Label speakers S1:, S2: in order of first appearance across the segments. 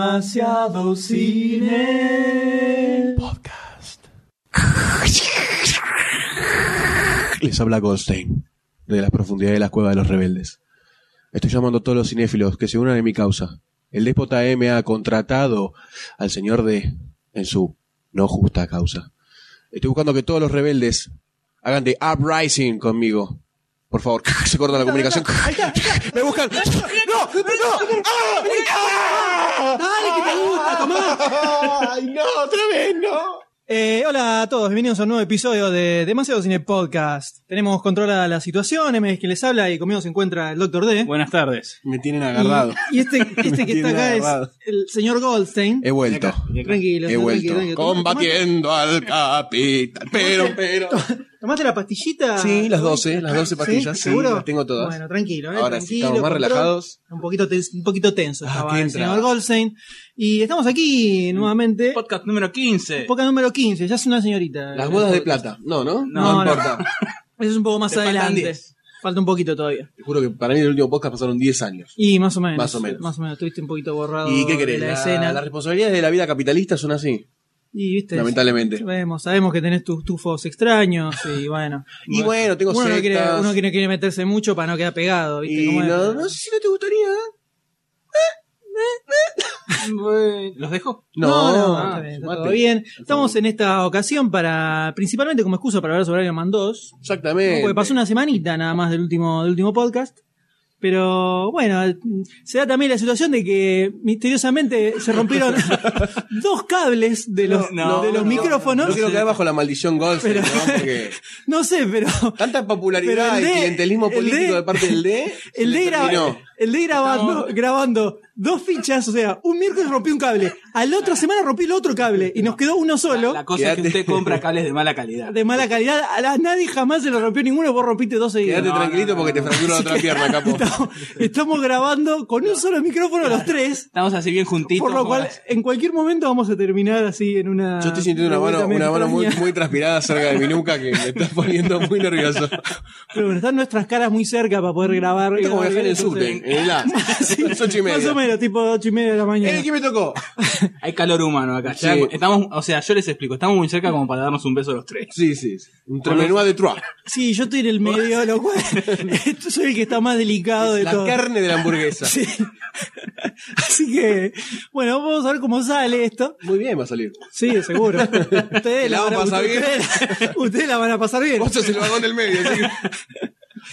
S1: Demasiado cine.
S2: Podcast. Les habla Goldstein, de las profundidades de la cueva de los rebeldes. Estoy llamando a todos los cinéfilos que se unan a mi causa. El déspota M ha contratado al señor D en su no justa causa. Estoy buscando que todos los rebeldes hagan de uprising conmigo. Por favor, se corta la comunicación. Me buscan. No, no. ¡Ah! ¡Ah! Ay, no, otra vez no.
S1: Eh, hola a todos, bienvenidos a un nuevo episodio de Demasiado Cine Podcast. Tenemos controlada la situación, M es quien les habla y conmigo se encuentra el Doctor D.
S3: Buenas tardes.
S2: Me tienen agarrado.
S1: Y, y este, este que está
S2: tiene
S1: acá
S2: agarrado.
S1: es el señor Goldstein.
S2: He vuelto.
S1: Tranquilo,
S2: He
S1: tranquilo,
S2: Eh, vuelto.
S1: tranquilo. Toma-
S2: Combatiendo al capitán. Pero, pero.
S1: tomate- ¿Tomaste la pastillita?
S2: Sí, las 12, las 12 pastillas. Sí,
S1: ¿Seguro?
S2: las tengo todas.
S1: Bueno, tranquilo, eh,
S2: Ahora
S1: tranquilo,
S2: sí, estamos más
S1: control.
S2: relajados.
S1: Un poquito, tenso, un poquito tenso
S2: Ah,
S1: estaba
S2: qué
S1: el
S2: entrada.
S1: señor Goldstein. Y estamos aquí nuevamente.
S3: Podcast número 15.
S1: Podcast número 15, ya es una señorita.
S2: Eh, Las bodas de plata. No, ¿no?
S1: No, no.
S2: importa.
S1: Eso es un poco más
S3: Te faltan
S1: adelante.
S3: 10.
S1: Falta un poquito todavía.
S2: Te juro que para mí el último podcast pasaron 10 años.
S1: Y más o menos.
S2: Más o menos.
S1: Más o menos, estuviste un poquito borrado.
S2: ¿Y qué
S1: de
S2: querés?
S1: La,
S2: La-
S1: escena.
S2: las responsabilidades de la vida capitalista son así,
S1: y viste.
S2: lamentablemente.
S1: Sabemos, sabemos que tenés tus tufos extraños y bueno.
S2: Y bueno, tengo
S1: uno, no quiere,
S2: sectas.
S1: uno que no quiere meterse mucho para no quedar pegado, ¿viste?
S2: Y
S1: cómo es?
S2: no, no sé si no te gustaría. ¿eh?
S3: ¿Los dejo?
S1: No, no, está
S2: ah,
S1: bien, está
S2: mate.
S1: todo bien. Estamos en esta ocasión para, principalmente como excusa para hablar sobre Iron Man 2. ¿no?
S2: Exactamente.
S1: Porque pasó una semanita nada más del último, del último podcast. Pero bueno, se da también la situación de que misteriosamente se rompieron dos cables de los,
S3: No,
S1: de los
S3: no,
S1: micrófonos.
S2: No quiero caer bajo la maldición Goldstein,
S1: Pero-
S2: ¿no? Porque
S1: No sé, pero
S2: tanta
S1: Pero
S2: popularidad
S1: el
S2: y
S1: D-
S2: clientelismo
S1: el
S2: político
S1: D-
S2: de parte del D. se
S1: el
S2: le
S1: de, gra-
S2: terminó.
S1: el de grabando,
S3: No.
S1: grabando dos fichas, o sea, un miércoles rompí un cable, al otro semana rompí el otro cable y nos quedó uno solo
S3: La cosa es que
S2: Quédate.
S3: usted compra cables de mala calidad.
S1: de mala calidad. A la- nadie jamás se lo rompió ninguno, vos rompiste dos seguidos.
S2: Quédate
S3: no,
S2: tranquilito
S3: no,
S2: porque te fracturó la otra pierna, capo.
S1: Estamos grabando con un solo micrófono los tres,
S3: Estamos así bien juntitos.
S1: por lo
S3: como
S1: cual
S3: las-
S1: en cualquier momento vamos a terminar así en una.
S2: Yo estoy sintiendo una mano,
S1: vuelta
S2: una mano muy,
S1: Ah, extraña.
S2: muy transpirada cerca de mi nuca que me está poniendo muy nervioso.
S1: Pero bueno, están nuestras caras muy cerca para poder grabar.
S2: Esto es como viajar en el
S1: Entonces,
S2: subte, en el A. Las ocho y
S1: Más
S2: media.
S1: o menos, tipo ocho y media de la mañana.
S2: ¿Eh? ¿Quién me tocó?
S3: Hay calor humano acá.
S2: Sí.
S3: Ya Estamos, o sea, yo les explico. Estamos muy cerca como para darnos un beso los tres.
S2: Sí, sí. sí. Un tremenúa de Troyes.
S1: Sí, yo estoy en el medio, lo cual soy el que está más delicado de
S2: La
S1: todo.
S2: carne de la hamburguesa.
S1: Sí. Así que, bueno, vamos a ver cómo sale esto.
S2: Muy bien va a salir.
S1: Sí, seguro. Ustedes
S2: la
S1: van
S2: vamos a pasar bien.
S1: ustedes- ustedes la van a pasar bien.
S2: Vos sos el vagón del medio, así que-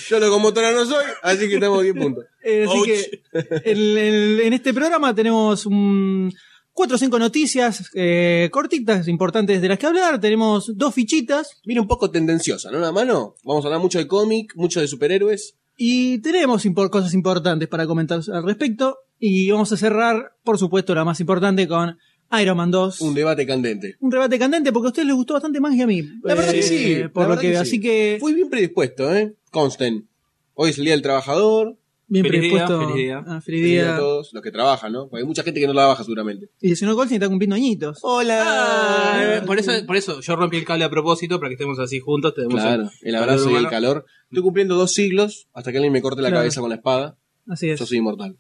S2: Yo locomotora no soy, así que estamos a 10 puntos.
S1: Eh, así
S3: Ouch.
S1: que el- el- en este programa tenemos un, cuatro o cinco noticias eh, cortitas, importantes de las que hablar. Tenemos dos fichitas
S2: Mira, un poco tendenciosa, ¿no? La mano. Vamos a hablar mucho de cómic, mucho de superhéroes.
S1: y tenemos impor- cosas importantes para comentar al respecto. Y vamos a cerrar, por supuesto, la más importante con Iron Man 2.
S2: Un debate candente.
S1: un rebate candente porque a ustedes les gustó bastante más que a mí.
S2: La verdad que sí. Eh, la
S1: Por lo
S2: verdad
S1: que,
S2: sí.
S1: así que
S2: Fui bien predispuesto, ¿eh? Consten. Hoy es el Día del Trabajador.
S1: bien
S3: Feliz día,
S1: predispuesto.
S3: feliz día.
S1: Ah, feliz
S2: Feliz día
S1: día.
S2: a todos los que trabajan, ¿no? Porque hay mucha gente que no trabaja seguramente.
S1: Y el señor Goldstein está cumpliendo añitos.
S2: ¡Hola!
S3: Eh, por eso, por eso yo rompí el cable a propósito para que estemos así juntos. Tenemos
S2: Claro, el abrazo y el calor. Estoy cumpliendo dos siglos hasta que alguien me corte la
S1: Claro.
S2: cabeza con la espada.
S1: Así es.
S2: Yo soy inmortal.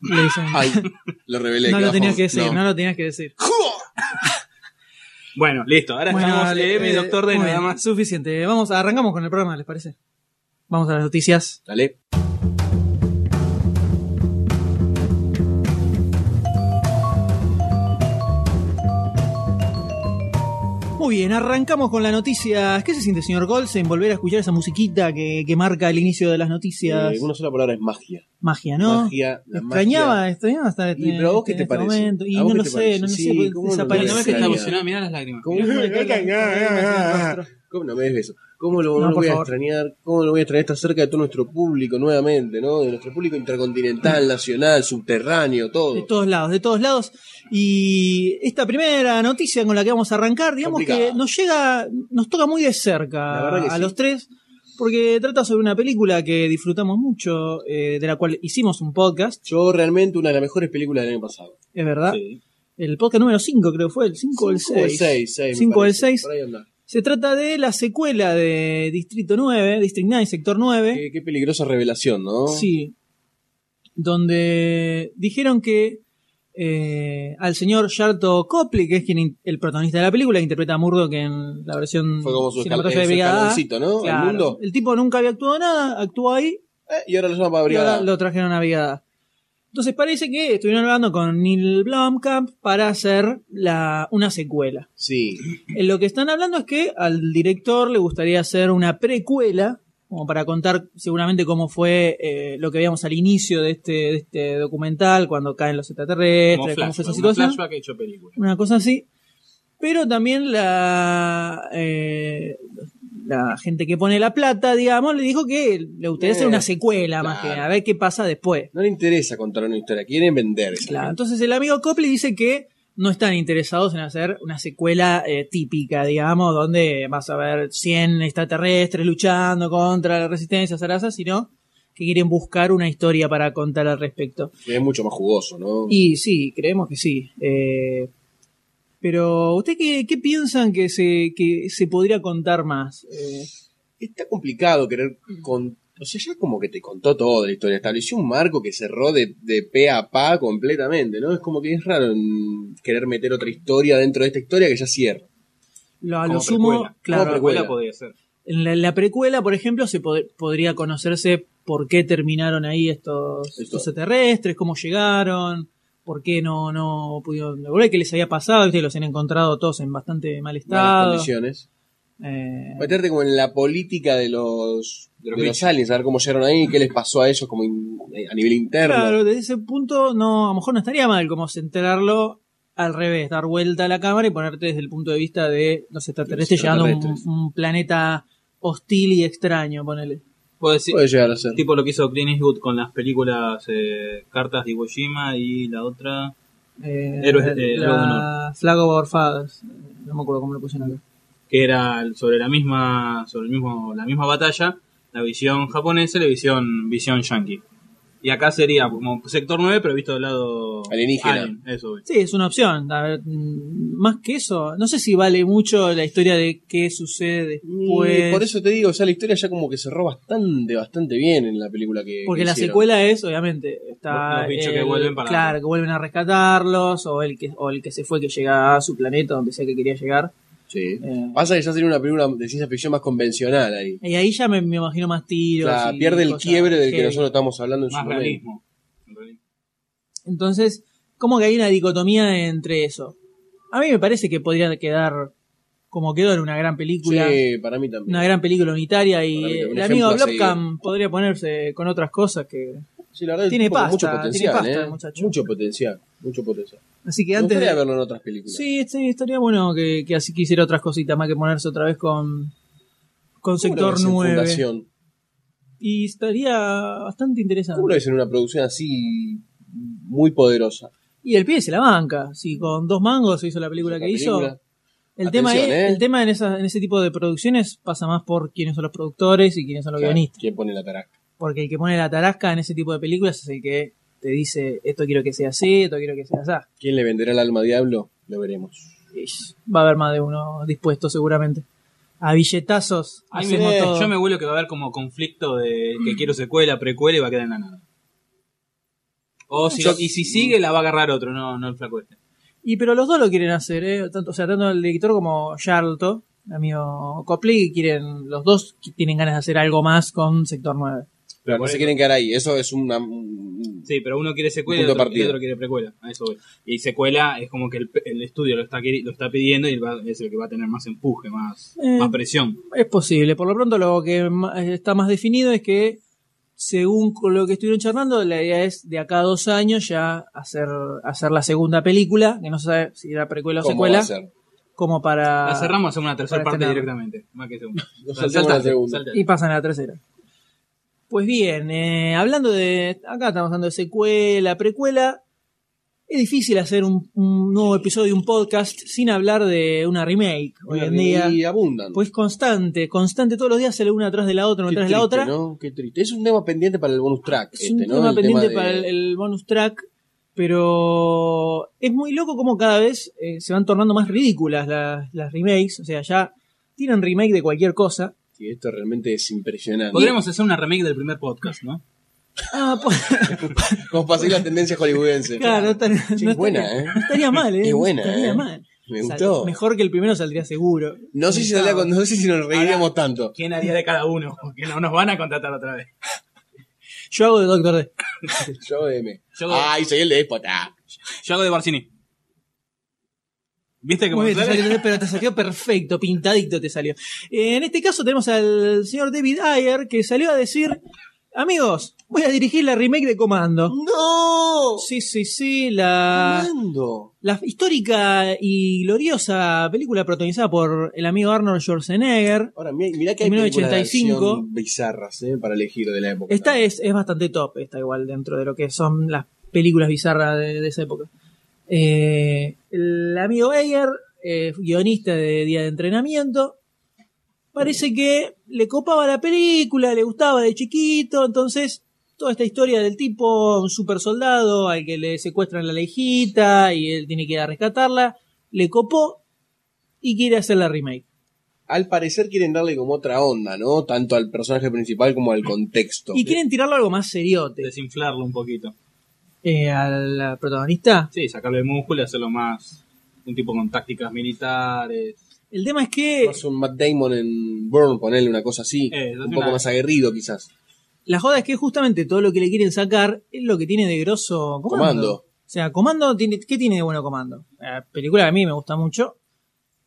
S1: Le dicen.
S2: Ay, lo revelé.
S1: no
S2: qué
S1: lo tenías
S2: bajón.
S1: que decir, no.
S2: No.
S1: lo tenías que decir.
S3: Bueno, listo. Ahora
S1: Bueno,
S3: estamos
S1: dale,
S3: M,
S1: eh,
S3: doctor de
S1: muy
S3: nada
S1: bien,
S3: más.
S1: Suficiente. Vamos, arrancamos con el programa, ¿les parece? Vamos a las noticias.
S2: Dale. Eh,
S1: Muy bien, arrancamos con las noticias. ¿Qué se siente, señor Goldstein, volver a escuchar esa musiquita que, que marca el inicio de las noticias?
S2: Eh, una sola palabra es magia.
S1: Magia, Ah, ¿no?
S2: magia, la
S1: extrañaba,
S2: magia.
S1: extrañaba estar este
S2: Y, pero ¿a vos qué te parece?
S1: momento. Y
S2: ¿A
S1: no
S2: vos qué
S1: lo
S2: te
S1: sé,
S2: parece?
S1: no lo
S2: Sí,
S1: sé, porque
S2: ¿cómo no lo
S3: Bueno, no ves que está
S2: Extraña.
S1: desapareció.
S3: emocionado, mirá las lágrimas.
S2: ¿Cómo,
S1: Mirá cómo este? le cae
S2: ah,
S1: la-
S2: ¿Cómo no me des beso? ¿Cómo lo,
S1: No,
S2: no, lo
S1: por
S2: voy a
S1: favor.
S2: extrañar? ¿Cómo lo voy a extrañar estar cerca de todo nuestro público nuevamente, ¿no? De nuestro público intercontinental, nacional, subterráneo, todo.
S1: De todos lados, de todos lados. Y esta primera noticia con la que vamos a arrancar, digamos
S2: Complicada.
S1: que nos llega, nos toca muy de cerca
S2: La verdad que
S1: a
S2: sí.
S1: los tres, porque trata sobre una película que disfrutamos mucho, eh, de la cual hicimos un podcast,
S2: Yo realmente una de las mejores películas del año pasado.
S1: es verdad.
S3: Sí.
S1: El podcast número 5 creo fue, el 5 o el
S2: Cinco
S1: 6.
S2: seis, seis, me
S1: Cinco
S2: parece.
S1: del seis.
S2: Por ahí anda.
S1: Se trata de la secuela de Distrito 9, District 9, Sector 9.
S2: Qué, qué peligrosa revelación, ¿no?
S1: Sí. Donde dijeron que eh, al señor Sharto Copley, que es quien in- el protagonista de la película, que interpreta a Murdoch en la versión
S2: Fue como su, escal-
S1: cinematográfica de
S2: eh, su
S1: Brigada A.
S2: escaloncito, ¿no?
S1: Claro.
S2: El mundo.
S1: El tipo nunca había actuado nada, actuó ahí
S2: Eh, y ahora lo llaman para
S1: y
S2: Brigada.
S1: ahora lo trajeron a Brigada. A. Entonces parece que estuvieron hablando con Neil Blomkamp para hacer la, una secuela.
S2: Sí.
S1: En Eh, lo que están hablando es que al director le gustaría hacer una precuela, como para contar seguramente cómo fue eh, lo que veíamos al inicio de este, de este documental, cuando caen los
S3: Como
S1: extraterrestres, cómo
S3: flashback,
S1: fue esa
S3: un
S1: situación,
S3: flashback hecho película.
S1: una cosa así. Pero también la, eh, la gente que pone la plata, digamos, le dijo que le gustaría hacer
S2: Eh,
S1: una secuela más que
S2: claro.
S1: nada, a ver qué pasa después.
S2: No le interesa contar una historia, quieren vender. esa
S1: Claro,
S2: gente.
S1: entonces el amigo Copley dice que no están interesados en hacer una secuela eh, típica, digamos, donde vas a ver 100 extraterrestres luchando contra la resistencia zaraza, sino que quieren buscar una historia para contar al respecto.
S2: Es mucho más jugoso, ¿no?
S1: Y sí, creemos que sí. eh, pero, ¿usted qué, qué piensan que se, que se podría contar más? Eh,
S2: Está complicado querer con... O sea, ya como que te contó todo de la historia. Estableció un marco que cerró de, de pe a pa completamente, ¿no? Es como que es raro mm, querer meter otra historia dentro de esta historia que ya cierra.
S1: lo, a
S3: Como
S1: lo sumo,
S3: precuela.
S1: claro,
S3: Como precuela podía ser.
S1: en la, en la precuela, por ejemplo, se pod- podría conocerse por qué terminaron ahí estos,
S2: Esto.
S1: estos extraterrestres, cómo llegaron, por qué no, no pudieron devolver, qué les había pasado, ¿viste? los han encontrado todos en bastante mal
S2: Malas
S1: estado.
S2: condiciones.
S1: Eh,
S2: Meterte como en la política de los, de los,
S3: De los bichos.
S2: aliens, a ver cómo llegaron ahí, qué les pasó a ellos como in- a nivel interno.
S1: claro, desde ese punto no, a lo mejor no estaría mal como centrarlo al revés, dar vuelta a la cámara y ponerte desde el punto de vista de los extraterrestres
S2: Los
S1: llegando a un,
S2: extraterrestres.
S1: un planeta hostil y extraño, ponele.
S3: Puedo decir,
S2: Puede llegar a ser.
S3: tipo lo que hizo Clint Eastwood con las películas eh, Cartas de Iwo Jima y la otra.
S1: Eh,
S3: Héroes de-
S1: la-
S3: héroes de honor.
S1: Flag of Our Fathers. No me acuerdo cómo lo pusieron acá.
S3: que era sobre la misma sobre el mismo la misma batalla la visión japonesa y la visión visión yankee y acá sería como sector 9 pero visto del lado
S2: Alienígena.
S3: alien, eso eh. güey.
S1: Sí, es una opción. A ver, mm, más que eso, no sé si vale mucho la historia de qué sucede
S2: Y
S1: después.
S2: por eso te digo, o sea, la historia ya como que cerró bastante, bastante bien en la película que.
S1: porque
S2: que
S1: la
S2: hicieron.
S1: secuela es, obviamente, está
S3: Los bichos que
S1: el-
S3: vuelven para-
S1: claro, que vuelven a rescatarlos o el que o el que se fue que llega a su planeta donde sea que quería llegar.
S2: Sí.
S1: Eh,
S2: Pasa que ya sería una película de ciencia ficción más convencional ahí.
S1: y ahí ya me, me imagino más tiros.
S2: La,
S1: y
S2: pierde el
S1: cosas
S2: quiebre del que
S1: heavy.
S2: nosotros estamos hablando en su
S3: más
S2: momento.
S3: realismo En realidad.
S1: Entonces, como que hay una dicotomía entre eso. A mí me parece que podría quedar como quedó en una gran película.
S2: Sí, para mí también.
S1: Una gran película unitaria
S2: Para mí
S1: y
S2: también, un
S1: el amigo
S2: ejemplo a seguir.
S1: Blobcam podría ponerse con otras cosas que...
S2: Sí, la verdad,
S1: Tiene
S2: tiene
S1: pasta,
S2: mucho
S1: tiene
S2: potencial,
S1: pasta,
S2: ¿eh?
S1: el muchacho.
S2: Mucho potencial, mucho potencial.
S1: Así que
S2: Me
S1: antes...
S2: gustaría
S1: de-
S2: verlo en otras películas.
S1: Sí, sí, estaría bueno que, que así quisiera otras cositas más que ponerse otra vez con, con
S2: ¿Cómo lo
S1: Sector
S2: ves en
S1: 9.
S2: Fundación?
S1: Y estaría bastante interesante.
S2: ¿Cómo lo ves en una producción así muy poderosa?
S1: Y el pie se la banca. Si con dos mangos se hizo la película
S2: Esa
S1: que hizo...
S2: película.
S1: El
S2: Atención,
S1: tema, es,
S2: ¿eh?
S1: el tema en, esa- en ese tipo de producciones pasa más por quiénes son los productores y quiénes son los
S2: Claro,
S1: guionistas.
S2: ¿Quién pone la taraca?
S1: Porque el que pone la tarasca en ese tipo de películas es el que te dice esto quiero que sea así, esto quiero que sea así.
S2: ¿Quién le venderá el alma a Diablo? Lo veremos.
S1: Ish, Va a haber más de uno dispuesto seguramente. A billetazos
S3: Ahí
S1: hacemos
S3: me-
S1: todo.
S3: yo me vuelo que va a haber como conflicto de
S2: Mm.
S3: que quiero secuela precuela y va a quedar en la nada o si
S2: Yo-
S3: y si sigue la va a agarrar otro no no el flaco este
S1: Y pero los dos lo quieren hacer, ¿eh? Tanto, o sea, tanto el director como Charlton, amigo Copley, quieren, los dos qui- tienen ganas de hacer algo más con Sector 9.
S2: Pero no
S3: por
S2: se
S3: eso.
S2: quieren quedar ahí. Eso es una. un-
S3: Sí, pero uno quiere secuela y
S2: Punto
S3: otro, y
S2: partido.
S3: otro quiere precuela. A eso voy. Y secuela es como que el, el estudio lo está, queri- lo está pidiendo y él va- es el que va a tener más empuje, más,
S1: Eh.
S3: más presión.
S1: Es posible, por lo pronto lo que ma- está más definido es que, según con lo que estuvieron charlando, la idea es de acá a dos años ya hacer, hacer la segunda película, que no se sabe si era precuela o
S2: ¿Cómo va
S1: secuela,
S2: a ser?
S1: como para...
S3: la cerramos, hacemos una tercera
S1: Ah, para
S3: parte
S1: estrenar.
S3: directamente. Más que segunda.
S2: Nos
S3: Sal-
S2: saltamos la segunda.
S3: saltate.
S1: Y pasan a la tercera. Pues bien, eh, hablando de. Acá estamos hablando de secuela, precuela. Es difícil hacer un, un nuevo episodio de un podcast sin hablar de una remake hoy en día.
S2: Y abundan.
S1: Pues constante, constante, todos los días sale una atrás de la otra, una
S2: Qué
S1: atrás de la
S2: triste,
S1: otra.
S2: ¿no? Qué triste. Es un tema pendiente para el bonus track.
S1: Es
S2: este,
S1: un
S2: ¿no?
S1: tema
S2: El
S1: pendiente
S2: de-
S1: para el, el bonus track, pero es muy loco como cada vez eh, se van tornando más ridículas las, las remakes. O sea, ya tienen remake de cualquier cosa.
S2: Sí, esto realmente es impresionante.
S3: Podríamos hacer una remake del primer podcast, ¿no?
S1: Ah, pues,
S2: Como para seguir la tendencia hollywoodense.
S1: claro, no, estar- no
S2: Sí,
S1: estaría,
S2: buena, ¿eh?
S1: no estaría mal, ¿eh?
S2: Es buena,
S1: No estaría
S2: ¿eh?
S1: mal.
S2: Me
S1: O sea,
S2: gustó.
S1: mejor que el primero saldría seguro.
S2: No sé, si saldrá con- no sé si nos reiríamos tanto.
S3: ¿Quién haría de cada uno? Que no nos van a contratar otra vez.
S1: Yo hago de Doctor D.
S2: Yo de M.
S3: Yo de-
S2: Ay, soy el déspota.
S3: Yo hago de Barcini. ¿Viste que
S1: Muy bien, te
S3: González-
S1: salió- pero te salió perfecto, pintadito te salió. En este caso tenemos al señor David Ayer que salió a decir, amigos, voy a dirigir la remake de Comando.
S2: ¡No!
S1: Sí, sí, sí, la,
S2: Fernando.
S1: la histórica y gloriosa película protagonizada por el amigo Arnold Schwarzenegger.
S2: Ahora, mirá, mirá que hay
S1: En
S2: películas de
S1: 1985.
S2: acción bizarras eh, para elegir de la época.
S1: Esta es, es bastante top, esta igual dentro de lo que son las películas bizarras de, de esa época. Eh, el amigo Ayer, eh, guionista de Día de Entrenamiento, parece que le copaba la película, le gustaba de chiquito, entonces toda esta historia del tipo, un super soldado al que le secuestran la hijita y él tiene que ir a rescatarla, le copó y quiere hacer la remake.
S2: Al parecer quieren darle como otra onda, ¿no? Tanto al personaje principal como al contexto.
S1: Y quieren tirarlo a algo más seriote
S3: Desinflarlo un poquito.
S1: eh, al protagonista.
S3: Sí, sacarle el músculo y hacerlo más. Un tipo con tácticas militares.
S1: El tema es que...
S2: Más un Matt Damon en Burn, ponerle una cosa así.
S3: Eh,
S2: un
S3: date
S2: poco
S3: una-
S2: más aguerrido, quizás.
S1: La joda es que justamente todo lo que le quieren sacar es lo que tiene de grosso comando.
S2: Comando.
S1: O sea, comando, tiene, ¿qué tiene de bueno comando? La película que a mí me gusta mucho.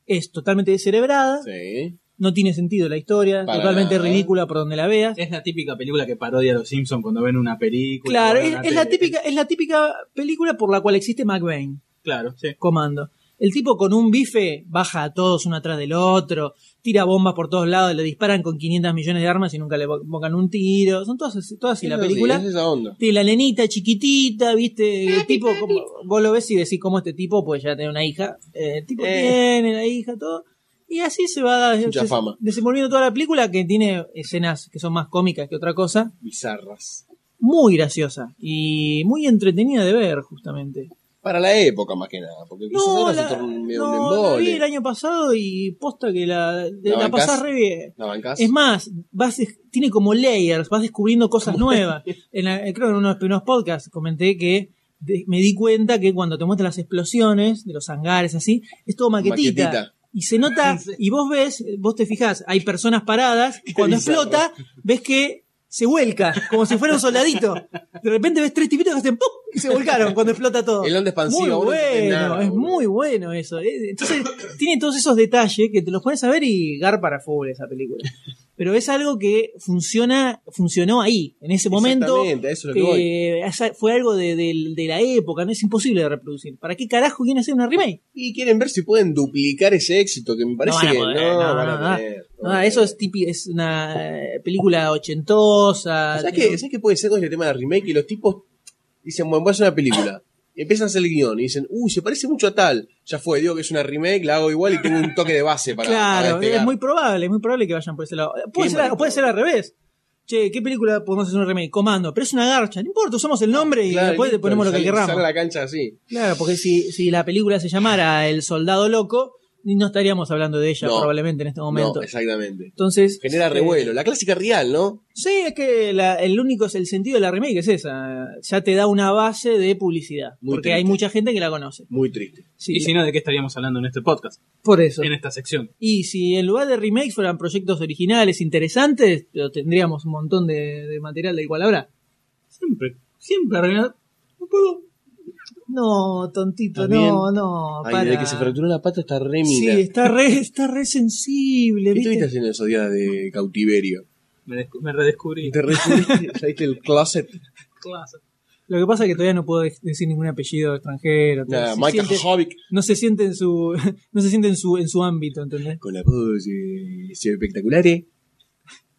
S1: Es totalmente descerebrada,
S2: Sí.
S1: no tiene sentido la historia,
S2: Para
S1: totalmente
S2: nada. ¿eh?
S1: ridícula por donde la veas.
S3: Es la típica película que parodia a los Simpsons cuando ven una película.
S1: claro,
S3: o
S1: es,
S3: ven una
S1: es la
S3: tele.
S1: típica, es la típica película por la cual existe McBain,
S3: Claro, sí.
S1: comando. El tipo con un bife baja a todos uno atrás del otro, tira bombas por todos lados, le disparan con 500 millones de armas y nunca le pongan un tiro. Son todas, así- todas así la
S2: Es así,
S1: película.
S2: Es esa onda.
S1: de la nenita chiquitita, viste, el tipo, como, vos lo ves y decís cómo este tipo, pues ya tiene una hija, Eh, el tipo
S2: Eh.
S1: tiene la hija, todo, y así se va
S2: Mucha
S1: des-
S2: fama.
S1: desenvolviendo toda la película que tiene escenas que son más cómicas que otra cosa,
S2: Bizarras.
S1: muy graciosa y muy entretenida de ver justamente.
S2: Para la época, más que nada. Porque quizás
S1: No,
S2: ahora
S1: la,
S2: se torna medio un
S1: no, la vi
S2: embole.
S1: el año pasado y posta que la, de-
S2: ¿La
S1: la
S2: bancás?
S1: pasás re bien.
S2: ¿La bancás?
S1: Es más, vas des- tiene como layers, vas descubriendo cosas nuevas. En la- creo que en uno de los primeros podcasts comenté que de- me di cuenta que cuando te muestran las explosiones de los hangares así, es todo maquetita.
S2: Maquetita.
S1: Y se nota, y vos ves, vos te fijás, hay personas paradas, y cuando
S2: bizarro.
S1: explota, ves que se vuelca, como si fuera un soldadito. De repente ves tres tipitos que hacen ¡pum! y se volcaron cuando explota todo.
S2: El onda
S1: Muy
S2: expansiva. vos no entendés
S1: bueno,
S2: nada,
S1: es
S2: boludo.
S1: muy bueno eso. eh. Entonces, tiene todos esos detalles que te los puedes saber y gar para full esa película. Pero es algo que funciona, funcionó ahí, en ese momento. Eh,
S2: Exactamente, a eso es lo que voy.
S1: que esa- fue algo de, del- de la época, no es imposible de reproducir. ¿Para qué carajo quieren hacer una remake?
S2: Y quieren ver si pueden duplicar ese éxito, que me parece
S1: van a
S2: que
S1: poder,
S2: no,
S1: no,
S2: van
S1: no, no.
S2: a poder.
S1: No, Ah, eso es típico, es una eh, película ochentosa.
S2: ¿Sabes
S1: tiene-
S2: qué, ¿Sabes qué puede ser con este tema de remake? Que los tipos dicen, bueno, voy a hacer una película. Y empiezan a hacer el guión y dicen, uy, se parece mucho a tal. Ya fue, digo que es una remake, la hago igual y tengo un toque de base para.
S1: Claro,
S2: para este despegar.
S1: es muy probable, es muy probable que vayan por ese lado. Puede
S2: Qué
S1: ser,
S2: marico.
S1: puede ser al revés. Che, ¿qué película podemos hacer un remake? Comando, pero es una garcha, no importa, usamos el nombre y
S2: Claro,
S1: después le
S2: listo,
S1: ponemos lo que
S2: sale-
S1: querramos.
S2: sale a la cancha así.
S1: Claro, porque si, si la película se llamara El Soldado Loco, no estaríamos hablando de ella
S2: No.
S1: probablemente en este momento.
S2: No, exactamente.
S1: Entonces.
S2: Genera
S1: eh,
S2: revuelo. La clásica real, ¿no?
S1: Sí, es que la- el único el sentido de la remake es esa. Ya te da una base de publicidad.
S2: Muy
S1: porque hay
S2: triste.
S1: mucha gente que la conoce.
S2: Muy triste.
S1: Sí,
S3: Y si no, ¿de qué estaríamos hablando en este podcast?
S1: por eso.
S3: En esta sección.
S1: Y si en lugar de remakes fueran proyectos originales interesantes, pero tendríamos un montón de, de material del cual hablar.
S3: Siempre, siempre arruinar. No puedo.
S1: No, tontito,
S2: También.
S1: no, no.
S2: Ay,
S1: para.
S2: desde que se fracturó la pata está re
S1: Sí,
S2: mina.
S1: está re, está re sensible.
S2: ¿Qué
S1: ¿viste?
S2: estuviste haciendo esos días de cautiverio?
S3: Me, descu- me redescubrí.
S2: ¿Te re saliste del closet?
S3: Clase.
S1: Lo que pasa es que todavía no puedo de- decir ningún apellido extranjero. todo.
S2: Nada,
S1: Se
S2: Michael
S1: siente-
S2: Hobbit.
S1: no se siente en su, no se siente en su, en su ámbito, ¿entendés?
S2: Con la voz eh, espectaculares.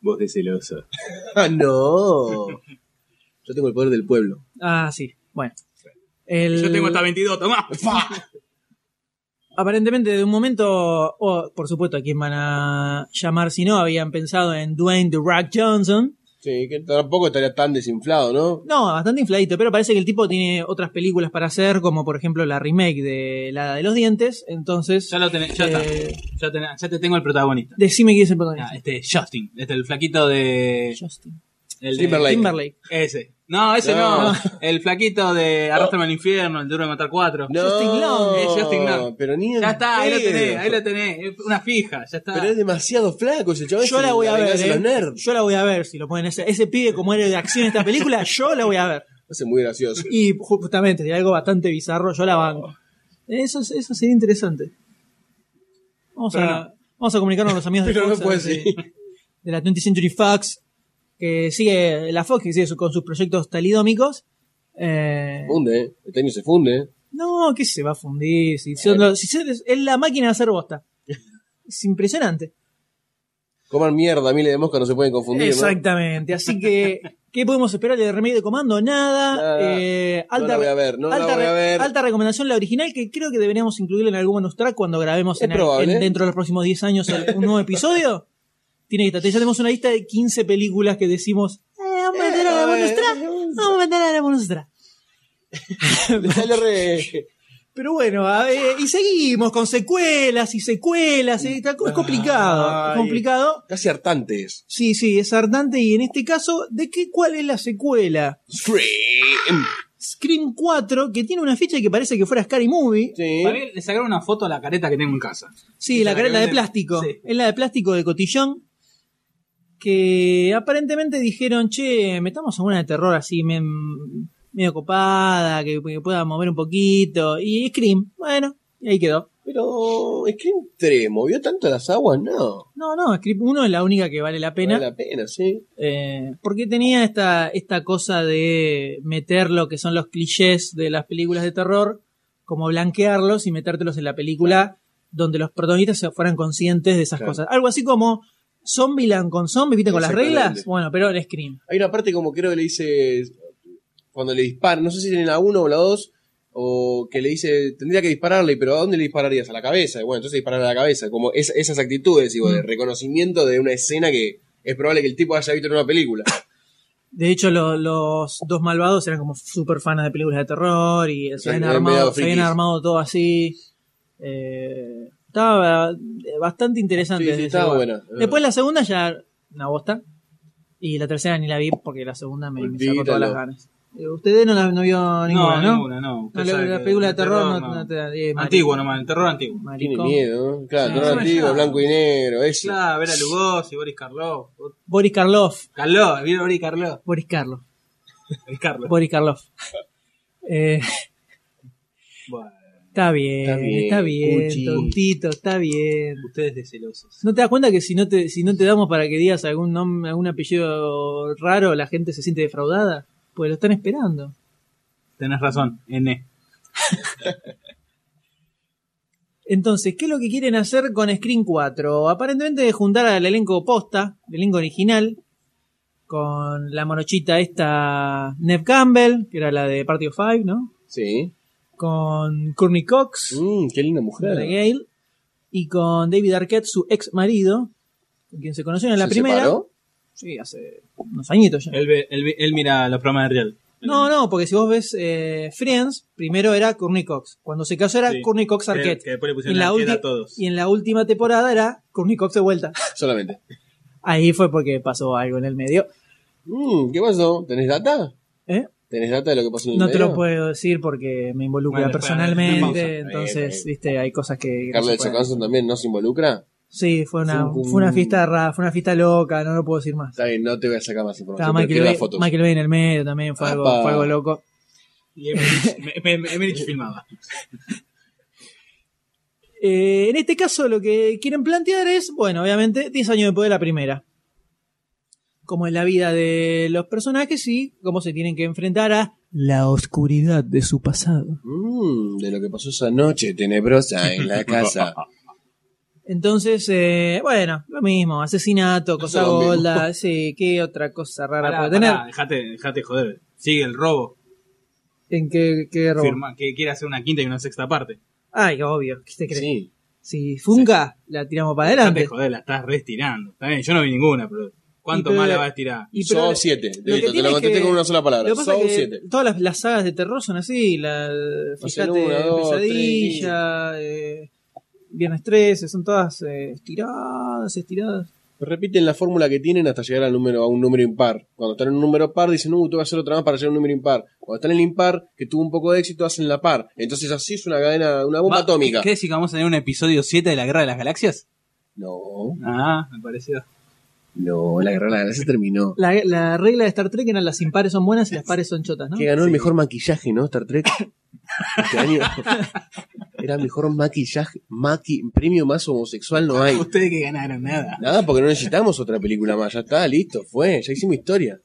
S3: Voz de celoso.
S2: Ah, no. Yo tengo el poder del pueblo.
S1: Ah, sí. Bueno. El-
S3: Yo tengo hasta 22, tomá.
S1: Aparentemente, de un momento, oh, por supuesto, a quién van a llamar si no, habían pensado en Dwayne The Rock Johnson.
S2: Sí, que tampoco estaría tan desinflado, ¿no?
S1: No, bastante infladito, pero parece que el tipo tiene otras películas para hacer, como por ejemplo la remake de La Hada de los Dientes. Entonces,
S3: Ya lo tenés, ya está.
S1: eh,
S3: Ya, tenés- ya te tengo el protagonista.
S1: decime quién es el
S3: Ah,
S1: protagonista.
S3: este Justin, este el flaquito de.
S1: Justin.
S3: El de-
S2: eh, Timberlake.
S1: Timberlake.
S3: Ese. No, ese no.
S2: No.
S3: El flaquito de Arrastrame al infierno, el duro de matar cuatro.
S1: Justin Long.
S3: Es Justin Long.
S2: Pero ni en
S3: Ya está, ahí lo
S2: pedo.
S3: tenés, ahí lo tenés. Es Una fija, ya está.
S2: Pero es demasiado flaco ese chaval.
S1: Yo
S2: se
S1: la voy a ver.
S2: venganza de
S1: eh.
S2: los nerds.
S1: Yo la voy a ver si lo ponen. Ese, ese pibe, como héroe de acción en esta película, yo la voy a ver.
S2: Hace muy gracioso.
S1: Y ju- justamente, de algo bastante bizarro, yo la banco. Eso, es- eso sería interesante. Vamos,
S3: Pero
S1: a, vamos a comunicarnos con los amigos de,
S2: Pero no
S1: Fox,
S2: puede
S1: de-
S2: ser.
S1: de la 20th Century Fox, que sigue la Fox, que sigue su- con sus proyectos talidómicos. Eh,
S2: Funde, eh. Este año se funde. eh.
S1: no, que se va a fundir. Si son los- si son- es la máquina de hacer bosta. Es impresionante.
S2: Coman mierda, miles de moscas no se pueden confundir. ¿no?
S1: Exactamente. Así que, ¿qué podemos esperar de Remedio de Comando? Nada.
S2: Nada.
S1: Eh,
S2: No
S1: alta,
S2: la voy a ver, no la
S1: alta
S2: voy
S1: re-
S2: a ver.
S1: alta recomendación, la original, que creo que deberíamos incluirla en algún bonus track cuando grabemos
S2: Es
S1: en el-
S2: probable.
S1: en- dentro de los próximos 10 años el- un nuevo episodio. Tiene que estar. Ya tenemos una lista de 15 películas que decimos. "Eh, vamos a meter a la
S2: Eh,
S1: bonus track. Vamos a meter a la bonus track.
S2: Le sale re-
S1: Pero bueno, a ver, y seguimos con secuelas y secuelas. y tal, es complicado. Es
S2: Ay.
S1: complicado.
S2: Casi hartante es.
S1: Sí, sí, es hartante. Y en este caso, ¿de qué cuál es la secuela?
S2: Scream.
S1: Scream 4, que tiene una ficha que parece que fuera Scary Movie. Sí,
S2: Sí.
S3: Para mí le sacaron una foto a la careta que tengo en casa.
S1: la,
S3: la que
S1: cara- la de
S3: venden.
S1: plástico.
S3: Sí.
S1: Es la de plástico de cotillón. Que aparentemente dijeron, che, metamos alguna de terror así, men- medio copada, que, que pueda mover un poquito. Y Scream, bueno, y ahí quedó.
S2: Pero Scream 3 movió tanto las aguas, no.
S1: No, no, Scream 1 es la única que vale la pena.
S2: Vale la pena, sí.
S1: Eh, porque tenía esta, esta cosa de meter lo que son los clichés de las películas de terror, como blanquearlos y metértelos en la película donde los protagonistas se fueran conscientes de esas
S2: Claro.
S1: cosas. Algo así como Zombieland con zombies, ¿viste? Con las
S2: Exactamente.
S1: reglas. Bueno, pero el Scream.
S2: Hay una parte como creo que le dice cuando le dispara, no sé si en la 1 o la 2, o que le dice, tendría que dispararle, pero ¿a dónde le dispararías? A la cabeza. Y Bueno, entonces disparar a la cabeza, como es- esas actitudes, digo,
S1: Mm.
S2: de reconocimiento de una escena que es probable que el tipo haya visto en una película.
S1: De hecho, lo- los dos malvados eran como super fans de películas de terror y se
S2: Sí,
S1: habían
S2: eran
S1: armado,
S2: medio
S1: se habían
S2: frikis.
S1: armado todo así. Eh, estaba eh, bastante interesante.
S2: Sí, sí,
S1: desde ese
S2: estaba
S1: lugar.
S2: buena.
S1: Después la segunda ya una bosta. Y la tercera ni la vi porque la segunda me, me sacó todas
S2: Olvídalo.
S1: las ganas. Eh, Ustedes no la no vio ninguna, ¿no?
S3: ninguna, no. Usted
S1: No, la,
S3: sabe
S1: la
S3: que
S1: película de
S3: el
S1: terror, no, no te da. eh, maricón.
S3: Antiguo nomás, el terror antiguo.
S2: Tiene
S1: Maricón.
S2: miedo, ¿no?
S1: Sí,
S2: Claro, terror
S1: no,
S2: antiguo,
S1: ya.
S2: blanco y negro, eso.
S3: Claro, Vera Lugosi, Boris Karloff.
S1: Boris Karloff.
S3: Karloff, ¿vieron Boris Karloff?
S1: Boris Karloff.
S3: El Karloff.
S1: Boris Karloff. Eh,
S3: Bueno,
S1: está bien,
S2: Está bien,
S1: está bien,
S2: Cuchi.
S1: tontito, está bien.
S3: ustedes de celosos.
S1: ¿No te das cuenta que si no te, si no te damos para que digas algún nombre, algún apellido raro, la gente se siente defraudada? Pues lo están esperando.
S3: Tenés razón, N.
S1: Entonces, ¿qué es lo que quieren hacer con Screen 4? Aparentemente juntar al elenco posta, el elenco original, con la morochita esta Nev Campbell, que era la de Party of Five, ¿no?
S2: Sí.
S1: Con Courtney Cox,
S2: Mm, qué linda
S1: la
S2: mujer.
S1: de Gale, y con David Arquette, su ex marido, con quien se conocieron en la
S2: ¿Se
S1: primera.
S2: separó?
S1: Sí, hace unos añitos ya.
S3: Él, ve- él, ve- él mira los programas de Real.
S1: No, no, porque si vos ves eh, Friends, primero era Courtney Cox. Cuando se casó era
S3: Sí,
S1: Courtney Cox
S3: Que,
S1: Arquette.
S3: que después le
S1: Y en
S3: pusieron
S1: la
S3: la
S1: ulti-
S3: queda a todos.
S1: y en la última temporada era Courtney Cox de vuelta.
S2: Solamente.
S1: Ahí fue porque pasó algo en el medio.
S2: Mm, ¿Qué pasó? ¿Tenés data?
S1: ¿Eh?
S2: ¿Tenés data de lo que pasó en el
S1: No te
S2: medio?
S1: lo puedo decir porque me involucra
S3: Bueno, eh, espera,
S1: personalmente.
S3: pausa.
S2: Ahí,
S1: entonces,
S2: ahí.
S1: viste, hay cosas que. que no
S2: Carla
S1: se
S2: del
S1: pueden.
S2: Socanson también no se involucra.
S1: Sí, fue una,
S2: Fue un-
S1: fue una fiesta rara, fue una fiesta loca, no lo puedo decir más.
S2: Está bien, no te voy a sacar más información.
S1: Estaba
S2: pero
S1: Michael
S2: quiero
S1: Bay,
S2: las fotos.
S1: Michael Bay en el medio también, fue algo,
S2: Apa.
S1: fue algo loco.
S3: Y Emerich, me- me- Emerich filmaba.
S1: Eh, en este caso, lo que quieren plantear es, bueno, obviamente, 10 años después de la primera. Como es la vida de los personajes y cómo se tienen que enfrentar a la oscuridad de su pasado.
S2: Mm, de lo que pasó esa noche tenebrosa en la casa.
S1: Entonces, eh, bueno, lo mismo, asesinato, cosa
S2: lo mismo.
S1: gorda, sí, qué otra cosa rara
S3: Pará,
S1: puede tener.
S3: pará, dejate, dejate joder. Sigue el robo.
S1: ¿En qué, qué robo?
S3: Firma- que quiere hacer una quinta y una sexta parte.
S1: Ay, obvio, ¿qué te crees?
S2: sí.
S1: Si Funka, la tiramos para
S3: Dejate
S1: adelante.
S3: joder, la estás restirando. Está bien, yo no vi ninguna, pero ¿cuánto
S1: Y pero-
S3: más la vas a estirar?
S1: Y pero-
S2: Son siete.
S1: lo que
S2: Debito, te
S1: tiene
S2: lo
S1: es
S2: contesté
S1: que-
S2: con una sola
S1: lo
S2: palabra.
S1: que pasa
S2: Son
S1: es que
S2: siete.
S1: todas las, las sagas de terror son así. La, fíjate,
S2: Hacen una, dos, tres,
S1: Pesadilla, eh, Viernes 13, son todas eh, estiradas, estiradas.
S2: repiten la fórmula que tienen hasta llegar al número, a un número impar. Cuando están en un número par, dicen, uh, tengo que hacer otra más para llegar a un número impar. Cuando están en el impar, que tuvo un poco de éxito, hacen la par. Entonces así es una cadena, una bomba
S3: Va-
S2: atómica.
S3: ¿Qué decir que vamos a tener un episodio 7 de la Guerra de las Galaxias?
S2: No,
S3: Ah, me pareció.
S2: no, la guerra de la galaxia terminó.
S1: La, la regla de Star Trek era las impares son buenas y las pares son chotas, ¿no?
S2: Que ganó el mejor maquillaje, ¿no? Star Trek. Este año. Era el mejor maquillaje. Maqui, premio más homosexual no hay.
S3: Ustedes que ganaron nada.
S2: Nada, porque no necesitamos otra película más. Ya está, listo, fue. Ya hicimos historia.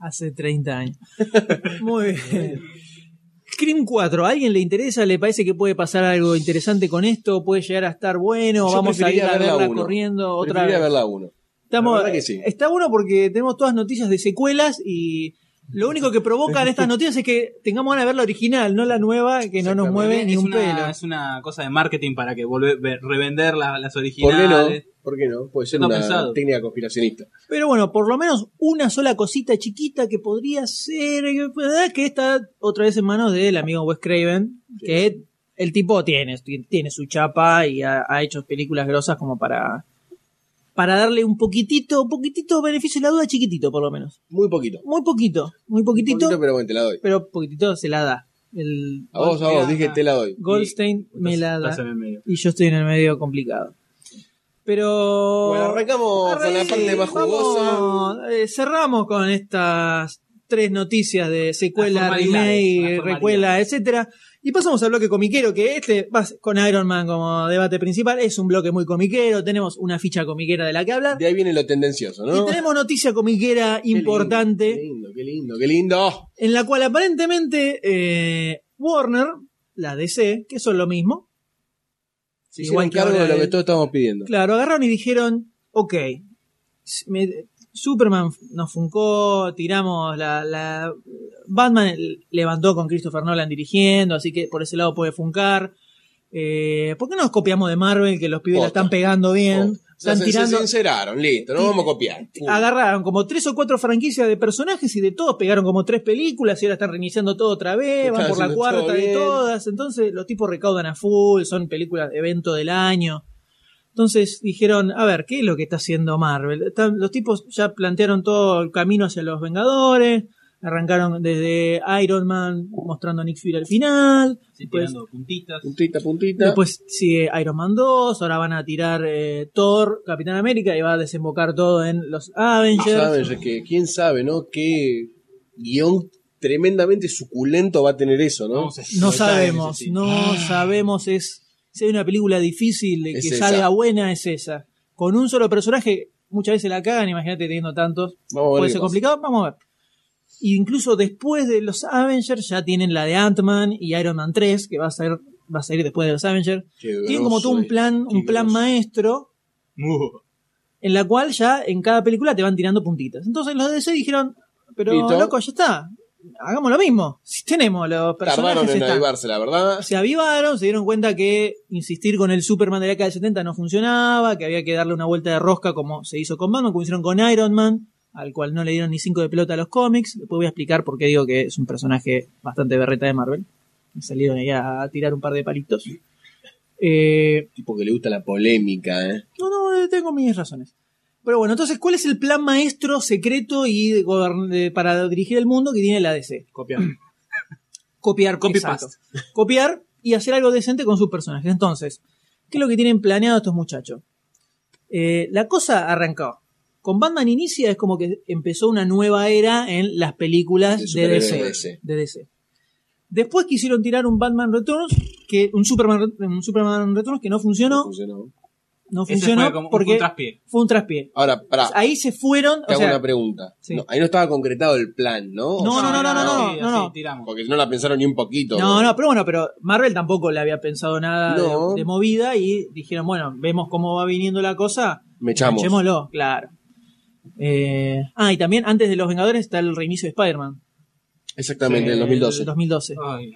S1: Hace 30 años. Muy bien. Scream 4, ¿a alguien le interesa? ¿Le parece que puede pasar algo interesante con esto? ¿Puede llegar a estar bueno?
S2: Yo
S1: ¿Vamos a ir
S2: preferiría
S1: a
S2: verla
S1: verla
S2: uno.
S1: corriendo otra
S2: Preferiría
S1: vez?
S2: verla uno.
S1: Estamos,
S2: La verdad que sí.
S1: Está bueno porque tenemos todas noticias de secuelas y lo único que provocan estas noticias es que tengamos ganas de ver la original, no la nueva que no nos mueve ni
S3: es
S1: un
S3: una,
S1: pelo.
S3: Es una cosa de marketing para que volver, ver- revender la- las
S2: ¿Por qué no?
S3: originales.
S2: ¿Por qué no? Puede ser
S3: No
S2: una
S3: pensado.
S2: técnica conspiracionista.
S1: Pero bueno, por lo menos una sola cosita chiquita que podría ser eh, que está otra vez en manos del amigo Wes Craven, que el tipo tiene, tiene su chapa y ha, ha hecho películas grosas como para para darle un poquitito, poquitito beneficio de la duda, chiquitito por lo menos.
S2: Muy poquito.
S1: Muy poquito, muy
S2: Poquito,
S1: poquitito,
S2: pero bueno, te la doy.
S1: pero poquitito se la da. El
S2: A vos, a vos, dije te la doy.
S1: Goldstein me
S3: Estás-
S1: la da
S3: estás en el medio.
S1: y yo estoy en el medio complicado. Pero
S2: Bueno, arrancamos con la
S1: Arre,
S2: parte más jugosa.
S1: vamos, eh, cerramos con estas tres noticias de secuela,
S3: Las formalidades,
S1: remake,
S3: las
S1: recuela, etcétera. Y pasamos al bloque comiquero, que este, vas con Iron Man como debate principal, es un bloque muy comiquero, tenemos una ficha comiquera de la que hablar,
S2: De ahí viene lo tendencioso,
S1: y
S2: ¿no?
S1: tenemos noticia comiquera
S2: Qué lindo,
S1: importante
S2: Qué lindo, qué lindo, qué lindo.
S1: en la cual aparentemente eh, Warner, la DC, que son lo mismo,
S2: Se
S1: Igual
S2: hicieron
S1: que
S2: cargo
S1: ahora
S2: de lo que
S1: el-
S2: todos estamos pidiendo.
S1: claro, agarraron y dijeron, ok, s- me- Superman nos funcó, tiramos la, la- Batman l- levantó con Christopher Nolan dirigiendo, así que por ese lado puede funcar. Eh, ¿Por qué no nos copiamos de Marvel que los pibes la
S2: Posta.
S1: están pegando bien?
S2: Oh, se,
S1: Están
S2: se- se
S1: tirando,
S2: sinceraron, listo, no vamos a copiar. Punto.
S1: agarraron como tres o cuatro franquicias de personajes y de todos pegaron como tres películas y ahora están reiniciando todo otra vez, van
S2: Están
S1: por la
S2: haciendo
S1: cuarta
S2: todo
S1: de
S2: bien.
S1: todas. Entonces los tipos recaudan a full, son películas de evento del año. Entonces dijeron, a ver, ¿qué es lo que está haciendo Marvel? Están- los tipos ya plantearon todo el camino hacia los Vengadores, arrancaron desde Iron Man mostrando a Nick Fury al final,
S3: Sí,
S1: Pues-
S3: tirando puntitas.
S2: Puntita, puntita. Ah,
S1: Después sigue Iron Man 2, ahora van a tirar eh, Thor, Capitán América, y va a desembocar todo en los Avengers.
S2: Saben, es que quién sabe, ¿no? Qué guión tremendamente suculento va a tener eso, ¿no?
S3: Vamos a
S1: No
S3: explotar
S1: sabemos,
S3: ese sí.
S1: no sabemos es si hay una película difícil de que
S2: Es esa.
S1: salga buena es esa. Con un solo personaje muchas veces la cagan, imagínate teniendo tantos,
S2: Vamos a ver.
S1: puede
S2: qué
S1: ser
S2: pasa.
S1: complicado, vamos a ver. E incluso después de los Avengers ya tienen la de Ant-Man y Iron Man 3 que va a ser va a salir después de los Avengers.
S2: Qué
S1: Tienen como
S2: grosso
S1: todo un
S2: es.
S1: plan,
S2: Qué
S1: un plan
S2: grosso.
S1: maestro
S3: Uh,
S1: en la cual ya en cada película te van tirando puntitas. Entonces los de DC dijeron, pero
S2: Listo.
S1: loco, ya está, hagamos lo mismo. Si tenemos los
S2: Tardaron
S1: personajes,
S2: en
S1: están.
S2: avivarse, la verdad.
S1: se avivaron, se dieron cuenta que insistir con el Superman de la década del 70 no funcionaba, que había que darle una vuelta de rosca como se hizo con Batman, como hicieron con Iron Man, al cual no le dieron ni cinco de pelota a los cómics. Después voy a explicar por qué digo que es un personaje bastante berreta de Marvel. Me salieron ahí a tirar un par de palitos. Eh,
S2: Tipo que le gusta la polémica, ¿eh?
S1: no, no, eh, tengo mis razones. Pero bueno, entonces, ¿cuál es el plan maestro secreto y de gobern- de- para dirigir el mundo que tiene la DC?
S3: copiar.
S1: Copiar,
S3: Copy
S1: exacto. Copiar y hacer algo decente con sus personajes. Entonces, ¿qué es lo que tienen planeado estos muchachos? Eh, la cosa arrancó. Con Batman Inicia es como que empezó una nueva era en las películas
S2: De
S1: de
S2: superhéroes
S1: DC,
S2: de DC.
S1: de DC. Después quisieron tirar un Batman Returns, que un Superman, un Superman Returns que no funcionó,
S2: Funcionó.
S1: no
S3: Ese
S1: funcionó
S3: fue como un
S1: porque
S3: traspié.
S1: fue un traspié.
S2: Ahora, pará,
S1: Ahí se fueron.
S2: Ah. te
S1: O
S2: hago
S1: sea,
S2: una pregunta.
S1: sí.
S2: No, ahí no estaba concretado el plan, ¿no?
S1: No,
S2: O sea,
S1: no, no, no, no, no,
S3: sí,
S1: no,
S3: así
S1: no.
S3: tiramos.
S2: Porque no la pensaron ni un poquito.
S1: no, no, pero bueno, pero Marvel tampoco le había pensado nada de-
S2: No.
S1: de, movida y dijeron, bueno, vemos cómo va viniendo la cosa,
S2: Me echamos.
S1: echémoslo, claro. Eh, ah, y también antes de Los Vengadores está el reinicio de Spider-Man.
S2: Exactamente,
S1: Eh,
S2: en el 2012.
S1: el 2012. O
S3: Ay,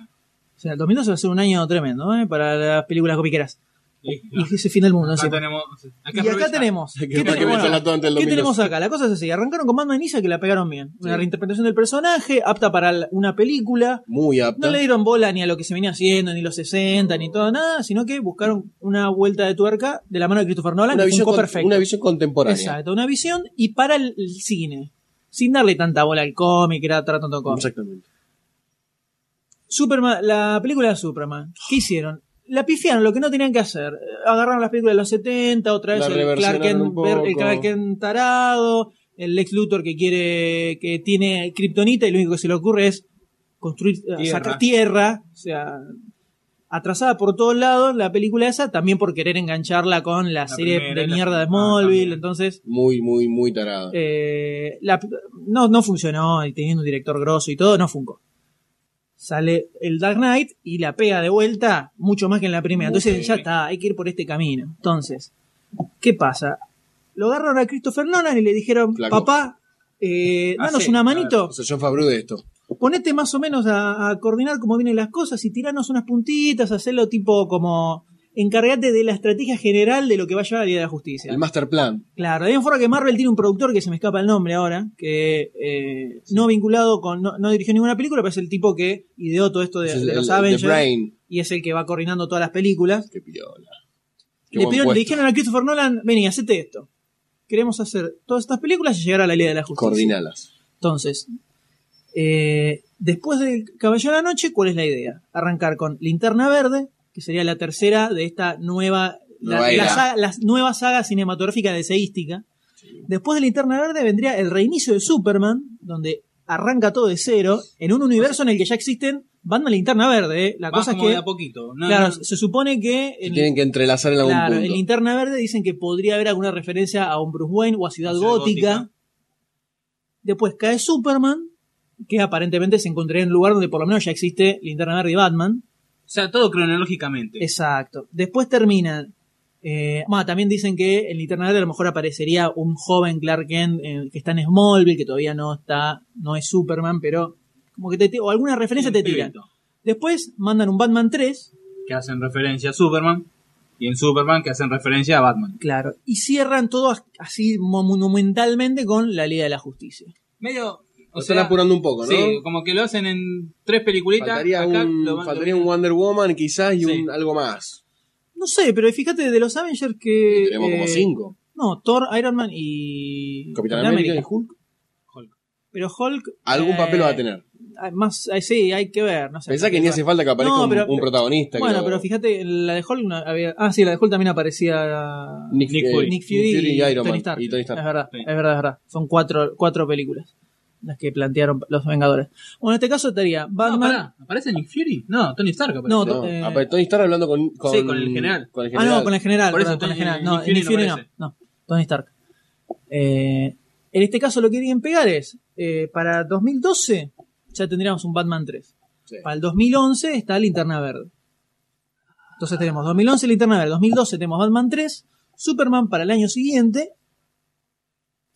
S1: sea, el 2012 va a ser un año tremendo ¿eh? para las películas copiqueras. Y es ese fin del mundo.
S3: Acá
S1: encima.
S3: tenemos. hay que
S1: Y acá
S3: aprovechar.
S1: tenemos.
S2: Hay que-
S1: ¿Qué
S2: hay que
S1: tenemos
S2: meterla
S1: acá?
S2: toda antes del
S1: ¿Qué
S2: 2012.
S1: tenemos acá? La cosa es así. Arrancaron con Batman Inicia que la pegaron bien. Una reinterpretación del personaje, apta para la- una película.
S2: Muy apta.
S1: No le dieron bola ni a lo que se venía haciendo, ni los 60, ni todo nada, sino que buscaron una vuelta de tuerca de la mano de Christopher Nolan,
S2: una,
S1: que
S2: visión
S1: fue
S2: con-
S1: perfecto.
S2: una visión contemporánea.
S1: Exacto, una visión y para el, el cine. Sin darle tanta bola al cómic, era trato de cómic.
S2: Exactamente.
S1: Superman, la película de Superman, ¿qué hicieron? La pifiaron, lo que no tenían que hacer. Agarraron las películas de los 70, otra vez
S2: La
S1: el Clark,
S2: reversionaron
S1: Kent,
S2: un poco.
S1: el Clark Kent tarado, el Lex Luthor que quiere, que tiene kriptonita y lo único que se le ocurre es construir, eh,
S3: Tierra.
S1: sacar tierra, o sea, atrasada por todos lados la película esa, también por querer engancharla con la,
S3: La
S1: serie
S3: primera
S1: de
S3: y la
S1: mierda de
S3: segunda
S1: Smallville,
S3: también.
S1: entonces
S2: Muy, muy, muy tarada.
S1: eh, la- no, no funcionó, y teniendo un director grosso y todo, no funcó. Sale el Dark Knight y la pega de vuelta mucho más que en la primera. Entonces
S3: Sí.
S1: ya está, hay que ir por este camino. Entonces, ¿qué pasa? Lo agarraron a Christopher Nolan y le dijeron,
S2: Flaco.
S1: papá, eh,
S3: Ah,
S1: danos
S3: sí,
S1: una
S3: a ver,
S1: manito,
S2: O sea, John Favreau de esto.
S1: ponete más o menos a, a coordinar cómo vienen las cosas y tiranos unas puntitas, hacerlo tipo como... Encargate de la estrategia general de lo que va a llevar la Liga de la Justicia.
S2: El master plan.
S1: Claro, hay una forma que Marvel tiene un productor que se me escapa el nombre ahora, que eh, no vinculado con, no, no dirigió ninguna película, pero es el tipo que ideó todo esto de,
S2: Es el-
S1: de
S2: el-
S1: los
S2: el
S1: Avengers
S2: The Brain.
S1: y es el que va coordinando todas las películas.
S2: Qué piola.
S1: Le,
S2: Qué buen
S1: pidieron- le
S2: puesto.
S1: dijeron a Christopher Nolan, vení, hacete esto. Queremos hacer todas estas películas y llegar a la Liga de la Justicia.
S2: Coordinalas.
S1: Entonces, eh, después del Caballero de la Noche, ¿cuál es la idea? Arrancar con Linterna Verde, que sería la tercera de esta nueva, la,
S2: Nueva era.
S1: la saga, la nueva saga cinematográfica deseística. Después de Linterna Verde vendría el reinicio de Superman, donde arranca todo de cero, en un universo en el que ya existen Batman y Linterna Verde. ¿eh? La
S3: Vas
S1: cosa es
S3: como
S1: que,
S3: de a poquito. No,
S1: claro,
S3: no,
S1: se supone que...
S2: Se
S1: en-
S2: tienen que entrelazar en algún
S1: Claro, en
S2: punto.
S1: Linterna Verde dicen que podría haber alguna referencia a un Bruce Wayne o a Ciudad
S3: Ciudad
S1: Gótica.
S3: Gótica.
S1: Después cae Superman, que aparentemente se encontraría en un lugar donde por lo menos ya existe Linterna Verde y Batman.
S3: O sea, todo cronológicamente.
S1: Exacto. Después termina. Eh, bueno, también dicen que en Linterna Verde a lo mejor aparecería un joven Clark Kent eh, que está en Smallville, que todavía no está, no es Superman, pero como que te, ti- o alguna referencia te
S3: Un
S1: tiran.
S3: pibito
S1: Después mandan un Batman 3,
S3: Que hacen referencia a Superman. Y en Superman que hacen referencia a Batman.
S1: Claro, y cierran todo as- así mo- monumentalmente con la Liga de la Justicia.
S3: Medio.
S2: Lo
S3: O
S2: están
S3: sea,
S2: apurando un poco, ¿no?
S3: Sí, como que lo hacen en tres peliculitas.
S2: faltaría
S3: acá
S2: un,
S3: lo van-
S2: faltaría
S3: lo-
S2: un Wonder Woman quizás y
S3: Sí.
S2: un algo más.
S1: No sé, pero fíjate de los Avengers que.
S2: Tenemos como
S1: eh,
S2: cinco.
S1: No, Thor, Iron Man y.
S2: Capitán América y Hulk.
S1: Pero Hulk.
S2: Algún
S1: eh,
S2: papel lo va a tener.
S1: hay Más, hay- sí, hay que ver. No sé,
S2: Pensá que ni hace falta que aparezca
S1: No,
S2: un-
S1: pero-
S2: un, protagonista. que
S1: Bueno,
S2: lo-
S1: pero fíjate, en la de Hulk. no había- ah, sí, la de Hulk también aparecía.
S2: Nick,
S3: Nick
S2: eh,
S3: Fury.
S1: Nick Fury,
S2: y, Iron Man.
S1: Tony Stark.
S2: y Tony Stark.
S1: Es verdad,
S3: Sí.
S1: es verdad, es verdad. Son cuatro, cuatro películas las que plantearon los Vengadores. Bueno, en este caso estaría
S3: No,
S1: Batman.
S3: pará, ¿Aparece Nick Fury? No, Tony Stark aparece.
S1: No,
S2: No, ah,
S1: eh,
S2: apare- Tony Stark hablando con, con,
S3: Sí, con el general.
S2: con el
S1: Ah,
S2: general.
S1: no, con el general.
S3: Por eso
S1: perdón, con el
S3: Tony-
S1: general. No,
S3: Nick Fury
S1: Nick Fury
S3: no
S1: no. No, Tony Stark. Eh, en este caso lo que quieren pegar es, eh, para 2012 ya tendríamos un Batman 3.
S2: Sí.
S1: Para el 2011 está Linterna Verde. Entonces tenemos 2011 Linterna Verde, 2012 tenemos Batman 3, Superman para el año siguiente.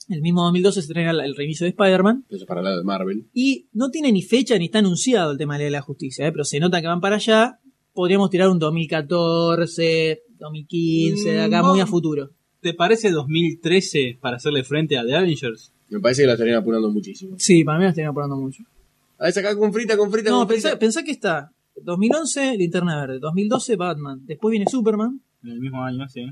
S1: El mismo 2012 se traerá el reinicio de Spider-Man.
S2: Eso para el lado de Marvel.
S1: Y no tiene ni fecha ni está anunciado el tema de la ley de la justicia, ¿eh? pero se nota que van para allá. Podríamos tirar un 2014, 2015, de acá
S3: Mm,
S1: muy a
S3: vos-
S1: futuro.
S3: ¿Te parece 2013 para hacerle frente a The Avengers?
S2: Me parece que lo estarían apurando muchísimo.
S1: Sí, para mí me están apurando mucho.
S2: A ver, acá con frita, con frita,
S1: No,
S2: con
S1: pensá,
S2: frita.
S1: pensá que está 2011 Linterna Verde, 2012 Batman, después viene Superman
S3: En el mismo año, sí.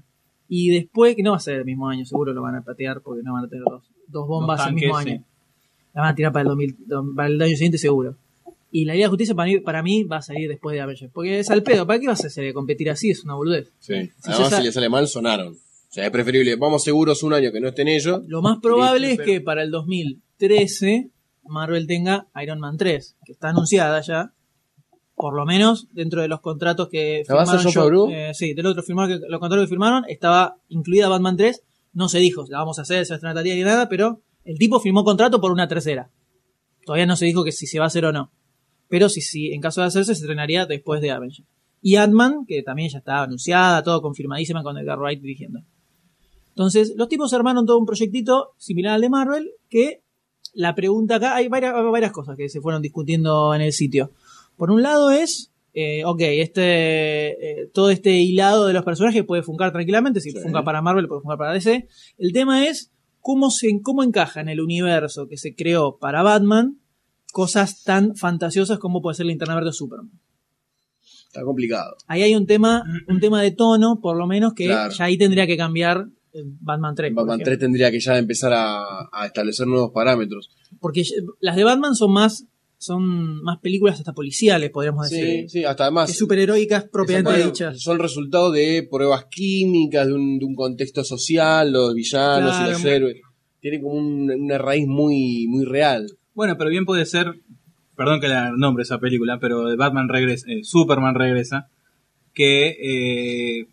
S1: y después, que no va a ser el mismo año, seguro lo van a patear porque no van a tener dos, dos bombas
S3: Los
S1: el mismo
S3: tanques,
S1: año.
S3: sí.
S1: La van a tirar para el, 2000 para el año siguiente seguro. Y la Liga de la Justicia para mí, para mí va a salir después de Avengers. Porque es al pedo, ¿para qué vas a hacer competir así? Es una boludez. Si
S2: Sí. Además,
S1: se
S2: si
S1: sa-
S2: le sale mal, sonaron. O sea, es preferible. Vamos seguros un año que no estén ellos.
S1: Lo más probable
S2: Listo,
S1: es que para el 2013 Marvel tenga Iron Man 3, que está anunciada ya. Por lo menos dentro de los contratos que
S2: ¿La vas a
S1: firmaron.
S2: John
S1: yo-
S2: Favreau?
S1: eh, sí, del otro firmar que, los contratos que firmaron estaba incluida Batman 3. No se dijo, la vamos a hacer, se va a estrenar tal día ni nada, pero el tipo firmó contrato por una tercera. Todavía no se dijo que si se va a hacer o no. Pero si, si en caso de hacerse, se estrenaría después de Avengers. Y Ant-Man, que también ya estaba anunciada, todo confirmadísima con Edgar Wright dirigiendo. Entonces, los tipos armaron todo un proyectito similar al de Marvel, que la pregunta acá, hay varias, varias cosas que se fueron discutiendo en el sitio. Por un lado es, eh, ok, este, eh, todo este hilado de los personajes puede funcar tranquilamente, si
S2: Sí.
S1: funca para Marvel, puede funcar para DC. El tema es cómo, se, cómo encaja en el universo que se creó para Batman cosas tan fantasiosas como puede ser Linterna Verde o Superman.
S2: Está complicado.
S1: Ahí hay un tema, un tema de tono, por lo menos, que
S2: Claro.
S1: ya ahí tendría que cambiar eh, Batman 3. por
S2: Batman
S1: ejemplo.
S2: 3 tendría que ya empezar a, a establecer nuevos parámetros.
S1: Porque ya- las de Batman son más, son más películas hasta policiales, podríamos
S2: Sí,
S1: decir.
S2: sí, hasta además.
S1: Ah, Es Superheroicas propiamente
S2: Exactamente.
S1: dichas.
S2: Son resultado de pruebas químicas, de un, de un contexto social, los villanos y los
S1: Claro.
S2: héroes. Tiene como un- una raíz muy, muy real.
S3: Bueno, pero bien puede ser, perdón que la nombre esa película, pero de Batman regresa, eh, Superman regresa, que eh,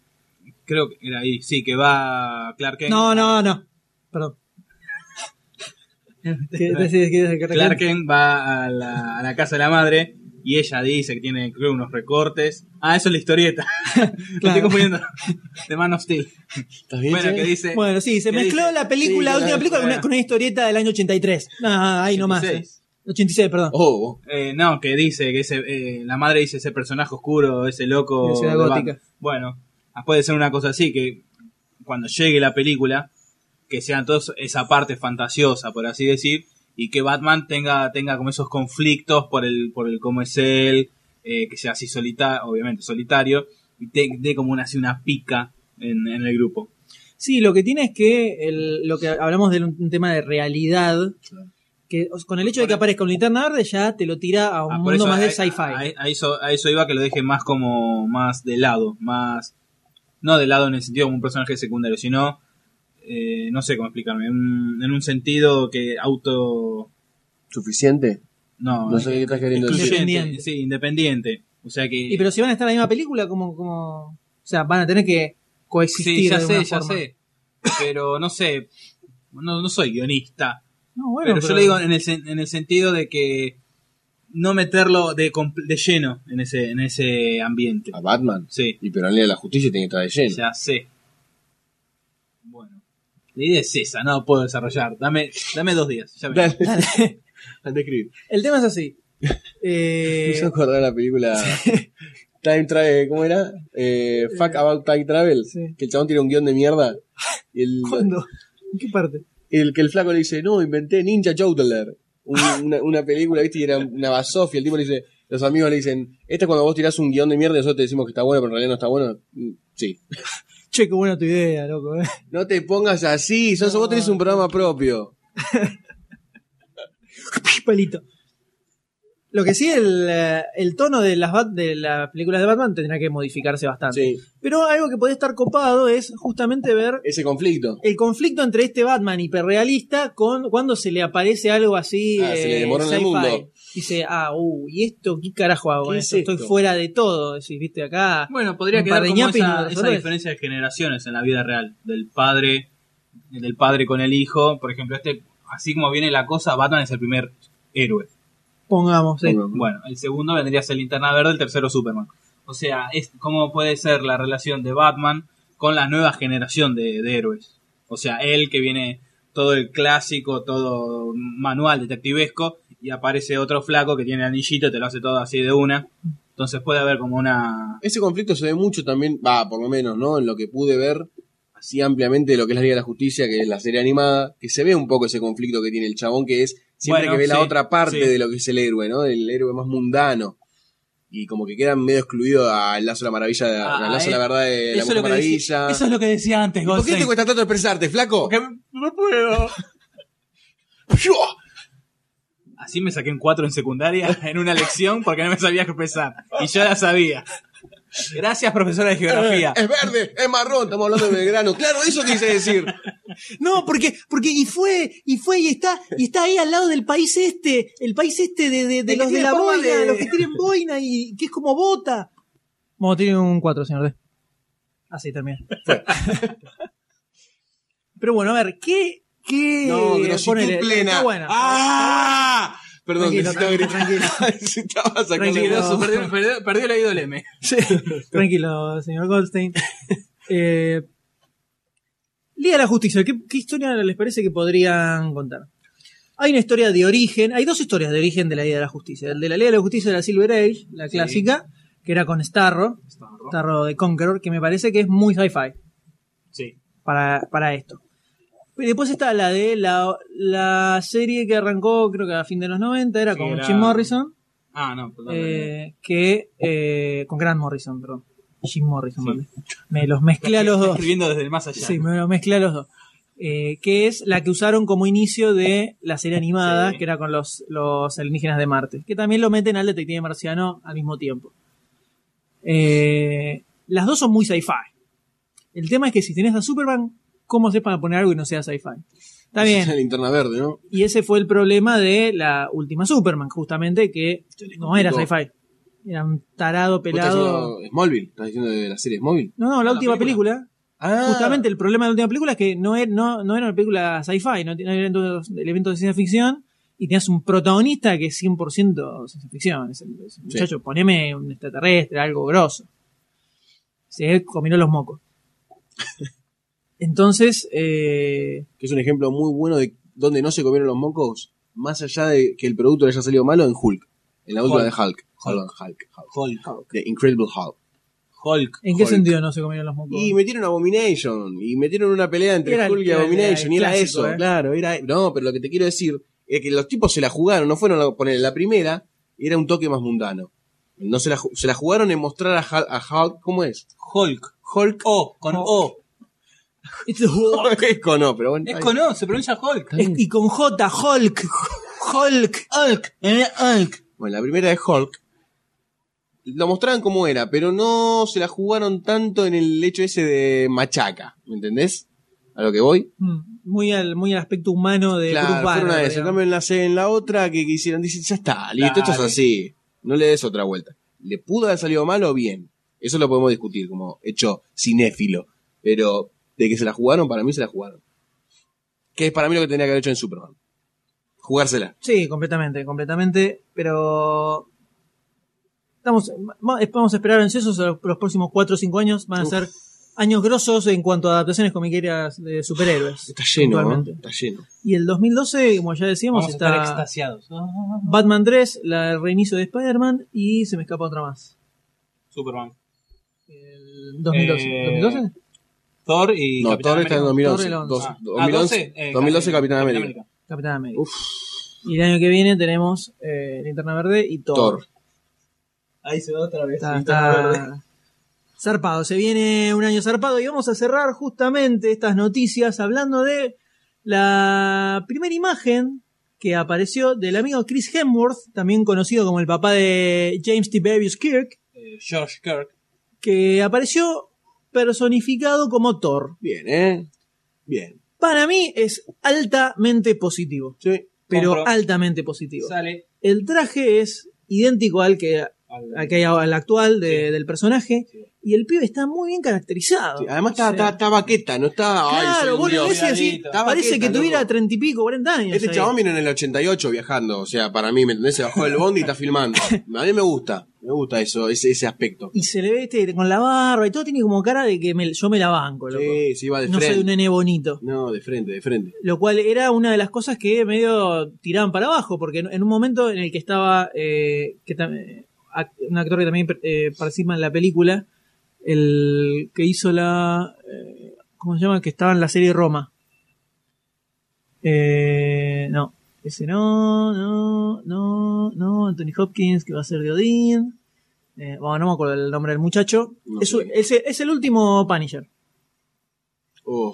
S3: creo que era ahí, sí, que va Clark Kent.
S1: No, no, no. Perdón. ¿Qué decís? ¿Qué decís? ¿Qué
S3: Clark
S1: decís?
S3: Kent va a la, a la casa de la madre y ella dice que tiene creo, unos recortes. Ah, eso es la historieta. Me estoy
S1: Claro.
S3: confundiendo. De Man of Steel.
S2: ¿Estás bien?
S3: Bueno,
S2: Che?
S3: que dice.
S1: Bueno, sí, se
S3: ¿Qué
S1: mezcló
S3: dice?
S1: la película,
S2: Sí,
S1: la última
S2: claro,
S1: película, con una,
S3: claro.
S1: con una historieta del año 83. Ah, ahí nomás. eh.
S3: 86.
S1: 86, perdón.
S2: Oh,
S3: Eh, no, que dice que ese, eh, la madre dice ese personaje oscuro, ese loco.
S1: De Ciudad
S3: de Batman.
S1: Gótica.
S3: Bueno, ah, puede ser una cosa así, que cuando llegue la película, que sea todos esa parte fantasiosa, por así decir, y que Batman tenga, tenga como esos conflictos por el, por el cómo es él, eh, que sea así solitario, obviamente solitario, y te- dé como una, así una pica en, en el grupo.
S1: Sí, lo que tiene es que el- lo que hablamos de un un tema de realidad, que o sea, con el hecho de que aparezca un linterna verde ya te lo tira a un
S3: e- Ah, por
S1: mundo
S3: eso
S1: más
S3: a-
S1: de
S3: A,
S1: sci-fi.
S3: a eso, a eso iba que lo deje más como más de lado, más no de lado en el sentido como un personaje secundario, sino eh, no sé cómo explicarme, en, en un sentido que auto
S2: ¿suficiente?
S3: no,
S2: No sé qué estás queriendo decir.
S3: excluyente,
S1: Independiente.
S3: sí, independiente, o sea que
S1: Y pero si van a estar en la misma película, como, como, o sea, van a tener que coexistir
S3: sí, ya
S1: de alguna
S3: sé, ya
S1: forma.
S3: sé, pero no sé, no, no soy guionista,
S1: No, bueno,
S3: pero, yo
S1: pero-
S3: le digo en el, sen- en el sentido de que no meterlo de, compl- de lleno en ese en ese ambiente.
S2: A Batman.
S3: Sí.
S2: Y pero en la ley de la justicia tiene que estar de lleno.
S3: Ya sé. Bueno. La idea es esa, no puedo desarrollar. Dame, dame dos días. Ya vengo.
S2: Dale. Anda a escribir.
S1: El tema es así.
S2: Me
S1: Eh,
S2: hizo acordar la película Time Travel, ¿cómo era? Eh, Fuck About Time Travel.
S1: Sí.
S2: Que el chabón tiene un guión de mierda. Y el,
S1: ¿Cuándo? ¿En qué parte?
S2: el que el flaco le dice, no, inventé Ninja Jodler. Un- una, una película, ¿viste? Y era una basofia. El tipo le dice, los amigos le dicen, esta es cuando vos tirás un guión de mierda y nosotros te decimos que está bueno, pero en realidad no está bueno. Mm, Sí.
S1: Che, qué buena tu idea, loco. eh.
S2: No te pongas así, sos, vos tenés un programa propio.
S1: Palito. Lo que sí, el, eh, el tono de las, Bat- de las películas de Batman tendrá que modificarse bastante.
S2: Sí.
S1: Pero algo que podría estar copado es justamente ver
S2: Ese conflicto.
S1: el conflicto entre este Batman hiperrealista con cuando se le aparece algo así.
S2: Ah, se le
S1: eh,
S2: desmorona el
S1: sci-fi.
S2: mundo.
S1: Dice, ah, uh, ¿y esto qué carajo hago?
S2: ¿Qué
S1: con
S2: es
S1: esto? Estoy
S2: esto?
S1: fuera de todo. Decís, viste, acá.
S3: Bueno, podría
S1: Un
S3: quedar
S1: par de
S3: como
S1: ñapis
S3: esa,
S1: nosotros.
S3: esa diferencia de generaciones en la vida real. Del padre, del padre con el hijo. Por ejemplo, este, así como viene la cosa, Batman es el primer héroe.
S1: Pongamos, sí.
S2: Pongamos.
S3: Bueno, el segundo vendría a ser Linterna Verde, el tercero Superman. O sea, es cómo puede ser la relación de Batman con la nueva generación de, de héroes. O sea, él que viene todo el clásico, todo manual, detectivesco, y aparece otro flaco que tiene el anillito, te lo hace todo así de una. Entonces puede haber como una...
S2: Ese conflicto se ve mucho también, va, por lo menos, ¿no? En lo que pude ver así ampliamente de lo que es la Liga de la Justicia, que es la serie animada, que se ve un poco ese conflicto que tiene el chabón, que es siempre
S3: Bueno,
S2: que ve la
S3: sí,
S2: otra parte
S3: sí.
S2: de lo que es el héroe, ¿no? El héroe más mundano. Y como que queda medio excluido al lazo de la maravilla,
S3: Ah,
S2: al lazo de la
S3: eh,
S2: verdad de la
S3: eso, es
S2: Mujer
S3: lo que
S2: maravilla.
S3: decía, eso es lo que decía antes,
S2: ¿Por qué te
S3: Goldstein.
S2: cuesta tanto expresarte, flaco?
S3: Porque no puedo. Así me saqué un 4 en secundaria en una lección porque no me sabía qué pensar. Y yo la sabía. Gracias, profesora de geografía.
S2: Es verde, es marrón, estamos hablando de Belgrano. Claro, eso quise decir.
S1: No, porque, porque, y fue, y fue, y está, y está ahí al lado del país este, el país este de, de, de
S2: que
S1: los de
S2: tiene
S1: la
S2: pava
S1: boina,
S2: de-
S1: los que tienen boina y que es como bota. Bueno, tiene un 4, señor D. Así también. Pero bueno, a ver, ¿qué, qué?
S2: No, grositud
S1: ponele,
S2: plena.
S1: Está buena.
S2: ¡Ah! Perdón,
S1: Tranquilo,
S2: necesitaba gritar. Necesitaba sacar la
S1: Tranquilo.
S2: voz.
S3: perdió, perdió- perdió el oído del M.
S1: Sí. Tranquilo, señor Goldstein. Eh, Liga de la Justicia, ¿qué, qué historia les parece que podrían contar? Hay una historia de origen, hay dos historias de origen de la Liga de la Justicia. El de la Liga de la Justicia de la Silver Age, la
S3: Sí.
S1: clásica, que era con Starro,
S3: Starro.
S1: Starro de Conqueror, que me parece que es muy sci-fi
S3: Sí.
S1: para, para esto. Y después está la de la, la serie que arrancó, creo que a fin de los 90, era
S3: Sí,
S1: con
S3: era-
S1: Jim Morrison,
S3: Ah, no, perdón.
S1: eh, que eh, con Grant Morrison, perdón. Jim Morrison, vale. me los mezclé a los
S3: Está
S1: dos.
S3: escribiendo desde el más allá.
S1: Sí, me lo mezclé a los dos. Eh, que es la que usaron como inicio de la serie animada,
S3: Sí.
S1: que era con los, los alienígenas de Marte. Que también lo meten al detective marciano al mismo tiempo. Eh, las dos son muy sci-fi. El tema es que si tenés a Superman, ¿cómo haces para poner algo que no sea sci-fi? Está bien.
S2: La linterna verde, ¿no?
S1: Y ese fue el problema de la última Superman, justamente, que no era
S2: complicó.
S1: sci-fi. Era un tarado
S2: ¿Vos estás
S1: pelado.
S2: diciendo Smallville? ¿Estás diciendo de la serie Smallville?
S1: No, no, la
S3: la
S1: última
S3: película.
S1: película
S2: Ah,
S1: Justamente el problema de la última película es que no, er- no, no era una película sci-fi, no tenía elementos, elementos de ciencia ficción y tenías un protagonista que es 100% ciencia ficción. Es el- es el
S2: Sí.
S1: muchacho, poneme un extraterrestre, algo grosso. Se combinó los mocos. Entonces, eh,
S2: Que es un ejemplo muy bueno de donde no se comieron los mocos, más allá de que el producto le haya salido malo en Hulk. En la última
S3: Hulk.
S2: de Hulk. Perdón, Hulk. Hulk.
S3: Hulk.
S2: The Incredible Hulk.
S3: Hulk.
S1: ¿en qué
S2: Hulk.
S1: sentido no se comieron los mocos?
S2: Y metieron Abomination. Y metieron una pelea entre
S1: Era el-
S2: Hulk y
S1: era el-
S2: Abomination.
S1: el
S2: Y era
S1: clásico,
S2: eso,
S1: eh.
S2: claro. Era, no, pero lo que te quiero decir es que los tipos se la jugaron. No fueron a poner la primera. Era un toque más mundano. No se la, ju- se la jugaron en mostrar a Hulk, a Hulk- ¿Cómo es?
S3: Hulk. Hulk. O, con O.
S1: It's a-
S2: es con O, pero bueno.
S3: Es
S2: ahí-
S3: con O, se pronuncia Hulk.
S1: es- y con J, Hulk. Hulk.
S3: Hulk. eh, Hulk.
S2: Bueno, la primera es Hulk. Lo mostraban como era, pero no se la jugaron tanto en el hecho ese de machaca. ¿Me entendés? A lo que voy.
S1: Mm, Muy al, muy al aspecto humano de Bruce
S2: claro,
S1: Banner,
S2: fueron a eso. En
S1: digamos.
S2: cambio, en la, se- en la otra que quisieron, dicen, ya está, listo, esto es
S3: Dale.
S2: así. No le des otra vuelta. ¿Le pudo haber salido mal o bien? Eso lo podemos discutir como hecho cinéfilo. Pero de que se la jugaron, para mí se la jugaron. Que es para mí lo que tenía que haber hecho en Superman. Jugársela.
S1: Sí, completamente, completamente. Pero. Estamos, va- vamos a esperar ansiosos a los, los próximos 4 o 5 años. Van a
S2: Uf.
S1: ser años grosos en cuanto a adaptaciones comiqueras de superhéroes.
S2: Está lleno, ¿eh?
S1: Actualmente.
S2: Está lleno.
S1: Y el 2012, como ya decíamos,
S3: Vamos a estar
S1: está
S3: extasiados.
S1: Batman 3, la, el reinicio de Spider-Man y se me escapa otra más.
S3: Superman.
S1: El 2012.
S3: Eh,
S1: ¿2012?
S3: Thor y
S2: No,
S3: Capitán
S2: Thor está en
S3: América.
S2: 2011.
S1: Thor el
S2: Dos-
S3: Ah, ah,
S2: 2011,
S3: 12, eh,
S2: 2012 Capitán
S3: Capitán
S2: América.
S1: Capitán América.
S2: Uf.
S1: Y el año que viene tenemos eh, Linterna Verde y Thor.
S2: Thor.
S3: Ahí se va otra vez.
S1: Está, está zarpado. Se viene un año zarpado y vamos a cerrar justamente estas noticias hablando de la primera imagen que apareció del amigo Chris Hemsworth, también conocido como el papá de James Tiberius Kirk,
S3: Eh, George Kirk.
S1: que apareció personificado como Thor.
S2: Bien, ¿eh? Bien.
S1: Para mí es altamente positivo,
S2: Sí.
S1: pero
S3: Compro.
S1: altamente positivo.
S3: Sale
S1: El traje es idéntico al que
S3: al-
S1: al que hay ahora, al actual de-
S3: Sí.
S1: del personaje
S3: Sí.
S1: y el pibe está muy bien caracterizado.
S2: Sí, Además está,
S1: O sea,
S2: está, está vaqueta, no está. ay, soy
S1: Ah. claro,
S2: un
S1: vos lo
S2: dios.
S1: ves y decís,
S3: Delgadito.
S2: Está
S1: parece
S2: vaqueta,
S1: que tuviera
S2: loco.
S1: treinta y pico, cuarenta años.
S2: Este
S1: ahí.
S2: chabón vino en el 88 viajando, o sea, para mí, ¿me entendés? Se bajó del bondi y está filmando. A mí me gusta, me gusta eso, ese, ese aspecto.
S1: Y se le ve este con la barba y todo, tiene como cara de que me- yo me la banco, loco.
S2: Sí, sí, va de
S1: no soy un
S2: frente.
S1: nene bonito.
S2: No, de frente, de frente.
S1: Lo cual era una de las cosas que medio tiraban para abajo, porque en, en un momento en el que estaba eh, que tam- eh, ac- un actor que también eh, participa en la película, el que hizo la. eh, ¿Cómo se llama? Que estaba en la serie Roma. Eh, no, ese no, no, no, no. Anthony Hopkins, que va a ser de Odín. Eh, bueno, no me acuerdo el nombre del muchacho.
S2: No
S1: es,
S2: sé.
S1: un- ese- es el último Punisher.
S2: Oh,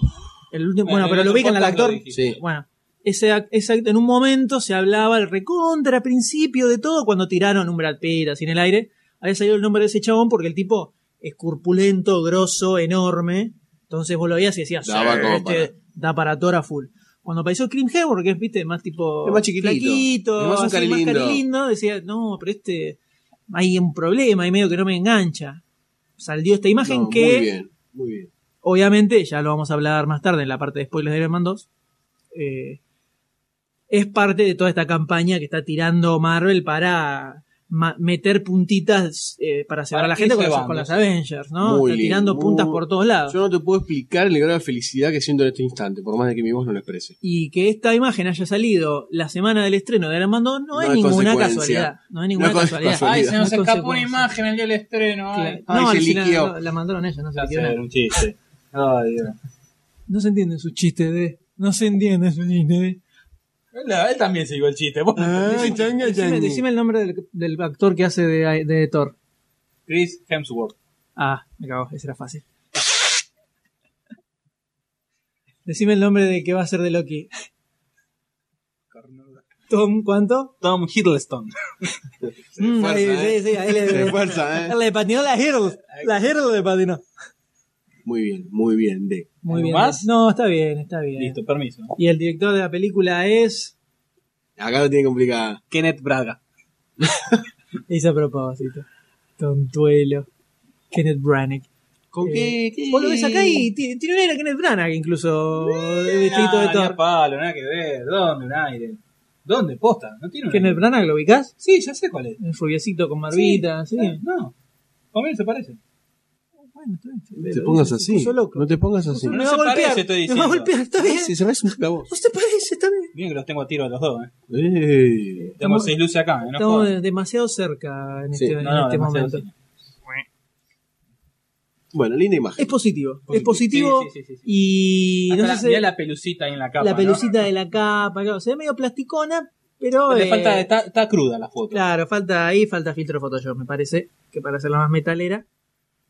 S1: El último, bueno,
S3: en
S1: pero
S3: el
S1: lo
S3: otro
S1: ubican al
S3: podcast
S1: actor.
S3: lo dijiste.
S2: sí.
S1: Bueno, ese, ac- ese acto- en un momento se hablaba el recontra principio de todo cuando tiraron un Brad Pitt así en el aire. Había salido el nombre de ese chabón porque el tipo es corpulento, grosso, enorme. Entonces vos lo veías y decías,
S2: Daba
S1: "Sí,
S2: como
S1: este da para Tora full. Cuando apareció Cream Hemsworth, que es, viste, más tipo...
S2: Es más chiquitito.
S1: flaquito,
S2: Es más un
S1: así,
S2: cari lindo.
S1: carilindo, decía, no, pero este... Hay un problema, hay medio que no me engancha. Salió esta imagen
S2: No,
S1: que
S2: Muy bien, muy bien.
S1: obviamente, ya lo vamos a hablar más tarde en la parte de spoilers de Iron Man 2, eh, es parte de toda esta campaña que está tirando Marvel para ma- meter puntitas eh, para separar a la
S3: Para
S1: gente con,
S3: irse
S1: las-
S3: bandos.
S1: con las Avengers, ¿no?
S2: Muy
S1: Está
S2: lindo,
S1: tirando
S2: muy-
S1: puntas por todos lados.
S2: Yo no te puedo explicar el grado de felicidad que siento en este instante, por más de que mi voz no lo exprese.
S1: Y que esta imagen haya salido la semana del estreno de Iron Man 2 no,
S2: No
S1: es
S2: hay
S1: consecuencia. ninguna
S2: consecuencia.
S1: casualidad. No es ninguna
S2: No hay
S1: casualidad.
S2: consecuencia. Ay, se
S1: No hay consecuencia.
S3: el día del estreno.
S1: Que-
S2: ay,
S1: no,
S2: se
S1: al final,
S2: liqueó.
S1: no, la mandaron ellos, no se liqueó nada.
S3: Hacer un chiste. Ay, Dios.
S1: No se entiende su chiste de. No se entiende su chiste de.
S3: Él, él también siguió el chiste. vos.
S1: Ah. Decime, decime el nombre del, del actor que hace de, de Thor.
S3: Chris Hemsworth.
S1: Ah, me cago, ese era fácil. Decime el nombre del que va a ser de Loki. Tom, ¿cuánto?
S3: Tom Hiddleston.
S1: Mm,
S2: esfuerza,
S1: ahí,
S2: eh.
S1: sí, sí, ahí le,
S2: Se esfuerza, ¿eh?
S1: le patinó la Hiddle. La Hiddle le patinó.
S2: Muy bien, muy bien, D.
S1: Muy
S3: ¿Algo
S1: bien.
S3: más?
S1: No, está bien, está bien.
S3: Listo, permiso.
S1: Y el director de la película es.
S2: Acá lo tiene complicada.
S3: Kenneth Braga.
S1: Hice a propósito. Tontuelo. Kenneth Branagh.
S2: ¿Con
S1: Eh,
S2: qué, qué?
S1: Vos lo ves acá y ti- tiene un aire a Kenneth Branagh, incluso. El vestidito de
S3: Ah, ni a
S1: Thor.
S3: palo, nada que ver. ¿Dónde un aire? ¿Dónde? Posta. No tiene un
S1: Kenneth
S3: aire.
S1: Branagh, ¿lo ubicás?
S3: Sí, ya sé cuál es.
S1: El rubiecito con barbita, sí.
S3: Ah, No. Conmigo se parece.
S1: Bueno, está bien.
S2: No te pongas así.
S1: Puso loco.
S2: No te pongas así.
S1: Me
S3: No
S1: va
S3: se
S1: a golpear.
S3: parece, estoy
S1: me va a
S3: diciendo.
S1: golpear, está bien.
S2: Sí, se parece un- la voz.
S1: No se parece, está bien.
S3: Bien que los tengo a tiro a los dos, eh.
S2: Ey.
S3: Tengo
S1: Estamos-
S3: seis luces acá, eh. No
S1: Estamos
S3: jodas.
S1: demasiado cerca en
S2: Sí,
S1: este,
S3: No,
S1: en
S3: no,
S1: este
S3: demasiado
S1: momento.
S3: cine.
S2: Bueno, linda imagen.
S1: Es positivo, es
S3: Positivo.
S1: positivo.
S3: Sí, sí, sí, sí.
S1: Y
S3: Acá
S1: no
S3: la-
S1: sé si
S3: mirá
S1: la,
S3: la pelucita ahí en la capa. ¿no?
S1: pelucita de la capa, claro, se ve medio plasticona, pero.
S3: Le
S1: eh,
S3: falta, está, está cruda la foto.
S1: Claro, falta ahí, falta filtro Photoshop, me parece, que para hacerla más metalera.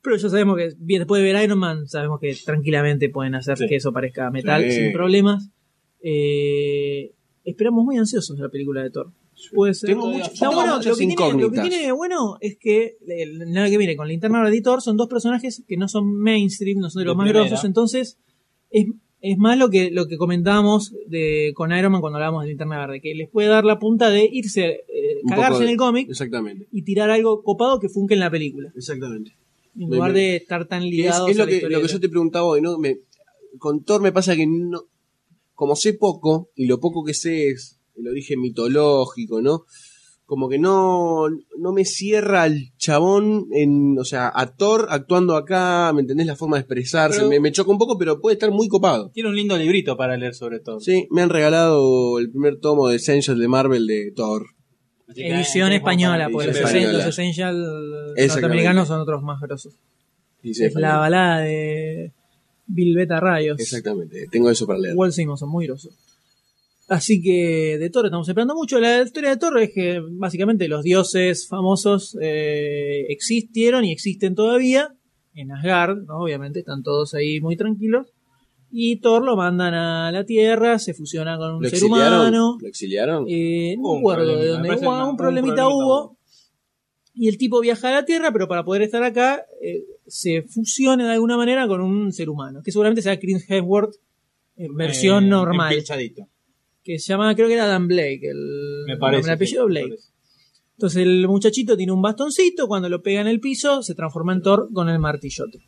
S1: Pero ya sabemos que bien, después de ver Iron Man, sabemos que tranquilamente pueden hacer
S3: Sí.
S1: que eso parezca metal
S2: Sí.
S1: sin problemas. Eh, esperamos muy ansiosos la película de Thor. Puede ser.
S2: Tengo
S3: todavía-
S2: mucho-
S1: Está
S2: tengo
S1: bueno, lo,
S2: muchas
S1: que tiene, lo que
S2: incógnitas.
S1: tiene de bueno es que, el- nada que viene, con Linterna Verde y Thor son dos personajes que no son mainstream, no son de los
S3: De
S1: más
S3: primera.
S1: grosos, entonces es, es más lo que, lo que comentábamos de, con Iron Man cuando hablábamos de Linterna Verde, que les puede dar la punta de irse, eh,
S2: Un poco
S1: cagarse
S2: de-
S1: en el cómic
S2: Exactamente.
S1: y tirar algo copado que funque en la película,
S2: Exactamente.
S1: en
S2: Me-
S1: lugar
S2: me-
S1: de estar tan
S2: Es,
S1: ligados
S2: es
S1: a
S2: lo,
S1: la
S2: que,
S1: historia
S2: lo que
S1: de-
S2: yo te preguntaba hoy, ¿no? Me, con Thor me pasa que no. Como sé poco, y lo poco que sé es el origen mitológico, ¿no? Como que no, no me cierra el chabón en, o sea, a Thor actuando acá, ¿me entendés? La forma de expresarse,
S3: Pero-
S2: me, me choca un poco, pero puede estar muy copado.
S3: Tiene un lindo librito para leer sobre todo.
S2: Sí, me han regalado el primer tomo de Essentials de Marvel de Thor.
S3: Así que,
S1: Edición
S3: eh,
S1: española,
S3: vamos
S1: porque
S3: para-
S1: los,
S2: Edición española.
S1: los Essential norteamericanos son otros más grosos.
S2: Dice
S1: es la balada de Bill Beta Rayos.
S2: Exactamente, tengo eso para leer.
S1: Walt Simonson, muy groso. Así que de Thor estamos esperando mucho. La historia de Thor es que básicamente los dioses famosos eh, existieron y existen todavía en Asgard, ¿no? obviamente están todos ahí muy tranquilos. Y Thor lo mandan a la Tierra, se fusiona con un
S2: ¿Lo
S1: ser
S2: exiliaron?
S1: humano.
S2: ¿Lo exiliaron?
S1: Eh, no
S3: Hubo
S1: me
S3: un
S1: acuerdo de
S3: problemita,
S1: dónde.
S3: me parece
S1: Hubo
S3: que
S1: un,
S3: no,
S1: problemita
S3: un problemita
S1: hubo.
S3: hubo.
S1: Y el tipo viaja a la Tierra, pero para poder estar acá, eh, se fusiona de alguna manera con un ser humano, que seguramente sea Chris Hemsworth en versión
S3: Eh,
S1: normal,
S3: empilchadito.
S1: que se llama, creo que era Dan Blake, el,
S3: Me parece.
S1: el apellido
S3: sí, me
S1: Blake.
S3: parece.
S1: Entonces el muchachito tiene un bastoncito, cuando lo pega en el piso, se transforma en Thor con el martillote.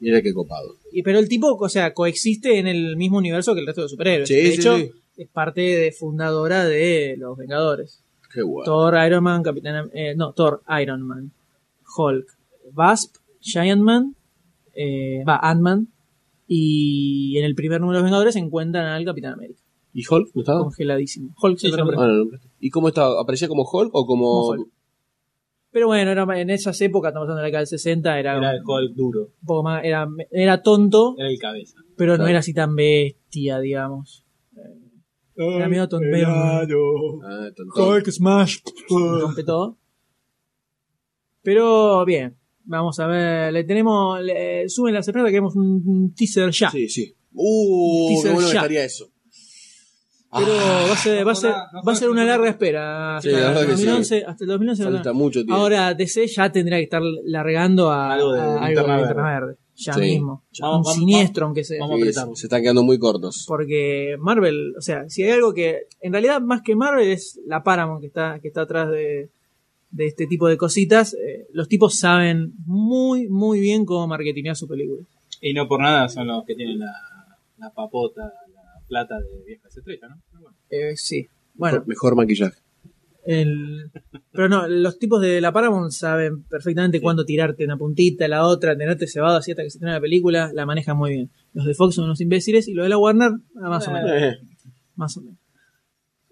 S2: Mira qué copado.
S1: Y, pero el tipo, o sea, coexiste en el mismo universo que el resto de superhéroes.
S2: Sí,
S1: de
S2: sí,
S1: hecho,
S2: sí.
S1: es parte de fundadora de los Vengadores.
S2: Qué guay.
S1: Thor, Iron Man, Capitán. Am- eh, no, Thor, Iron Man, Hulk, Wasp, Giant Man, eh, va, Ant-Man. Y en el primer número de los Vengadores encuentran al Capitán América,
S2: ¿Y Hulk? ¿No estaba?
S1: congeladísimo. Hulk
S3: Oh. Sí,
S1: se
S3: sí,
S1: nombra.
S2: Ah, no, no. ¿Y cómo estaba? ¿Aparecía como Hulk o como.?
S1: Como Hulk. Pero bueno, era- en esas épocas, estamos hablando de la década del 60, era,
S3: Era el
S1: un
S3: Hulk duro.
S1: poco más, era, era tonto,
S3: Era el cabeza.
S1: pero no
S2: Claro.
S1: era así tan bestia, digamos. Era medio tonto.
S2: Ah, tontón.
S1: Hulk Smash. Rompe todo. Pero bien, vamos a ver. Le tenemos. le- suben las esperanzas, queremos un, un teaser ya.
S2: Sí, sí. Uh, qué
S1: Teaser
S2: bueno que
S1: ya.
S2: estaría eso. Ah,
S1: Pero va a ser, va a ser,
S3: Ah, no jodas,
S1: va a ser una
S3: no
S1: larga espera. Hasta,
S2: Sí, la verdad
S1: el
S2: que sí.
S1: 2011, hasta el 2011. no
S2: Falta
S1: tenemos.
S2: mucho tiempo.
S1: Ahora DC ya tendría que estar largando a
S3: Algo de
S1: a
S3: Linterna
S1: Linterna Verde. Ya
S2: Sí.
S1: mismo.
S3: Vamos,
S1: un
S3: vamos,
S1: siniestro, aunque sea.
S2: Sí,
S3: vamos a apretarlo.
S2: se, se están quedando muy cortos.
S1: Porque Marvel, o sea, si hay algo que. En realidad, más que Marvel, es la Paramount que está, que está atrás de, de este tipo de cositas. Eh, los tipos saben muy, muy bien cómo marketinear su película.
S3: Y no por nada son los que tienen la, la papota, la plata de viejas estrellas, ¿no? Pero bueno.
S1: Eh, sí. Bueno,
S2: Mejor maquillaje.
S1: El- Pero no, los tipos de la Paramount saben perfectamente cuándo tirarte una puntita, la otra, tenerte cebado así hasta que se estrena la película, la manejan muy bien. Los de Fox son unos imbéciles y los de la Warner, ah, más o menos.
S2: Eh,
S1: Más o menos.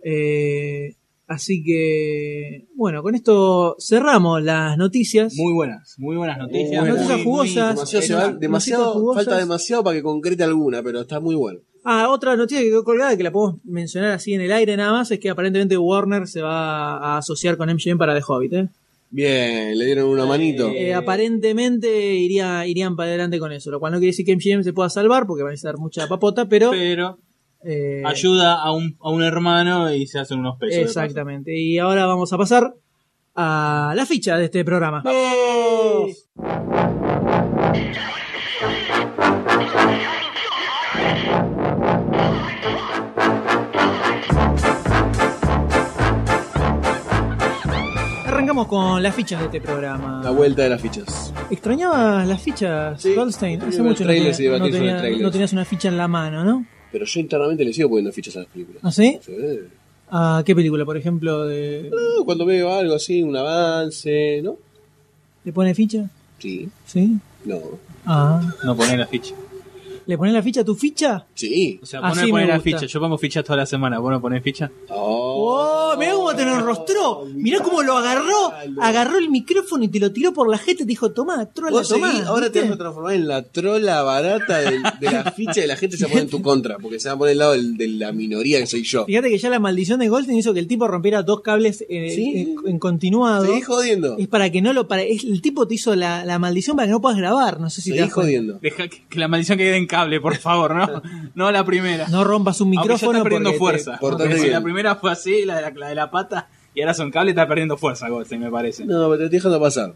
S1: Eh, así que, bueno, con esto cerramos las noticias.
S3: Muy buenas, muy buenas noticias.
S2: buenas.
S3: muy-
S1: Noticias jugosas.
S3: muy-
S2: demasiado, se va-
S1: Noticias
S2: demasiado-
S1: jugosas.
S2: falta demasiado para que concrete alguna, pero está muy bueno.
S1: Ah, otra noticia que quedó colgada, que la podemos mencionar así en el aire nada más, es que aparentemente Warner se va a asociar con MGM para The Hobbit. ¿eh?
S2: Bien, le dieron una manito.
S1: Eh, aparentemente iría, irían para adelante con eso, lo cual no quiere decir que MGM se pueda salvar porque va a necesitar mucha papota, pero...
S3: Pero
S1: eh,
S3: ayuda a un, a un hermano y se hacen unos pesos. de
S1: Exactamente. Y ahora vamos a pasar a la ficha de este programa. Arrancamos con las fichas de este
S2: La
S1: programa.
S2: vuelta de las fichas.
S1: ¿Extrañabas las fichas,
S2: Sí,
S1: Goldstein?
S2: extrañaba
S1: Hace
S2: ver
S1: mucho no,
S2: trailers
S1: tenía-
S2: y debatir
S1: no
S2: sobre
S1: tenía-
S2: trailers.
S1: no tenías una ficha en la mano, ¿no?
S2: Pero yo internamente le sigo poniendo fichas a las películas.
S1: ¿Ah, sí?
S2: Sí. No,
S1: ¿A qué película, por ejemplo, de-
S2: cuando veo algo así, un avance, ¿no?
S1: le pone ficha?
S2: Sí.
S1: ¿Sí?
S2: No.
S1: Ah.
S3: paso. No poner la ficha.
S1: ¿Le pones la ficha a tu ficha?
S2: Sí.
S3: O sea,
S1: Así
S3: poner, poner
S1: me
S3: la
S1: gusta.
S3: ficha. Yo pongo fichas toda la semana. ¿Vos no ponés ficha?
S1: ¡Oh! Mirá cómo te lo enrostró. Mirá cómo lo agarró. Agarró el micrófono y te lo tiró por la jeta y te dijo, tomá, trola,
S2: Oh, Vos seguís,
S1: tomá.
S2: ahora te
S1: ¿viste?
S2: vas a transformar en la trola barata del- de, la ficha y la gente se va a poner en tu contra, porque se va a poner al lado del- de la minoría que soy yo.
S1: Fíjate que ya la maldición de Goldstein hizo que el tipo rompiera dos cables eh,
S2: Sí.
S1: en, en continuado.
S2: Seguís jodiendo.
S1: Es para que no lo... Para, es- el tipo te hizo la, la maldición para que no puedas grabar. No sé si te
S2: Seguís
S1: das cuenta.
S2: jodiendo.
S3: Deja que, que la maldición quede en cable, por favor, ¿no? No la primera.
S1: No rompas un
S3: Aunque ya
S1: micrófono
S3: está perdiendo
S1: porque te-
S3: fuerza.
S2: portate
S3: Porque si
S2: bien.
S3: la primera fue así, la de la, la de la pata, y ahora son cable, está perdiendo fuerza, Goldstein, me parece.
S2: No, pero te estoy dejando pasar.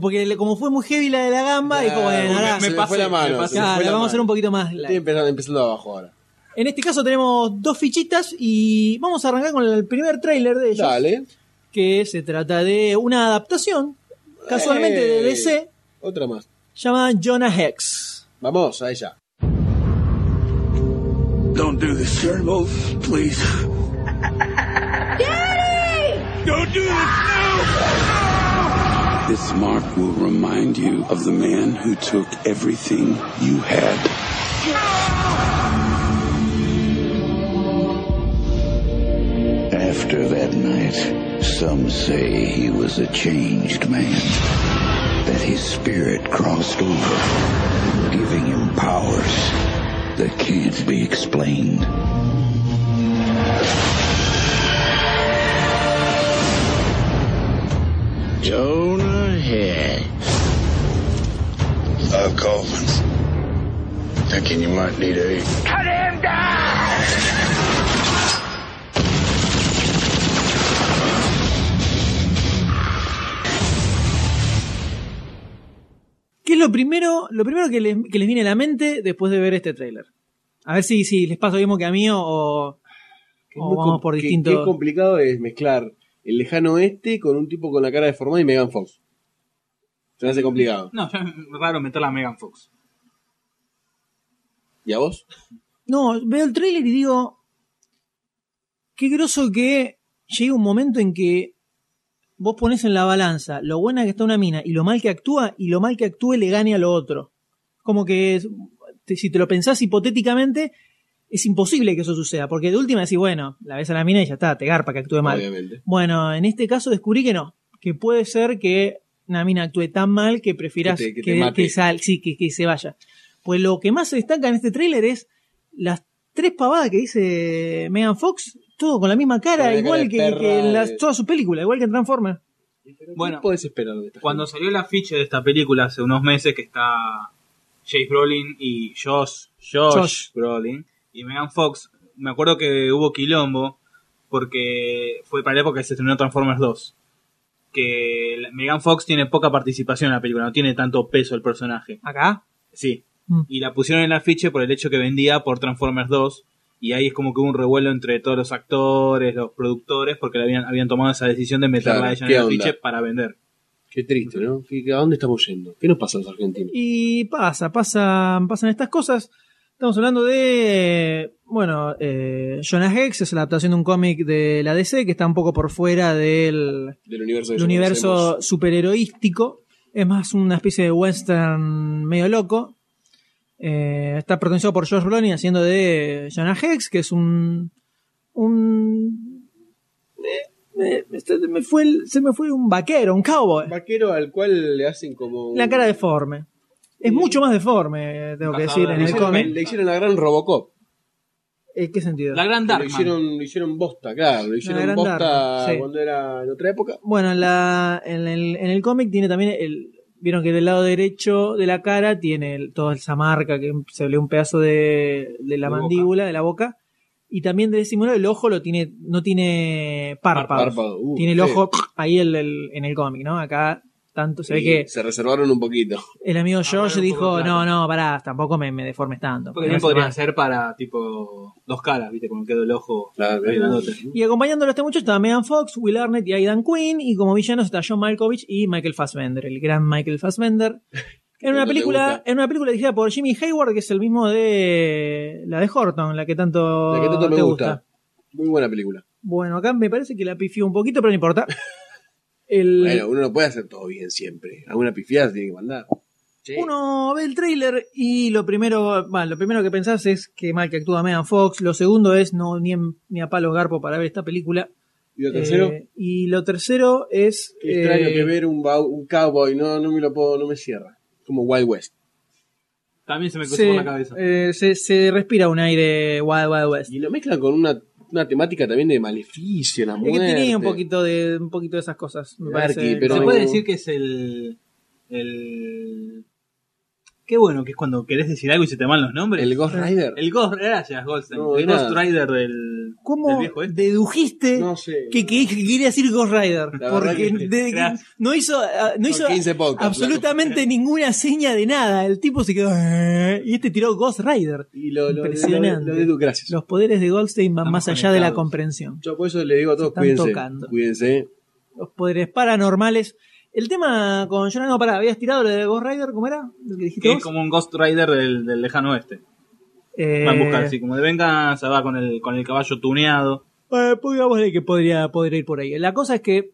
S1: Porque le- como fue muy heavy la de la gamba, dijo, bueno,
S2: me-
S1: ahora...
S2: se me
S3: pasé,
S2: fue la mano.
S3: me pasé.
S2: se me
S1: Claro,
S2: fue la
S1: vamos a
S2: mano.
S1: hacer un poquito más.
S2: Estoy
S1: light.
S2: empezando, empezando abajo ahora.
S1: En este caso tenemos dos fichitas y vamos a arrancar con el primer tráiler de ellos,
S2: Dale.
S1: que se trata de una adaptación, casualmente de
S2: Ey.
S1: DC,
S2: Otra más.
S1: llamada Jonah Hex.
S2: Vamos, a ella.
S4: Don't do the stern move, please. Daddy! Don't do this, no! This mark will remind you of the man who took everything you had.
S5: After that night, some say he was a changed man. That his spirit crossed over, giving him powers that can't be explained. Jonah Head. Love coffins. Thinking you might need a
S1: ¿Qué es lo primero, lo primero que, les, que les viene a la mente después de ver este tráiler? A ver si, si les pasa lo mismo que a mí o, o
S2: Es muy
S1: Oh, vamos
S2: com-
S1: por
S2: que- que es
S1: distintos...
S2: complicado es mezclar el lejano oeste con un tipo con la cara deformada y Megan Fox. Se me hace complicado.
S3: No, ya es raro meterla a Megan Fox.
S2: ¿Y a vos?
S1: No, veo el tráiler y digo, qué groso que llega un momento en que vos pones en la balanza lo buena que está una mina y lo mal que actúa y lo mal que actúe le gane a lo otro. Como que es- te- si te lo pensás hipotéticamente, es imposible que eso suceda, porque de última decís, bueno, la ves a la mina y ya está, te garpa que actúe mal.
S2: Obviamente.
S1: Bueno, en este caso descubrí que no, que puede ser que una mina actúe tan mal que prefieras
S2: Que
S1: que,
S2: te- que te mate.
S1: que sal- sí, que- que se vaya. Pues lo que más se destaca en este tráiler es las tres pavadas que dice Megan Fox, todo con la misma cara,
S2: Con la
S1: igual
S2: cara de
S1: que,
S2: perra,
S1: que en las-
S2: de-
S1: toda su película, igual que en Transformers.
S3: Bueno,
S2: ¿Qué podés esperar de esta
S3: Cuando salió el afiche de esta película hace unos meses que está Jace Brolin y Josh, Josh,
S1: Josh.
S3: Brolin y Megan Fox, me acuerdo que hubo quilombo porque fue para la época que se estrenó Transformers 2. Que la- Megan Fox tiene poca participación en la película, no tiene tanto peso el personaje.
S1: Acá.
S3: Sí.
S1: Mm.
S3: Y la pusieron en el afiche por el hecho que vendía por Transformers 2. Y ahí es como que hubo un revuelo entre todos los actores, los productores, porque le habían, habían tomado esa decisión de meterla
S2: Claro,
S3: a ella en
S2: ¿qué
S3: el
S2: onda?
S3: afiche para vender.
S2: Qué triste, ¿no? ¿Qué- qué- ¿A dónde estamos yendo? ¿Qué nos pasa a los argentinos?
S1: Y pasa, pasan, pasan estas cosas. Estamos hablando de Bueno, eh, Jonah Hex es la adaptación de un cómic de la DC que está un poco por fuera del
S2: Del universo. que
S1: el
S2: ya
S1: universo
S2: conocemos.
S1: superheroístico. Es más una especie de western medio loco. Eh, está protagonizado por George Brolin haciendo de eh, Jonah Hex, que es un. un eh, eh, se, me fue el- se me fue un vaquero, un cowboy.
S2: Vaquero al cual le hacen como. un-
S1: La cara deforme. Es mucho más deforme, eh, tengo que decir, en
S2: le
S1: el
S2: hicieron-
S1: cómic.
S2: Le hicieron la gran Robocop.
S1: ¿En qué sentido?
S3: La gran
S2: Lo
S3: Darkman.
S2: hicieron, lo hicieron bosta, claro. Lo hicieron
S1: gran
S2: bosta
S1: Darkman, sí.
S2: cuando era en otra época.
S1: Bueno, en, la, en el, en el cómic tiene también el. Vieron que del lado derecho de la cara tiene el- toda esa marca que se ve un pedazo de, de la
S3: De boca.
S1: mandíbula, de la boca. Y también del décimo el ojo lo tiene, no tiene párpados.
S2: Párpado, uh,
S1: tiene el
S2: sí.
S1: ojo ahí el- el- en el cómic, ¿no? Acá tanto. Se ve
S2: Sí,
S1: que
S2: Se reservaron un poquito.
S1: el amigo George
S3: era un poco
S1: dijo: No,
S3: claro.
S1: no, pará, tampoco me, me deformes tanto.
S3: Porque
S1: Me
S3: bien
S1: hace
S3: podrían
S1: mal".
S3: ser para tipo dos caras, viste, como quedó el ojo.
S2: La-
S3: ahí grandote.
S1: Y acompañándolo a este muchacho estaba Megan Fox, Will Arnett y Aidan Quinn. Y como villanos está John Malkovich y Michael Fassbender, el gran Michael Fassbender. En
S2: No
S1: una,
S2: te
S1: película,
S2: gusta.
S1: en una película dirigida por Jimmy Hayward, que es el mismo de la de Horton, la que tanto,
S2: La que tanto me
S1: te
S2: gusta. Muy buena película.
S1: Bueno, acá me parece que la pifió un poquito, pero no importa. El,
S2: Bueno, uno no puede hacer todo bien siempre. Alguna pifiada tiene que mandar. Sí.
S1: Uno ve el tráiler y lo primero, bueno, lo primero que pensás es que mal que actúa Megan Fox. Lo segundo es no ni, en- ni a palos garpo para ver esta película.
S2: Y lo tercero,
S1: Eh, y lo tercero es
S2: qué extraño
S1: eh,
S2: que ver un, bau- un cowboy. No, no me lo puedo, no me cierra. Como Wild West.
S3: También se me cruzó
S1: se,
S3: por la cabeza.
S1: eh, se, se respira un aire Wild Wild West.
S2: Y lo mezclan con una, una temática también de maleficio, la
S1: Es que
S2: muerte.
S1: tenía un poquito de un poquito de esas cosas. Me
S2: Darky,
S1: parece.
S2: pero-
S3: se puede decir que es el. El. Qué bueno que es cuando querés decir algo y se te van los nombres.
S2: El Ghost Rider.
S3: El Ghost, gracias, Goldstein.
S2: No,
S3: el
S2: era-
S3: Ghost Rider del. del
S1: ¿Cómo
S3: viejo este.
S1: dedujiste
S2: No sé.
S1: que, que- que quería decir Ghost Rider?
S2: La verdad
S1: Porque
S2: que-
S1: de-
S3: Gracias.
S1: no hizo, ah, no
S2: Son
S1: hizo
S2: 15 podcasts,
S1: absolutamente ninguna seña de nada. El tipo se quedó "Eh", y este tiró Ghost Rider.
S2: Y lo, lo,
S1: Impresionante.
S2: lo- lo dedu- gracias.
S1: Los poderes de Goldstein van
S3: Estamos
S1: más allá de la
S3: conectados.
S1: comprensión.
S2: Yo por eso le digo a todos,
S1: Se están
S2: cuídense.
S1: tocando.
S2: Cuídense.
S1: Los poderes paranormales. El tema con Jonah, no, pará, habías tirado lo de Ghost Rider, ¿cómo era? ¿Lo que dijiste
S3: Que
S1: vos?
S3: es como un Ghost Rider del, del lejano oeste.
S1: Eh,
S3: Va a buscar así, como de venganza, va con el, con el caballo tuneado.
S1: Eh, pues digámosle que podría, podría ir por ahí. La cosa es que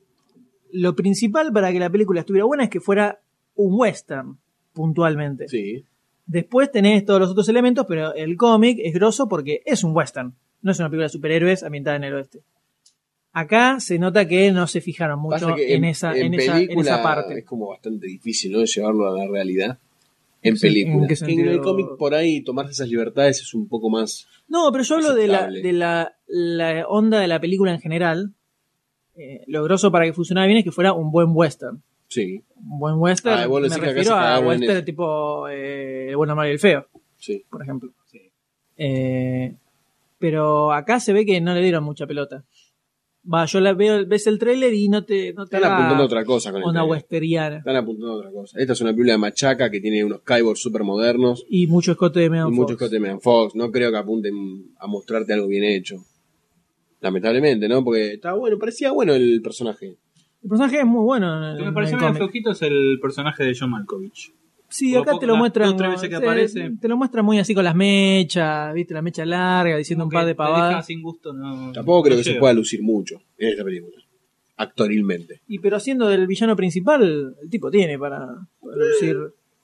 S1: lo principal para que la película estuviera buena es que fuera un western, puntualmente.
S2: Sí.
S1: Después tenés todos los otros elementos, pero el cómic es grosso porque es un western. No es una película de superhéroes ambientada en el oeste. Acá se nota que no se fijaron mucho
S2: Pasa que
S1: en, esa, en, esa, en
S2: película
S1: esa parte.
S2: Es como bastante difícil, ¿no? Llevarlo a la realidad. En
S1: Sí,
S2: película.
S1: ¿en qué
S2: Que En,
S1: sentido?
S2: el cómic por ahí tomarse esas libertades es un poco más.
S1: No, pero yo hablo de la,
S2: aceptable.
S1: de la, la onda de la película en general. Eh, lo grosso para que funcionara bien es que fuera un buen western.
S2: Sí,
S1: un buen western.
S2: Ah, vos
S1: me
S2: decís que acá
S1: refiero
S2: se
S1: a
S2: cagaron en
S1: western
S2: eso.
S1: tipo eh, El bueno, el malo y el feo,
S2: sí.
S1: por ejemplo. Eh, pero acá se ve que no le dieron mucha pelota. Va, yo la veo, ves el tráiler y no te, no te
S2: Están apuntando
S1: da
S2: a otra cosa con el
S1: onda
S2: trailer.
S1: westeriana.
S2: Están apuntando a otra cosa. Esta es una película de machaca que tiene unos cyborgs super modernos.
S1: Y mucho escote de Megan
S2: y muchos
S1: Fox.
S2: que temen Fox. No creo que apunten a mostrarte algo bien hecho. Lamentablemente, ¿no? Porque estaba bueno, parecía bueno el personaje.
S1: El personaje es muy bueno. en-
S3: Lo que
S1: en
S3: me pareció
S1: el
S3: medio
S1: cómic.
S3: flojito es el personaje de John Malkovich.
S1: Sí,
S3: Como
S1: acá
S3: poco-
S1: te lo
S3: las
S1: muestran.
S3: dos, tres veces que
S1: te-
S3: aparece.
S1: Te lo muestran muy así con las mechas, viste, la mecha larga, diciendo un
S3: Como
S1: par
S3: que
S1: de
S3: te deja
S1: pavadas.
S3: sin gusto, no-
S2: Tampoco creo
S3: no
S2: que se
S3: llega.
S2: pueda lucir mucho en esta película. Actorilmente.
S1: Y pero siendo el villano principal, el tipo tiene para, para lucir.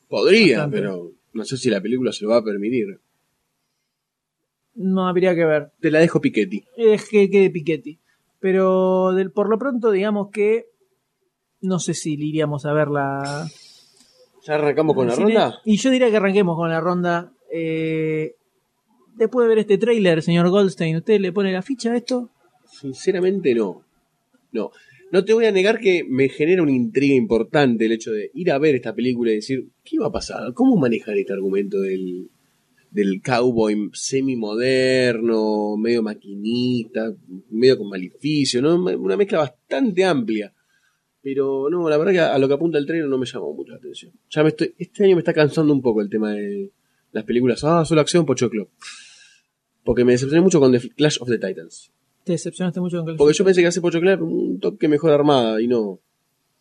S2: Podría,
S1: Bastante.
S2: pero no sé si la película se lo va a permitir.
S1: No habría que ver.
S2: Te la dejo Piquetti.
S1: es que quede Piquetti. Pero del, por lo pronto, digamos que no sé si le iríamos a verla.
S2: ¿Ya arrancamos con la ronda?
S1: Y yo diría que arranquemos con la ronda. Eh, después de ver este tráiler, señor Goldstein, ¿usted le pone la ficha a esto?
S2: Sinceramente no. No. No te voy a negar que me genera una intriga importante el hecho de ir a ver esta película y decir, ¿qué va a pasar? ¿Cómo manejar este argumento del, del cowboy semi-moderno, medio maquinista, medio con maleficio? ¿no? Una mezcla bastante amplia. Pero no, la verdad que a lo que apunta el trailer no me llamó mucho la atención. Ya me estoy, este año me está cansando un poco el tema de las películas. Ah, solo acción, pochoclo. Porque me decepcioné mucho con The Clash of the Titans.
S1: Te decepcionaste mucho con Goldstein.
S2: Porque yo pensé que hace Pocho Claro un toque mejor armada y no.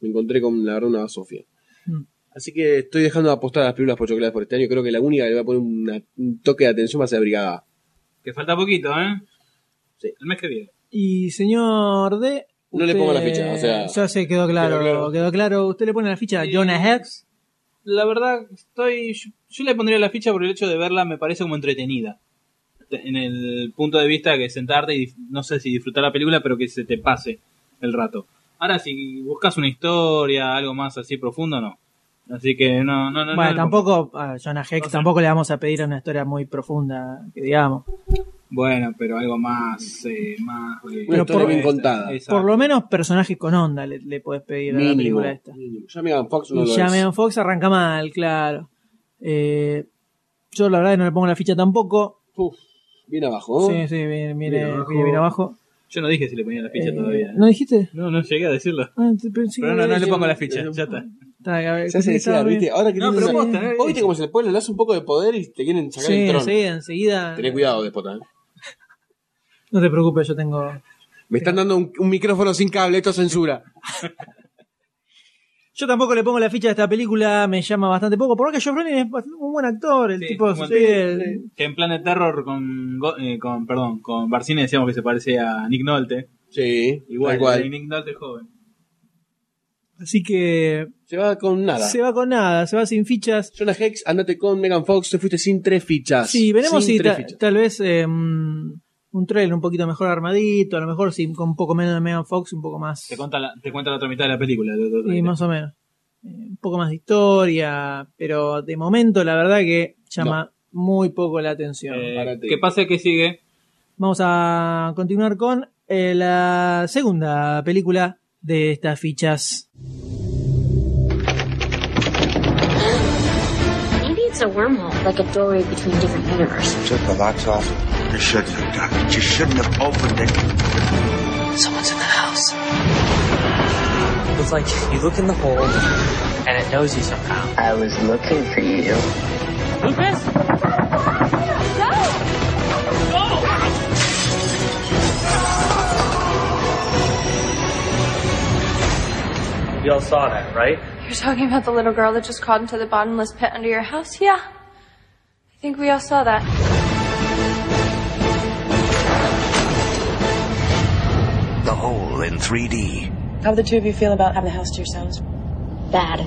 S2: Me encontré con la verdad una Sofía.
S1: Mm.
S2: Así que estoy dejando de apostar a las películas Pocho Claras por este año. Creo que la única que le va a poner una- un toque de atención va a ser Brigada. A.
S3: Que falta poquito, ¿eh? El mes que viene.
S1: Y señor D.
S2: No le
S1: usted-
S2: pongo la ficha, o sea,
S1: Ya se quedó claro,
S2: quedó
S1: quedó
S2: claro.
S1: claro. Usted le pone la ficha a
S3: Sí.
S1: Jonah Hex.
S3: La verdad, estoy. Yo, yo le pondría la ficha por el hecho de verla, me parece como entretenida. En el punto de vista que sentarte y dif- no sé si disfrutar la película, pero que se te pase el rato. Ahora, si buscas una historia, algo más así profundo, no. Así que no, no, no.
S1: bueno,
S3: no-
S1: tampoco a Jonah Hex
S3: O sea-
S1: tampoco le vamos a pedir una historia muy profunda, que digamos.
S3: Bueno, pero algo más. eh, más eh,
S2: Una historia
S1: por-
S2: bien contada.
S3: Exacto.
S1: Por lo menos personajes con onda le, le podés pedir a la
S2: Mínimo.
S1: película esta.
S2: mínimo. Ya Megan Fox no
S1: Y
S2: lo
S1: ya
S2: es.
S1: Megan Fox arranca mal, claro. Eh, yo la verdad que no le pongo la ficha tampoco.
S2: Uf, bien abajo. ¿no?
S1: Sí, sí, viene, viene,
S3: Bien abajo.
S1: viene bien abajo.
S3: Yo no dije si le ponía la ficha
S1: Eh,
S3: todavía. ¿eh?
S1: ¿No dijiste?
S3: No, no llegué a decirlo.
S1: Ah, te- pensé que
S3: Pero no, no le
S1: había-
S3: pongo la ficha, ya está.
S1: Está, a ver,
S2: Ya se decía,
S1: estaba bien.
S2: ¿viste? Ahora que
S3: No,
S2: tienen
S3: pero
S2: esa-
S3: posta, ¿eh?
S2: Vos viste como se le pone, le das un poco de poder y te quieren sacar el
S1: Sí,
S2: trono.
S1: enseguida, enseguida.
S2: Tené cuidado, despota. ¿eh?
S1: No te preocupes, yo tengo.
S2: Me están dando un, un micrófono sin cable, esto es censura.
S1: Yo tampoco le pongo la ficha a esta película, me llama bastante poco. Por lo que Josh Brolin es bastante- un buen actor, el
S3: Sí,
S1: tipo.
S3: como
S1: sí,
S3: el-
S1: el-
S3: Que en Planet Terror con, Go- eh, con perdón, con Barcini decíamos que se parece a Nick Nolte.
S2: Sí,
S3: Igual,
S2: igual. igual.
S3: Nick Nolte es joven.
S1: Así que.
S2: Se va con nada.
S1: Se va con nada, se va sin fichas.
S2: Jonah Hex, andate con Megan Fox, te fuiste sin tres fichas.
S1: Sí, veremos
S2: sin
S1: si
S2: tres
S1: ta-
S2: fichas.
S1: tal vez eh, un trailer un poquito mejor armadito, a lo mejor sí, con un poco menos de Megan Fox, un poco más.
S3: Te cuenta la, te cuenta la otra mitad de la película. lo- lo- lo-
S1: Sí, más o menos. Eh, un poco más de historia, pero de momento la verdad que llama muy poco la atención.
S3: Eh,
S2: Ahora te
S3: ¿Qué
S2: digo.
S3: pasa que sigue?
S1: Vamos a continuar con eh, la segunda película de estas fichas.
S6: Maybe it's a wormhole, like a doorway between different universes.
S5: Took the locks off. You shouldn't have done it. You shouldn't have opened it.
S7: Someone's in the house. It's like you look in the hole and it knows you somehow.
S8: I was looking for you.
S7: Y'all saw that, right?
S9: You're talking about the little girl that just crawled into the bottomless pit under your house? Yeah. I think we all saw that.
S5: The hole in 3D.
S8: How the two of you feel about having the house to yourselves?
S6: Bad.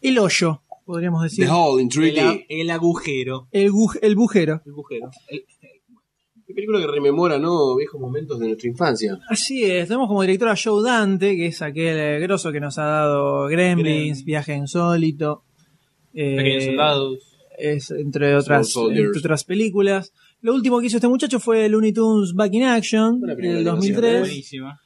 S1: El hoyo, podríamos decir.
S2: The Hole in 3D.
S3: El, a- el agujero.
S1: El, buj- el bujero.
S3: El agujero. El-
S2: Qué película que rememora, ¿no? Viejos momentos de nuestra infancia.
S1: Así es, tenemos como director a Joe Dante, que es aquel eh, grosso que nos ha dado Gremlins,
S3: Gremlins.
S1: Viaje Insólito. eh,
S3: Pequeños soldados.
S1: es entre otras,
S2: Small Soldiers.
S1: entre otras películas. Lo último que hizo este muchacho fue Looney Tunes Back in Action
S2: Una película
S1: del
S2: de animación,
S1: 2003
S3: Buenísima.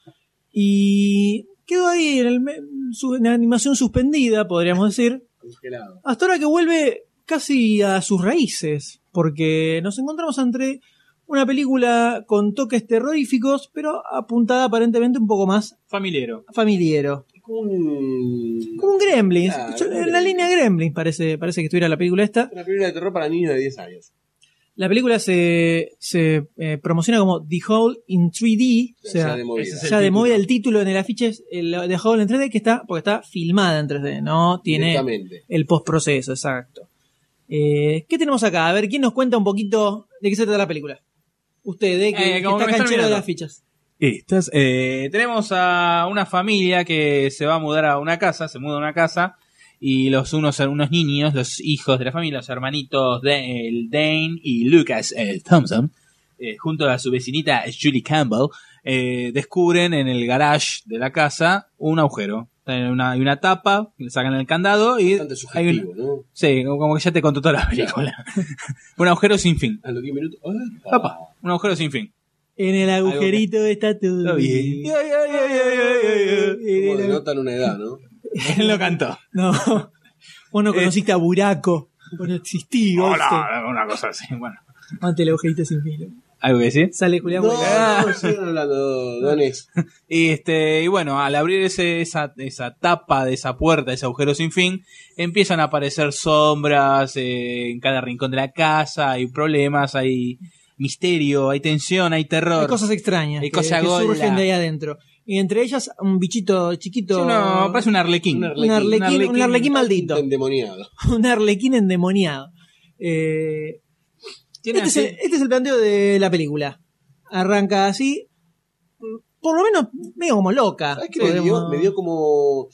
S1: y quedó ahí en, el me- su- en animación suspendida, podríamos decir,
S2: Congelado.
S1: hasta ahora que vuelve casi a sus raíces, porque nos encontramos entre una película con toques terroríficos, pero apuntada aparentemente un poco más
S3: Familiero.
S1: familiero.
S2: Es como un...
S1: Como un Gremlins,
S2: Ah,
S1: Yo-
S2: un
S1: en la
S2: Gremlins.
S1: línea Gremlins parece, parece que estuviera la película esta.
S2: Una película de terror para niños de 10 años.
S1: La película se, se eh, promociona como The Hole in 3D, o sea,
S2: de movida.
S3: ese es
S1: ya
S3: el
S1: de
S3: título.
S1: movida el título en el afiche es el, The Hole in 3D, que está, porque está filmada en 3D, no tiene
S2: Directamente.
S1: el postproceso, exacto. Eh, ¿Qué tenemos acá? A ver, ¿quién nos cuenta un poquito de qué se trata la película? Usted, de que,
S3: Eh,
S1: que
S3: como
S1: está
S3: que me están
S1: canchero de
S3: mirando.
S1: las fichas.
S3: Estas, eh, tenemos a una familia que se va a mudar a una casa, se muda a una casa, y los unos son unos niños, los hijos de la familia, los hermanitos de, el Dane y Lucas eh, Thompson, eh, junto a su vecinita Julie Campbell, eh, descubren en el garage de la casa un agujero. Hay una, hay una tapa, le sacan el candado y...
S2: Bastante
S3: hay
S2: subjetivo,
S3: un-
S2: ¿no?
S3: sí, como que ya te contó toda la película. un agujero sin fin.
S2: A los 10 minutos. ¡ah!
S3: Apa, un agujero sin fin.
S1: En el
S3: que-
S1: agujerito está todo bien.
S3: Ay, ay, ay, ay, ay, ay, ay.
S1: En
S2: Como
S1: el-
S2: denotan una edad, ¿no?
S3: Él lo cantó.
S1: No, vos
S2: Eh.
S1: no conociste a Buraco, vos no existí, Goldstein.
S3: Hola, una cosa así. Bueno,
S1: Ante el agujerito sin filo.
S3: algo que decir.
S1: Sale Julián
S2: No,
S1: Huelga.
S2: no, sigan hablando, dones.
S3: Y, este, y bueno, al abrir ese, esa, esa tapa de esa puerta, ese agujero sin fin, empiezan a aparecer sombras eh, en cada rincón de la casa, hay problemas, hay misterio, hay tensión, hay terror.
S1: Hay cosas extrañas
S3: Hay
S1: que,
S3: cosas
S1: que
S3: gola.
S1: surgen de ahí adentro. Y entre ellas, un bichito chiquito.
S3: Sí, no, parece un arlequín.
S1: Un arlequín, un arlequín, un arlequín maldito.
S2: Endemoniado.
S1: un arlequín endemoniado. Eh,
S3: Tiene
S1: este, es el,
S3: así-
S1: este es el planteo de la película. Arranca así, por lo menos medio como loca.
S2: ¿Sabes qué me dio?
S1: Podemos-
S2: Me dio como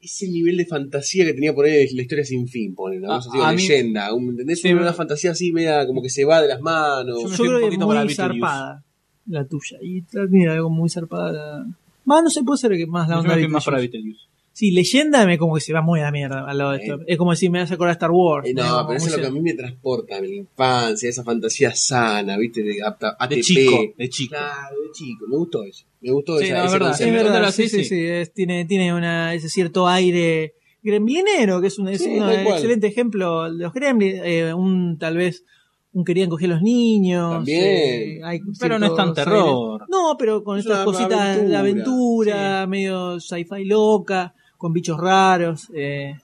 S2: ese nivel de fantasía que tenía por ahí la historia sin fin, ponen, una
S3: A-
S2: cosa así,
S3: Ah, a
S2: una
S3: mí-
S2: leyenda, un- ¿entendés?
S3: Sí,
S2: una
S3: me-
S2: fantasía así media como que se va de las manos.
S3: Yo me
S1: Yo
S3: fui un
S1: creo que es
S3: poquito para
S1: muy
S3: Beetlejuice.
S1: zarpada la tuya. Y la mía, algo muy zarpada. la- Más no sé, puede ser que más la
S3: Yo
S1: onda
S3: me fui más para
S1: Beetlejuice.
S3: Beetlejuice.
S1: Sí, leyenda me como que se va muy a la mierda al lado de esto. Es como decir, me vas a acordar a Star Wars.
S2: Eh,
S1: Como
S2: no, pero eso
S1: muy
S2: es lo que a
S1: cerca.
S2: mí me transporta, a mi infancia, esa fantasía sana, ¿viste? De apta- ATP.
S3: De chico, de chico.
S2: Claro, de chico, me gustó eso. Me gustó
S3: Sí,
S2: esa,
S3: no, es
S2: ese
S3: verdad,
S1: Ah, Es
S2: concepto.
S3: Mirándolo
S1: verdad,
S3: así,
S1: sí, sí,
S3: sí.
S1: sí, es- tiene, tiene una, ese cierto aire gremlinero, que es un, es
S2: Sí,
S1: un
S2: tal cual.
S1: excelente ejemplo de los gremlins. eh, un tal vez un querían coger a los niños.
S2: También.
S1: eh, hay
S3: Pero no es tan
S1: ciertos
S3: terror.
S1: aires- No, pero con
S2: Es
S1: estas
S2: una
S1: cositas de
S2: aventura,
S1: aventura, medio sci-fi loca, con bichos raros. eh.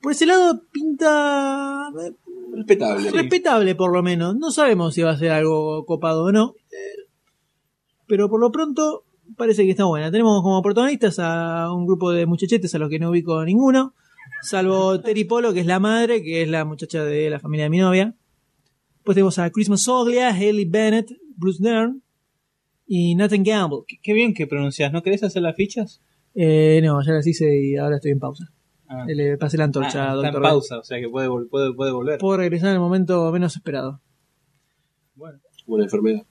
S1: Por ese lado pinta eh,
S2: Respetable.
S1: respetable por lo menos. No sabemos si va a ser algo copado o no. Eh, Pero por lo pronto parece que está buena. Tenemos como protagonistas a un grupo de muchachetes a los que no ubico ninguno. Salvo Terry Polo, que es la madre, que es la muchacha de la familia de mi novia. Después tenemos a Chris Massoglia, Haley Bennett, Bruce Dern y Nathan Gamble.
S3: Qué- Qué bien que pronuncias. ¿No querés hacer las fichas?
S1: Eh, no, ya las hice y ahora estoy en pausa. Eh,
S3: Ah.
S1: Le pasé la antorcha
S3: Ah,
S1: a
S3: está en
S1: Dr.
S3: pausa, o sea que puede, vol- puede, puede volver.
S1: Puedo regresar en el momento menos esperado.
S2: Como una enfermedad.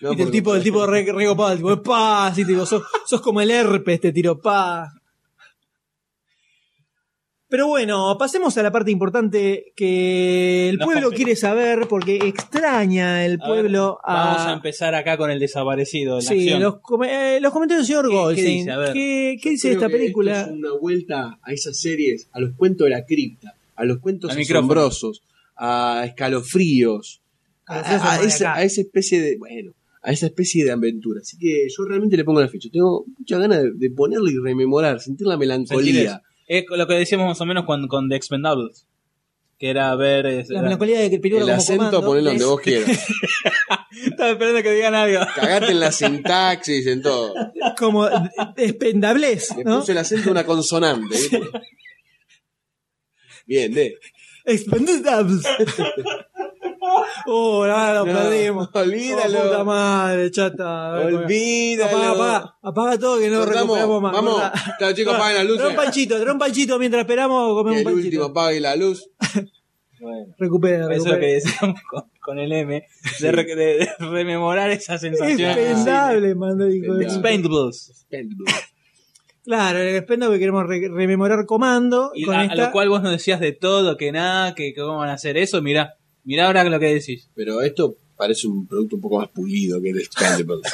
S2: No,
S1: y el
S2: porque-
S1: tipo, el tipo re, re copado, el tipo, "Eh, pa, así, tipo, sos, sos como el herpes, te tiro, pa. Pero bueno, pasemos a la parte importante que el
S3: Nos
S1: pueblo
S3: confirma.
S1: quiere saber porque extraña el
S3: A
S1: pueblo
S3: ver,
S1: a...
S3: Vamos a empezar acá con el desaparecido. en
S1: Sí,
S3: acción.
S1: los, com- eh, los comentarios del señor
S3: ¿Qué- qué
S1: Goldstein.
S3: dice? A ver.
S1: ¿Qué, qué
S2: Yo
S1: dice
S2: creo
S1: esta
S2: que
S1: película?
S2: esto es una vuelta a esas series, a los cuentos de la cripta, a los cuentos
S3: Al micrófono.
S2: asombrosos, a escalofríos, a,
S1: Escalofríos
S2: a
S1: somos de
S2: esa,
S1: acá.
S2: a esa especie de, bueno, a esa especie de aventura. Así que yo realmente le pongo la fecha. Tengo muchas ganas de, de ponerla y rememorar, sentir la
S3: Sentir
S2: melancolía.
S3: Es lo que decíamos más o menos con, con The Expendables. Que era ver. es-
S1: La
S3: era-
S1: melancolía de que el pirulo
S2: El
S1: como
S2: acento
S1: comando.
S2: ponelo donde
S1: Es-
S2: vos quieras.
S3: Estaba esperando que digan algo.
S2: Cagate en la sintaxis, en todo.
S1: Como despendables,
S2: Le
S1: ¿no?
S2: puse el acento una consonante. ¿viste? Bien, de.
S1: Expendables. oh, ahora lo perdimos.
S2: olvídalo.
S1: Oh, puta madre, chata.
S2: Olvídalo.
S1: Apaga, apaga, apaga todo que no
S2: Cortamos,
S1: recuperamos más.
S2: vamos.
S1: corta.
S2: Chao, chicos, apaguen las luces.
S1: Trae un panchito, trae un panchito mientras esperamos o comemos
S2: Que
S1: un
S2: el último
S1: panchito.
S2: apague la luz.
S3: Bueno,
S1: Recupera,
S3: eso es lo que
S1: recupera.
S3: decíamos con, con el M. De, re- de- de rememorar esa sensación.
S1: Es pendable, mando hijo de-
S2: Expendable.
S3: Expendables.
S1: Claro, el expendable que queremos re- rememorar comando.
S3: Y
S1: con
S3: a, a
S1: esta-
S3: lo cual vos nos decías de todo, que nada, que, que cómo van a hacer eso. Mirá, mirá ahora lo que decís.
S2: Pero esto parece un producto un poco más pulido que el Expendables.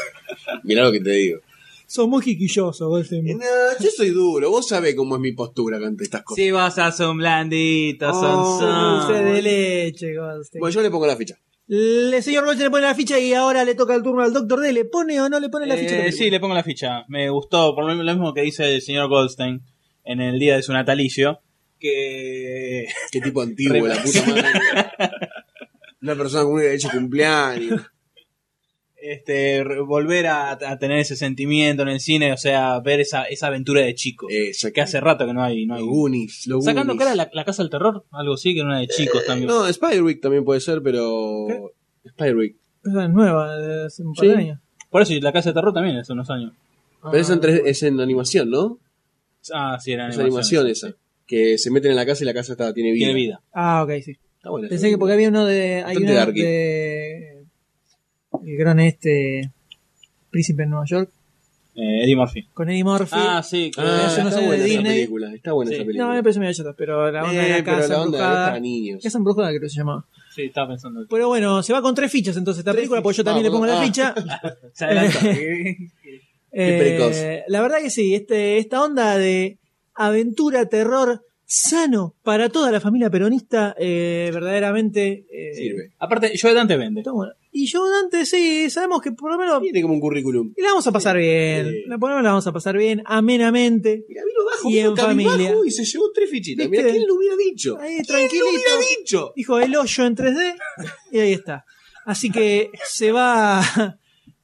S2: Mirá lo que te digo.
S1: Sos muy jiquilloso, Goldstein.
S2: No, yo soy duro. Vos sabés cómo es mi postura ante estas cosas.
S3: Si vas a ser un blandito, son
S1: Sos dulce de
S3: son.
S1: leche, Goldstein.
S2: Bueno, yo le pongo la ficha.
S1: El señor Goldstein le pone la ficha y ahora le toca el turno al doctor D. ¿Le pone o no le pone la ficha? a la
S3: Eh,
S1: película?
S3: sí, le pongo la ficha. Me gustó, por lo mismo- lo mismo que dice el señor Goldstein en el día de su natalicio, que
S2: Qué tipo antiguo, la puta madre. Una persona con un derecho de cumpleaños.
S3: este re- volver a, a tener ese sentimiento en el cine, o sea, ver esa, esa aventura de chico,
S2: Eh, ya
S3: que
S2: que
S3: hace rato que no hay. No hay.
S2: Los Goonies. Los
S3: Sacando
S2: Goonies.
S3: cara la, la casa del terror, algo así, que era una de chicos también.
S2: Eh, No, Spiderwick también puede ser, pero... Spiderwick.
S1: Esa es nueva, de hace un par
S2: Sí.
S1: de años.
S3: Por eso, y la casa del terror también, hace unos años.
S1: Ah.
S2: Pero es en, tres- es en animación, ¿no?
S3: Ah, sí, era
S2: Es
S3: animación.
S2: animación esa. Que se meten en la casa y la casa está, tiene vida.
S3: Tiene vida.
S1: Ah, ok, sí.
S2: Está buena.
S1: Pensé que porque había uno de. Hay
S2: Bastante
S1: uno
S2: darky.
S1: de. El gran este. Príncipe de Nueva York.
S3: Eh, Eddie Murphy.
S1: Con Eddie Murphy.
S3: Ah, sí, que
S2: Ah,
S1: Eso no sé
S2: está
S1: de
S2: buena esa
S1: Disney.
S2: película. Está buena
S3: Sí.
S2: esa
S1: no,
S2: película.
S1: me parece medio chata, pero la onda de
S2: Eh,
S1: la
S2: pero
S1: casa
S2: la onda es
S1: embrujada.
S2: para niños.
S1: Casa embrujada creo que se llamaba.
S3: sí, estaba pensando.
S1: Pero bueno, se va con tres fichas entonces esta película, porque yo también le
S2: Vamos,
S1: pongo la
S2: ah.
S1: ficha.
S3: Se adelanta.
S1: Eh,
S2: precoz.
S1: la verdad que sí, este, esta onda de aventura, terror, sano para toda la familia peronista, eh, verdaderamente eh,
S2: Sirve.
S3: Aparte, yo Dante vende.
S1: está bueno. Y yo Dante, sí, sabemos que por lo menos
S2: Tiene como un currículum.
S1: y la vamos a pasar bien.
S2: Sí.
S1: La, por lo menos la vamos a pasar bien, amenamente.
S2: Mira, vino bajo,
S1: Y
S2: vino
S1: en
S2: cabizbajo
S1: familia.
S2: y se llevó tres fichitas.
S1: ¿Viste?
S2: Mira, ¿quién lo hubiera dicho?
S1: Ahí,
S2: ¿Quién lo hubiera
S1: tranquilito.
S2: dicho?
S1: Dijo el hoyo en 3D y ahí está. Así que se va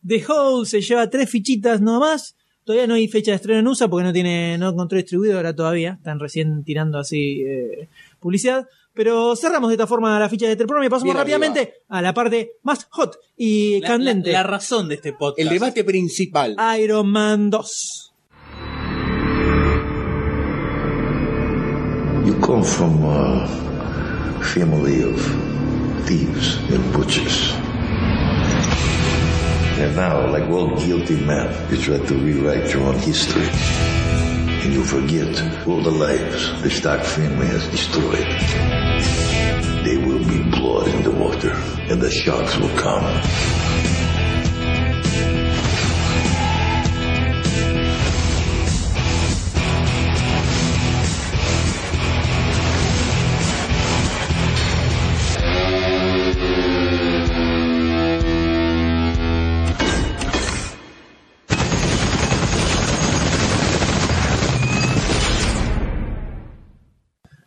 S1: The Hole se lleva tres fichitas nomás. Todavía no hay fecha de estreno en USA porque no tiene, no encontró distribuidora todavía. Están recién tirando así eh, publicidad. Pero cerramos de esta forma la ficha de este programa y pasamos
S2: Bien
S1: rápidamente a la parte más hot y
S3: La-
S1: candente.
S3: La, la razón de este podcast.
S2: El debate principal.
S1: Iron Man 2.
S5: You come from a family of thieves and butchers. And now, like all guilty men, you try to rewrite your own history. And you forget all the lives the Stark family has destroyed. There will be blood in the water, and the sharks will come.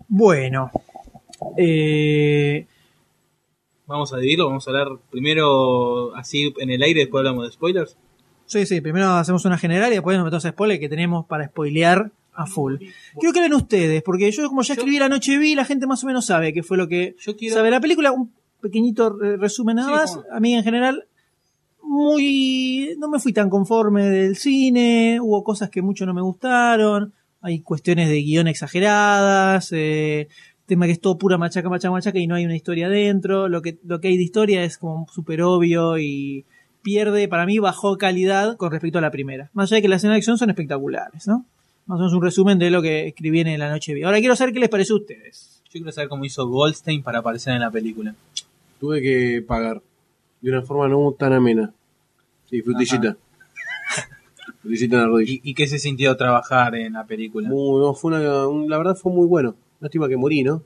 S1: Bueno. Eh,
S3: Vamos a dividirlo, vamos a hablar primero así en el aire, después hablamos de spoilers.
S1: sí, sí, primero hacemos una general y después nos metemos a spoiler que tenemos para spoilear a full. Quiero que lean ustedes, porque yo como ya escribí la noche vi, la gente más o menos sabe qué fue lo que
S3: Yo quiero.
S1: sabe la película. Un pequeñito eh, resumen nada
S3: Sí,
S1: más.
S3: cómo
S1: A mí en general muy no me fui tan conforme del cine, hubo cosas que mucho no me gustaron, hay cuestiones de guión exageradas, eh, tema que es todo pura machaca, machaca, machaca y no hay una historia dentro, lo que, lo que hay de historia es como súper obvio y pierde, para mí bajó calidad con respecto a la primera, más allá de que las escenas de acción son espectaculares, ¿no? Más o menos un resumen de lo que escribí en la noche vi. Ahora quiero saber qué les pareció a ustedes.
S3: Yo quiero saber cómo hizo Goldstein para aparecer en la película.
S10: Tuve que pagar.
S2: De una forma no tan amena. Sí, frutillita. frutillita en la rodilla.
S3: ¿Y, y qué se sintió trabajar en la película?
S2: Muy- no, fue una- un- la verdad fue muy bueno. Lástima que morí, ¿no?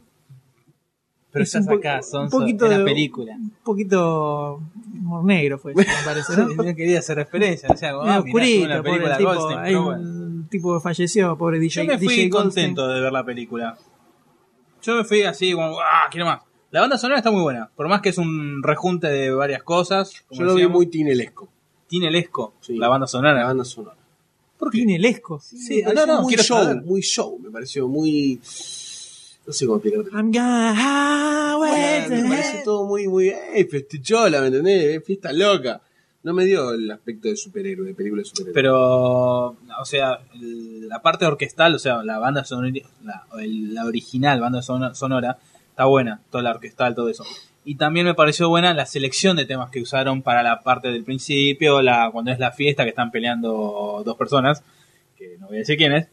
S3: Pero
S1: Es
S3: estás
S1: un po-
S3: acá,
S1: un
S3: son
S1: poquito
S3: en la
S1: de-
S3: película.
S1: Un poquito humor negro fue, me parece, ¿no?
S3: No quería hacer referencia, o sea, como,
S1: Medio
S3: ah, mirá, tuvo
S1: oscurito,
S3: una
S1: pobre
S3: película
S1: el tipo,
S3: Goldstein,
S1: hay
S3: pero bueno.
S1: un tipo que falleció, pobre DJ.
S3: Yo me fui
S1: DJ Goldstein.
S3: contento de ver la película. Yo me fui así, como, ah, quiero más. La banda sonora está muy buena, por más que es un rejunte de varias cosas. como
S2: Yo lo vi
S3: decíamos,
S2: muy tinelesco.
S3: tinelesco,
S2: Sí.
S3: la banda sonora.
S2: La banda sonora.
S1: Tinelesco.
S3: Sí,
S2: Me
S3: no,
S2: pareció
S3: no,
S2: muy
S3: quiero
S2: show,
S3: saber.
S2: muy show, me pareció muy. No sé cómo explicarte.
S1: I'm gonna wait
S2: me
S1: eh.
S2: pareció todo muy, muy. ¡Ey, festichola, ¿me entendés? Eh, Fiesta loca. No me dio el aspecto de superhéroe, de película de superhéroe.
S3: Pero, o sea, el- la parte orquestal, o sea, la banda sonora, la, el- la original banda sono- sonora, está buena, toda la orquestal, todo eso. Y también me pareció buena la selección de temas que usaron para la parte del principio, la cuando es la fiesta que están peleando dos personas, que no voy a decir quiénes,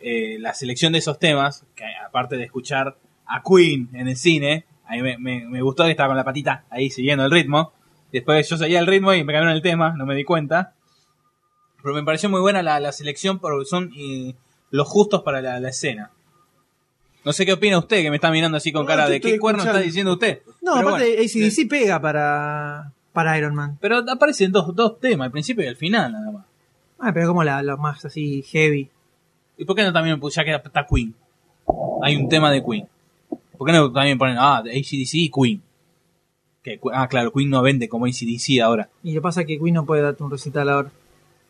S3: eh, la selección de esos temas, que aparte de escuchar a Queen en el cine, ahí me, me- me gustó que estaba con la patita ahí siguiendo el ritmo. Después yo seguía el ritmo y me cambiaron el tema, no me di cuenta. Pero me pareció muy buena la, la selección porque son eh, los justos para la, la escena. No sé qué opina usted, que me está mirando así con
S2: No,
S3: cara
S2: te
S3: de
S2: estoy
S3: qué cuerno está
S2: escuchando.
S3: diciendo usted.
S1: No,
S3: Pero
S1: aparte
S3: bueno, eh,
S1: ACDC pega para, para Iron Man.
S3: Pero aparecen dos, dos temas, al principio y al final nada más.
S1: Ah, pero como la, la más así heavy.
S3: ¿Y por qué no también pus- ya que está Queen? Hay un tema de Queen. ¿Por qué no también ponen, ah, ACDC y Queen? Que, Qu- ah, claro, Queen no vende como ACDC ahora.
S1: Y lo que pasa es que Queen no puede darte un recital ahora.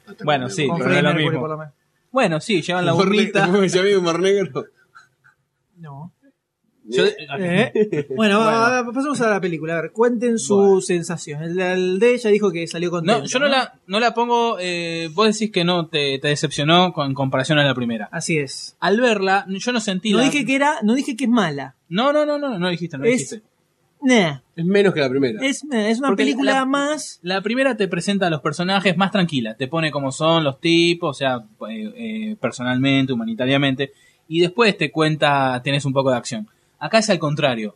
S2: Hasta
S3: bueno,
S2: que me-
S3: sí.
S1: Con
S3: pero
S1: Freddie
S3: no es lo
S1: Mercury,
S3: mismo.
S1: por lo menos.
S3: Bueno, sí, llevan la
S2: Humor negro,
S3: bombita.
S2: ¿cómo se llama humor negro?
S1: No.
S3: Yo-
S1: Eh, Bueno, va- va- pasemos a la película. A ver, cuenten su
S3: Bueno.
S1: sensación. El, el de ella dijo que salió contento.
S3: No, yo no la, no la pongo. eh, vos decís que no te, te decepcionó con, en comparación a la primera.
S1: Así es.
S3: Al verla, yo no sentí
S1: No
S3: la.
S1: dije que era, no dije que es mala.
S3: No, no, no, no, no, no dijiste, no
S1: Es-
S3: dijiste.
S1: Nah,
S2: Es menos que la primera.
S1: es, nah, es una
S3: Porque
S1: película
S3: la-
S1: más.
S3: La primera te presenta a los personajes más tranquila, te pone como son los tipos, o sea, eh, eh, personalmente, humanitariamente, y después te cuenta, tenés un poco de acción. Acá es al contrario.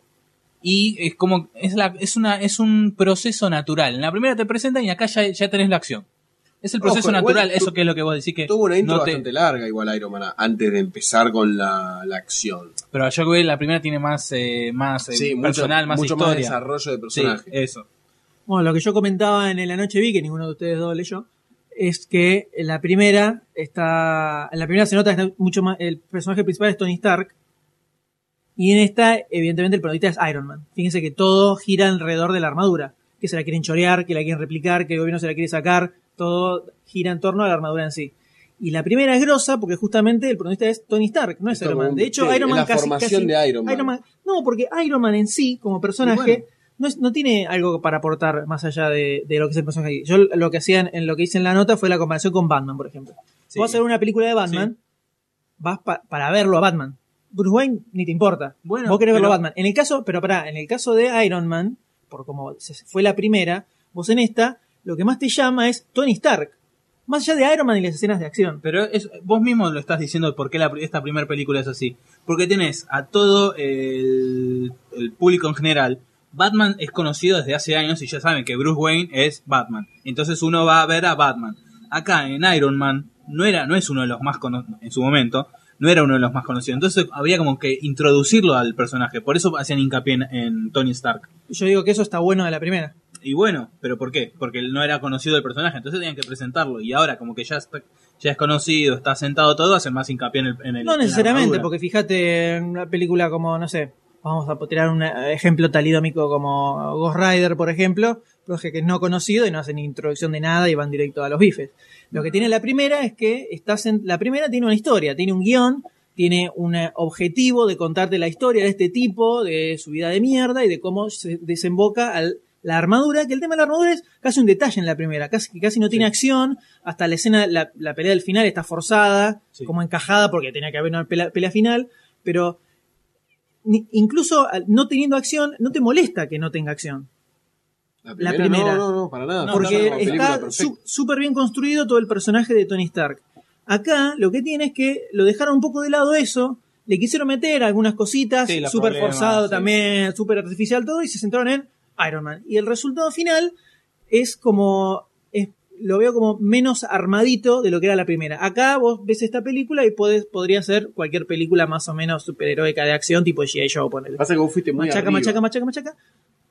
S3: Y es como, es, la, es, una, es un proceso natural. En la primera te presentan y acá ya, ya tenés la acción. Es el
S2: Ojo,
S3: proceso
S2: igual
S3: natural,
S2: tu-
S3: eso que es lo que vos decís que...
S2: Tuvo una intro
S3: no te-
S2: bastante larga, igual Iron Man, antes de empezar con la, la acción.
S3: Pero yo creo que la primera tiene más, eh, más eh,
S2: Sí, mucho-
S3: personal, más
S2: mucho más
S3: historia.
S2: desarrollo de
S3: Sí,
S2: personaje.
S3: eso.
S1: Bueno, lo que yo comentaba en La Noche Vi, que ninguno de ustedes dos leyó, es que en la primera está. En la primera se nota que está mucho más. El personaje principal es Tony Stark. Y en esta, evidentemente, el protagonista es Iron Man. Fíjense que todo gira alrededor de la armadura. que se la quieren chorear, que la quieren replicar, que el gobierno se la quiere sacar, todo gira en torno a la armadura en sí. Y la primera es grosa porque justamente el protagonista es Tony Stark, no es,
S2: Es
S1: Iron
S2: como
S1: Man.
S2: un-
S1: De hecho,
S2: sí,
S1: Iron
S2: es
S1: Man
S2: la
S1: casi,
S2: formación
S1: casi-
S2: de Iron Man.
S1: No, porque Iron Man en sí, como personaje,
S2: Y bueno.
S1: no, es- no tiene algo para aportar más allá de, de lo que es el personaje. aquí. Yo lo que hacía en, en lo que hice en la nota fue la comparación con Batman, por ejemplo.
S3: Sí.
S1: Vos vas a ver una película de Batman, vas pa- para verlo a Batman. Bruce Wayne ni te importa.
S3: Bueno,
S1: vos querés verlo
S3: pero-
S1: a Batman. En el caso, pero pará, en el caso de Iron Man, por como se- fue la primera, vos en esta, lo que más te llama es Tony Stark. Más allá de Iron Man y las escenas de acción.
S3: Pero es, vos mismo lo estás diciendo por qué la- esta primera película es así. Porque tenés a todo el, el público en general. Batman es conocido desde hace años y ya saben que Bruce Wayne es Batman. Entonces uno va a ver a Batman. Acá en Iron Man no era no es uno de los más conocidos en su momento, no era uno de los más conocidos. Entonces había como que introducirlo al personaje. Por eso hacían hincapié en, en Tony Stark.
S1: Yo digo que eso está bueno de la primera.
S3: Y bueno, pero ¿por qué? Porque él no era conocido el personaje, entonces tenían que presentarlo. Y ahora, como que ya, está- ya es conocido, está sentado todo, hacen más hincapié en el. en el-
S1: No
S3: en la
S1: necesariamente,
S3: armadura.
S1: porque fíjate en una película como, no sé, vamos a tirar un eh, ejemplo talidómico como Ghost Rider, por ejemplo, personaje que es no conocido y no hacen introducción de nada y van directo a los bifes. Lo que tiene la primera es que estás en, la primera tiene una historia, tiene un guión, tiene un eh, objetivo de contarte la historia de este tipo, de su vida de mierda y de cómo se desemboca al- la armadura, que el tema de la armadura es casi un detalle en la primera, casi, que casi no tiene acción, hasta la escena, la, la pelea del final está forzada,
S3: Sí.
S1: como encajada porque tenía que haber una pela- pelea, final, pero ni- incluso al- no teniendo acción, no te molesta que no tenga acción. La primera.
S2: No, no, no, para nada.
S1: porque
S2: Es una película
S1: está
S2: perfecta.
S1: su- súper bien construido todo el personaje de Tony Stark. Acá lo que tiene es que lo dejaron un poco de lado eso, le quisieron meter algunas cositas,
S3: Sí, los
S1: súper
S3: problemas,
S1: forzado
S3: sí.
S1: también, súper artificial todo, y se centraron en Iron Man. Y el resultado final es como... es- lo veo como menos armadito de lo que era la primera. Acá vos ves esta película y podés, podría ser cualquier película más o menos superheroica de acción, tipo G.I. Joe, ponele
S2: Pasa que vos fuiste muy
S1: machaca,
S2: arriba.
S1: machaca, machaca, machaca.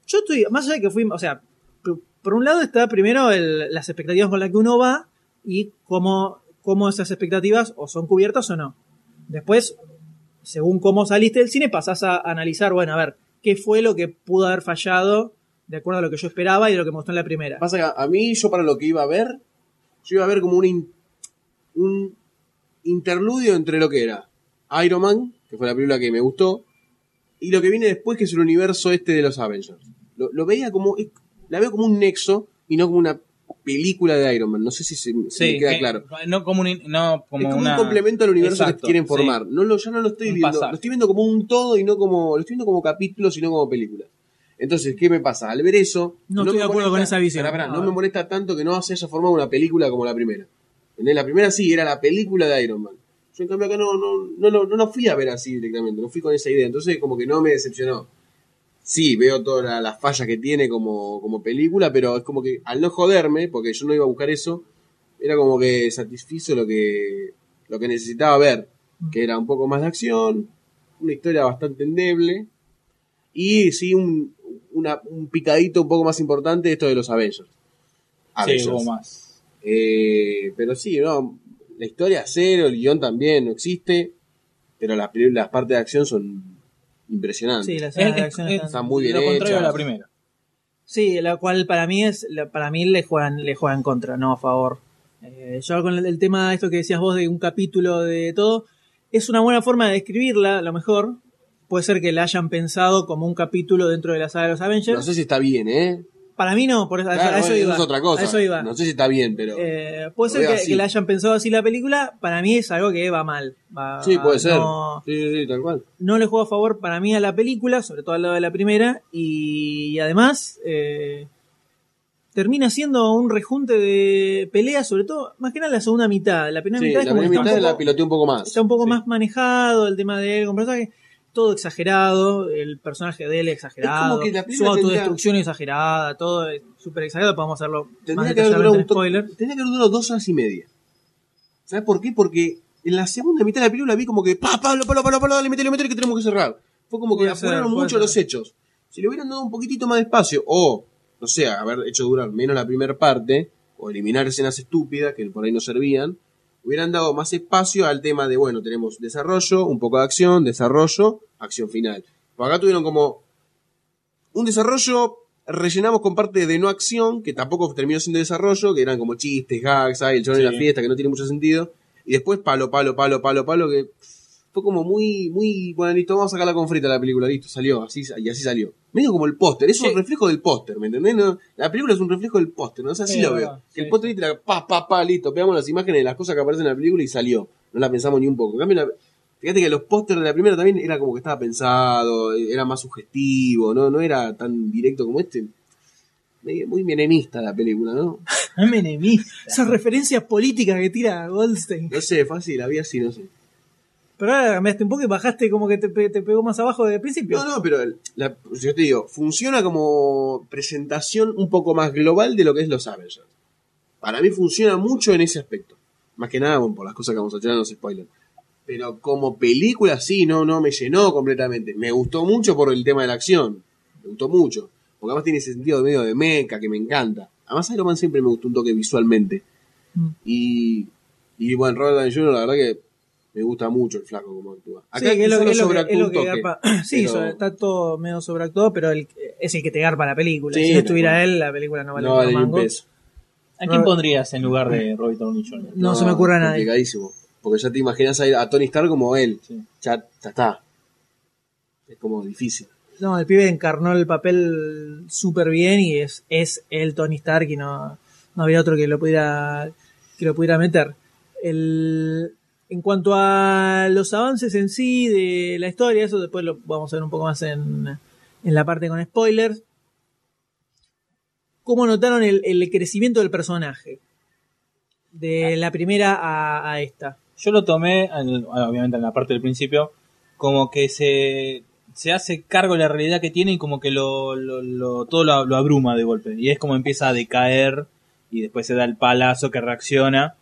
S1: Yo estoy, más allá de que fui, o sea, por, por un lado está primero el- las expectativas con las que uno va y cómo, cómo esas expectativas o son cubiertas o no. Después, según cómo saliste del cine, pasás a analizar, bueno, a ver, qué fue lo que pudo haber fallado de acuerdo a lo que yo esperaba y de lo que me mostró en la primera.
S2: Pasa que a- a mí, yo para lo que iba a ver, yo iba a ver como un, in- un interludio entre lo que era Iron Man, que fue la película que me gustó, y lo que viene después, que es el universo este de los Avengers. Lo, lo veía como, es- la veo como un nexo y no como una película de Iron Man. No sé si se, si
S3: Sí,
S2: me queda
S3: eh,
S2: claro.
S3: No como un, no como
S2: es como
S3: una-
S2: un complemento al universo
S3: Exacto,
S2: que quieren
S3: sí.
S2: formar. No lo, yo no lo estoy
S3: Un
S2: viendo.
S3: pasar.
S2: Lo estoy viendo como un todo y no como. Lo estoy viendo como capítulos y no como películas. Entonces, ¿qué me pasa? Al ver eso.
S1: No estoy
S2: me
S1: de acuerdo con esa visión.
S2: Pará, pará,
S1: A
S2: no me
S1: ver.
S2: molesta tanto que no se haya formado una película como la primera. ¿Entendés? La primera sí, era la película de Iron Man. Yo en cambio acá no, no, no, lo- no lo fui a ver así directamente, no fui con esa idea. Entonces, como que no me decepcionó. Sí, veo todas la- las fallas que tiene como, como película, pero es como que al no joderme, porque yo no iba a buscar eso, era como que satisfizo lo que, lo que necesitaba ver, que era un poco más de acción, una historia bastante endeble, y sí un, una- un picadito un poco más importante esto de los Avengers.
S3: Sí,
S2: Avengers.
S3: hubo más.
S2: Eh, pero sí, no, la historia cero, el guión también no existe, pero las, peli- las partes de acción son impresionantes.
S1: Sí, las
S3: Es-
S1: escenas de
S3: es-
S1: acción
S3: es-
S1: están-
S2: Están muy bien
S3: Lo contrario
S2: hechas.
S3: a la primera.
S1: Sí, la cual para mí es la- para mí le juegan le juegan contra, no a favor. Eh, yo con el, el tema esto que decías vos de un capítulo de todo es una buena forma de describirla, a lo mejor puede ser que la hayan pensado como un capítulo dentro de la saga de los Avengers.
S2: No sé si está bien, ¿eh?
S1: Para mí no, por eso, a eso-
S2: Claro,
S1: a eso
S2: bueno,
S1: iba.
S2: es otra cosa.
S1: A eso iba.
S2: No sé si está bien, pero.
S1: Eh, puede
S2: lo
S1: ser
S2: veo
S1: que,
S2: así.
S1: que la hayan pensado así la película, para mí es algo que va mal. Va-
S2: sí, puede ser.
S1: no-
S2: Sí, sí, sí, tal cual.
S1: no le juega a favor para mí a la película, sobre todo al lado de la primera, y, además eh, termina siendo un rejunte de peleas, sobre todo, más que nada en la segunda mitad. La primera
S2: Sí,
S1: mitad es
S2: la
S1: como que
S2: primera
S1: está
S2: mitad
S1: un
S2: la
S1: poco-
S2: piloteé un poco más.
S1: está un poco
S2: Sí.
S1: más manejado el tema de él como personaje, todo exagerado, el personaje de él exagerado,
S2: que la
S1: su
S2: película tendría-
S1: autodestrucción exagerada, todo es súper exagerado, podemos hacerlo más
S2: Tendría que, haber
S1: detalladamente
S2: durado un
S1: en
S2: to-
S1: spoiler.
S2: tendría que haber durado dos horas y media. ¿Sabes por qué? Porque en la segunda mitad de la película vi como que, pa, Pablo, Pablo, Pablo, Pablo, dale, metele, metele, que tenemos que cerrar. Fue como que
S1: Puede ser,
S2: apuraron
S1: puede
S2: mucho
S1: ser.
S2: los hechos. Si le hubieran dado un poquitito más de espacio, o, no sé, haber hecho durar menos la primera parte, o eliminar escenas estúpidas que por ahí no servían, hubieran dado más espacio al tema de, bueno, tenemos desarrollo, un poco de acción, desarrollo, acción final. Por acá tuvieron como un desarrollo, rellenamos con parte de no acción, que tampoco terminó siendo desarrollo, que eran como chistes, gags, ay, el chabón en la fiesta, que no tiene mucho sentido. Y después palo, palo, palo, palo, palo, que fue como muy, muy, bueno, listo, vamos a sacarla con frita la película, listo, salió, así, y así salió. Medio como el póster, es un reflejo del póster, ¿me entendés? No, la película es un reflejo del póster, ¿no? O sea, así
S1: Sí,
S2: lo
S1: es
S2: veo.
S1: verdad,
S2: Que el póster, viste, la- pa, pa, pa, listo, pegamos las imágenes de las cosas que aparecen en la película y salió. No la pensamos ni un poco. En cambio, la- fíjate que los pósteres de la primera también era como que estaba pensado, era más sugestivo, ¿no? No era tan directo como este. Medio- Muy menemista la película, ¿no?
S1: Menemista. Esas referencias políticas que tira Goldstein.
S2: No sé, fácil, la vi así, no sé.
S1: Pero ahora cambiaste un poco y bajaste como que te, pe- te pegó más abajo desde el principio.
S2: No, no, pero el- la- yo te digo, funciona como presentación un poco más global de lo que es los Avengers. Para mí funciona mucho en ese aspecto. Más que nada bueno, por las cosas que vamos a tirar en los spoilers. Pero como película, sí, no, no me llenó completamente. Me gustó mucho por el tema de la acción. Me gustó mucho. Porque además tiene ese sentido de medio de meca que me encanta. Además, Iron Man siempre me gustó un toque visualmente.
S1: Mm.
S2: Y, y bueno, Robert Downey Jr., la verdad que me gusta mucho el flaco como actúa.
S1: Sí, que es lo, es
S2: quizá
S1: lo que-
S2: sobreactúa
S1: es lo
S2: un
S1: que
S2: toque.
S1: garpa. Sí,
S2: pero-
S1: sobre- está todo medio sobreactuado, pero el- es el que te garpa la película.
S2: Sí,
S1: si
S2: me
S1: no estuviera
S2: acuerdo.
S1: él, la película no vale
S2: No,
S1: un
S2: vale ni un
S1: mango.
S2: peso.
S3: ¿A quién
S1: No.
S3: pondrías en lugar de Robert Downey Jr.?
S1: No, se me ocurre a nadie.
S2: Complicadísimo. Porque ya te imaginas a, ir a Tony Stark como él.
S3: Sí.
S2: Ya, ya está. Es como difícil.
S1: No, el pibe encarnó el papel súper bien y es, es el Tony Stark y no, no había otro que lo pudiera, que lo pudiera meter. El, en cuanto a los avances en sí de la historia, eso después lo vamos a ver un poco más en, en la parte con spoilers. ¿Cómo notaron el, el crecimiento del personaje?
S3: Ah.
S1: De la primera a, a esta.
S3: Yo lo tomé, al- obviamente en la parte del principio, como que se, se hace cargo de la realidad que tiene y como que lo, lo- lo- todo lo, lo abruma de golpe. Y es como empieza a decaer y después se da el palazo que reacciona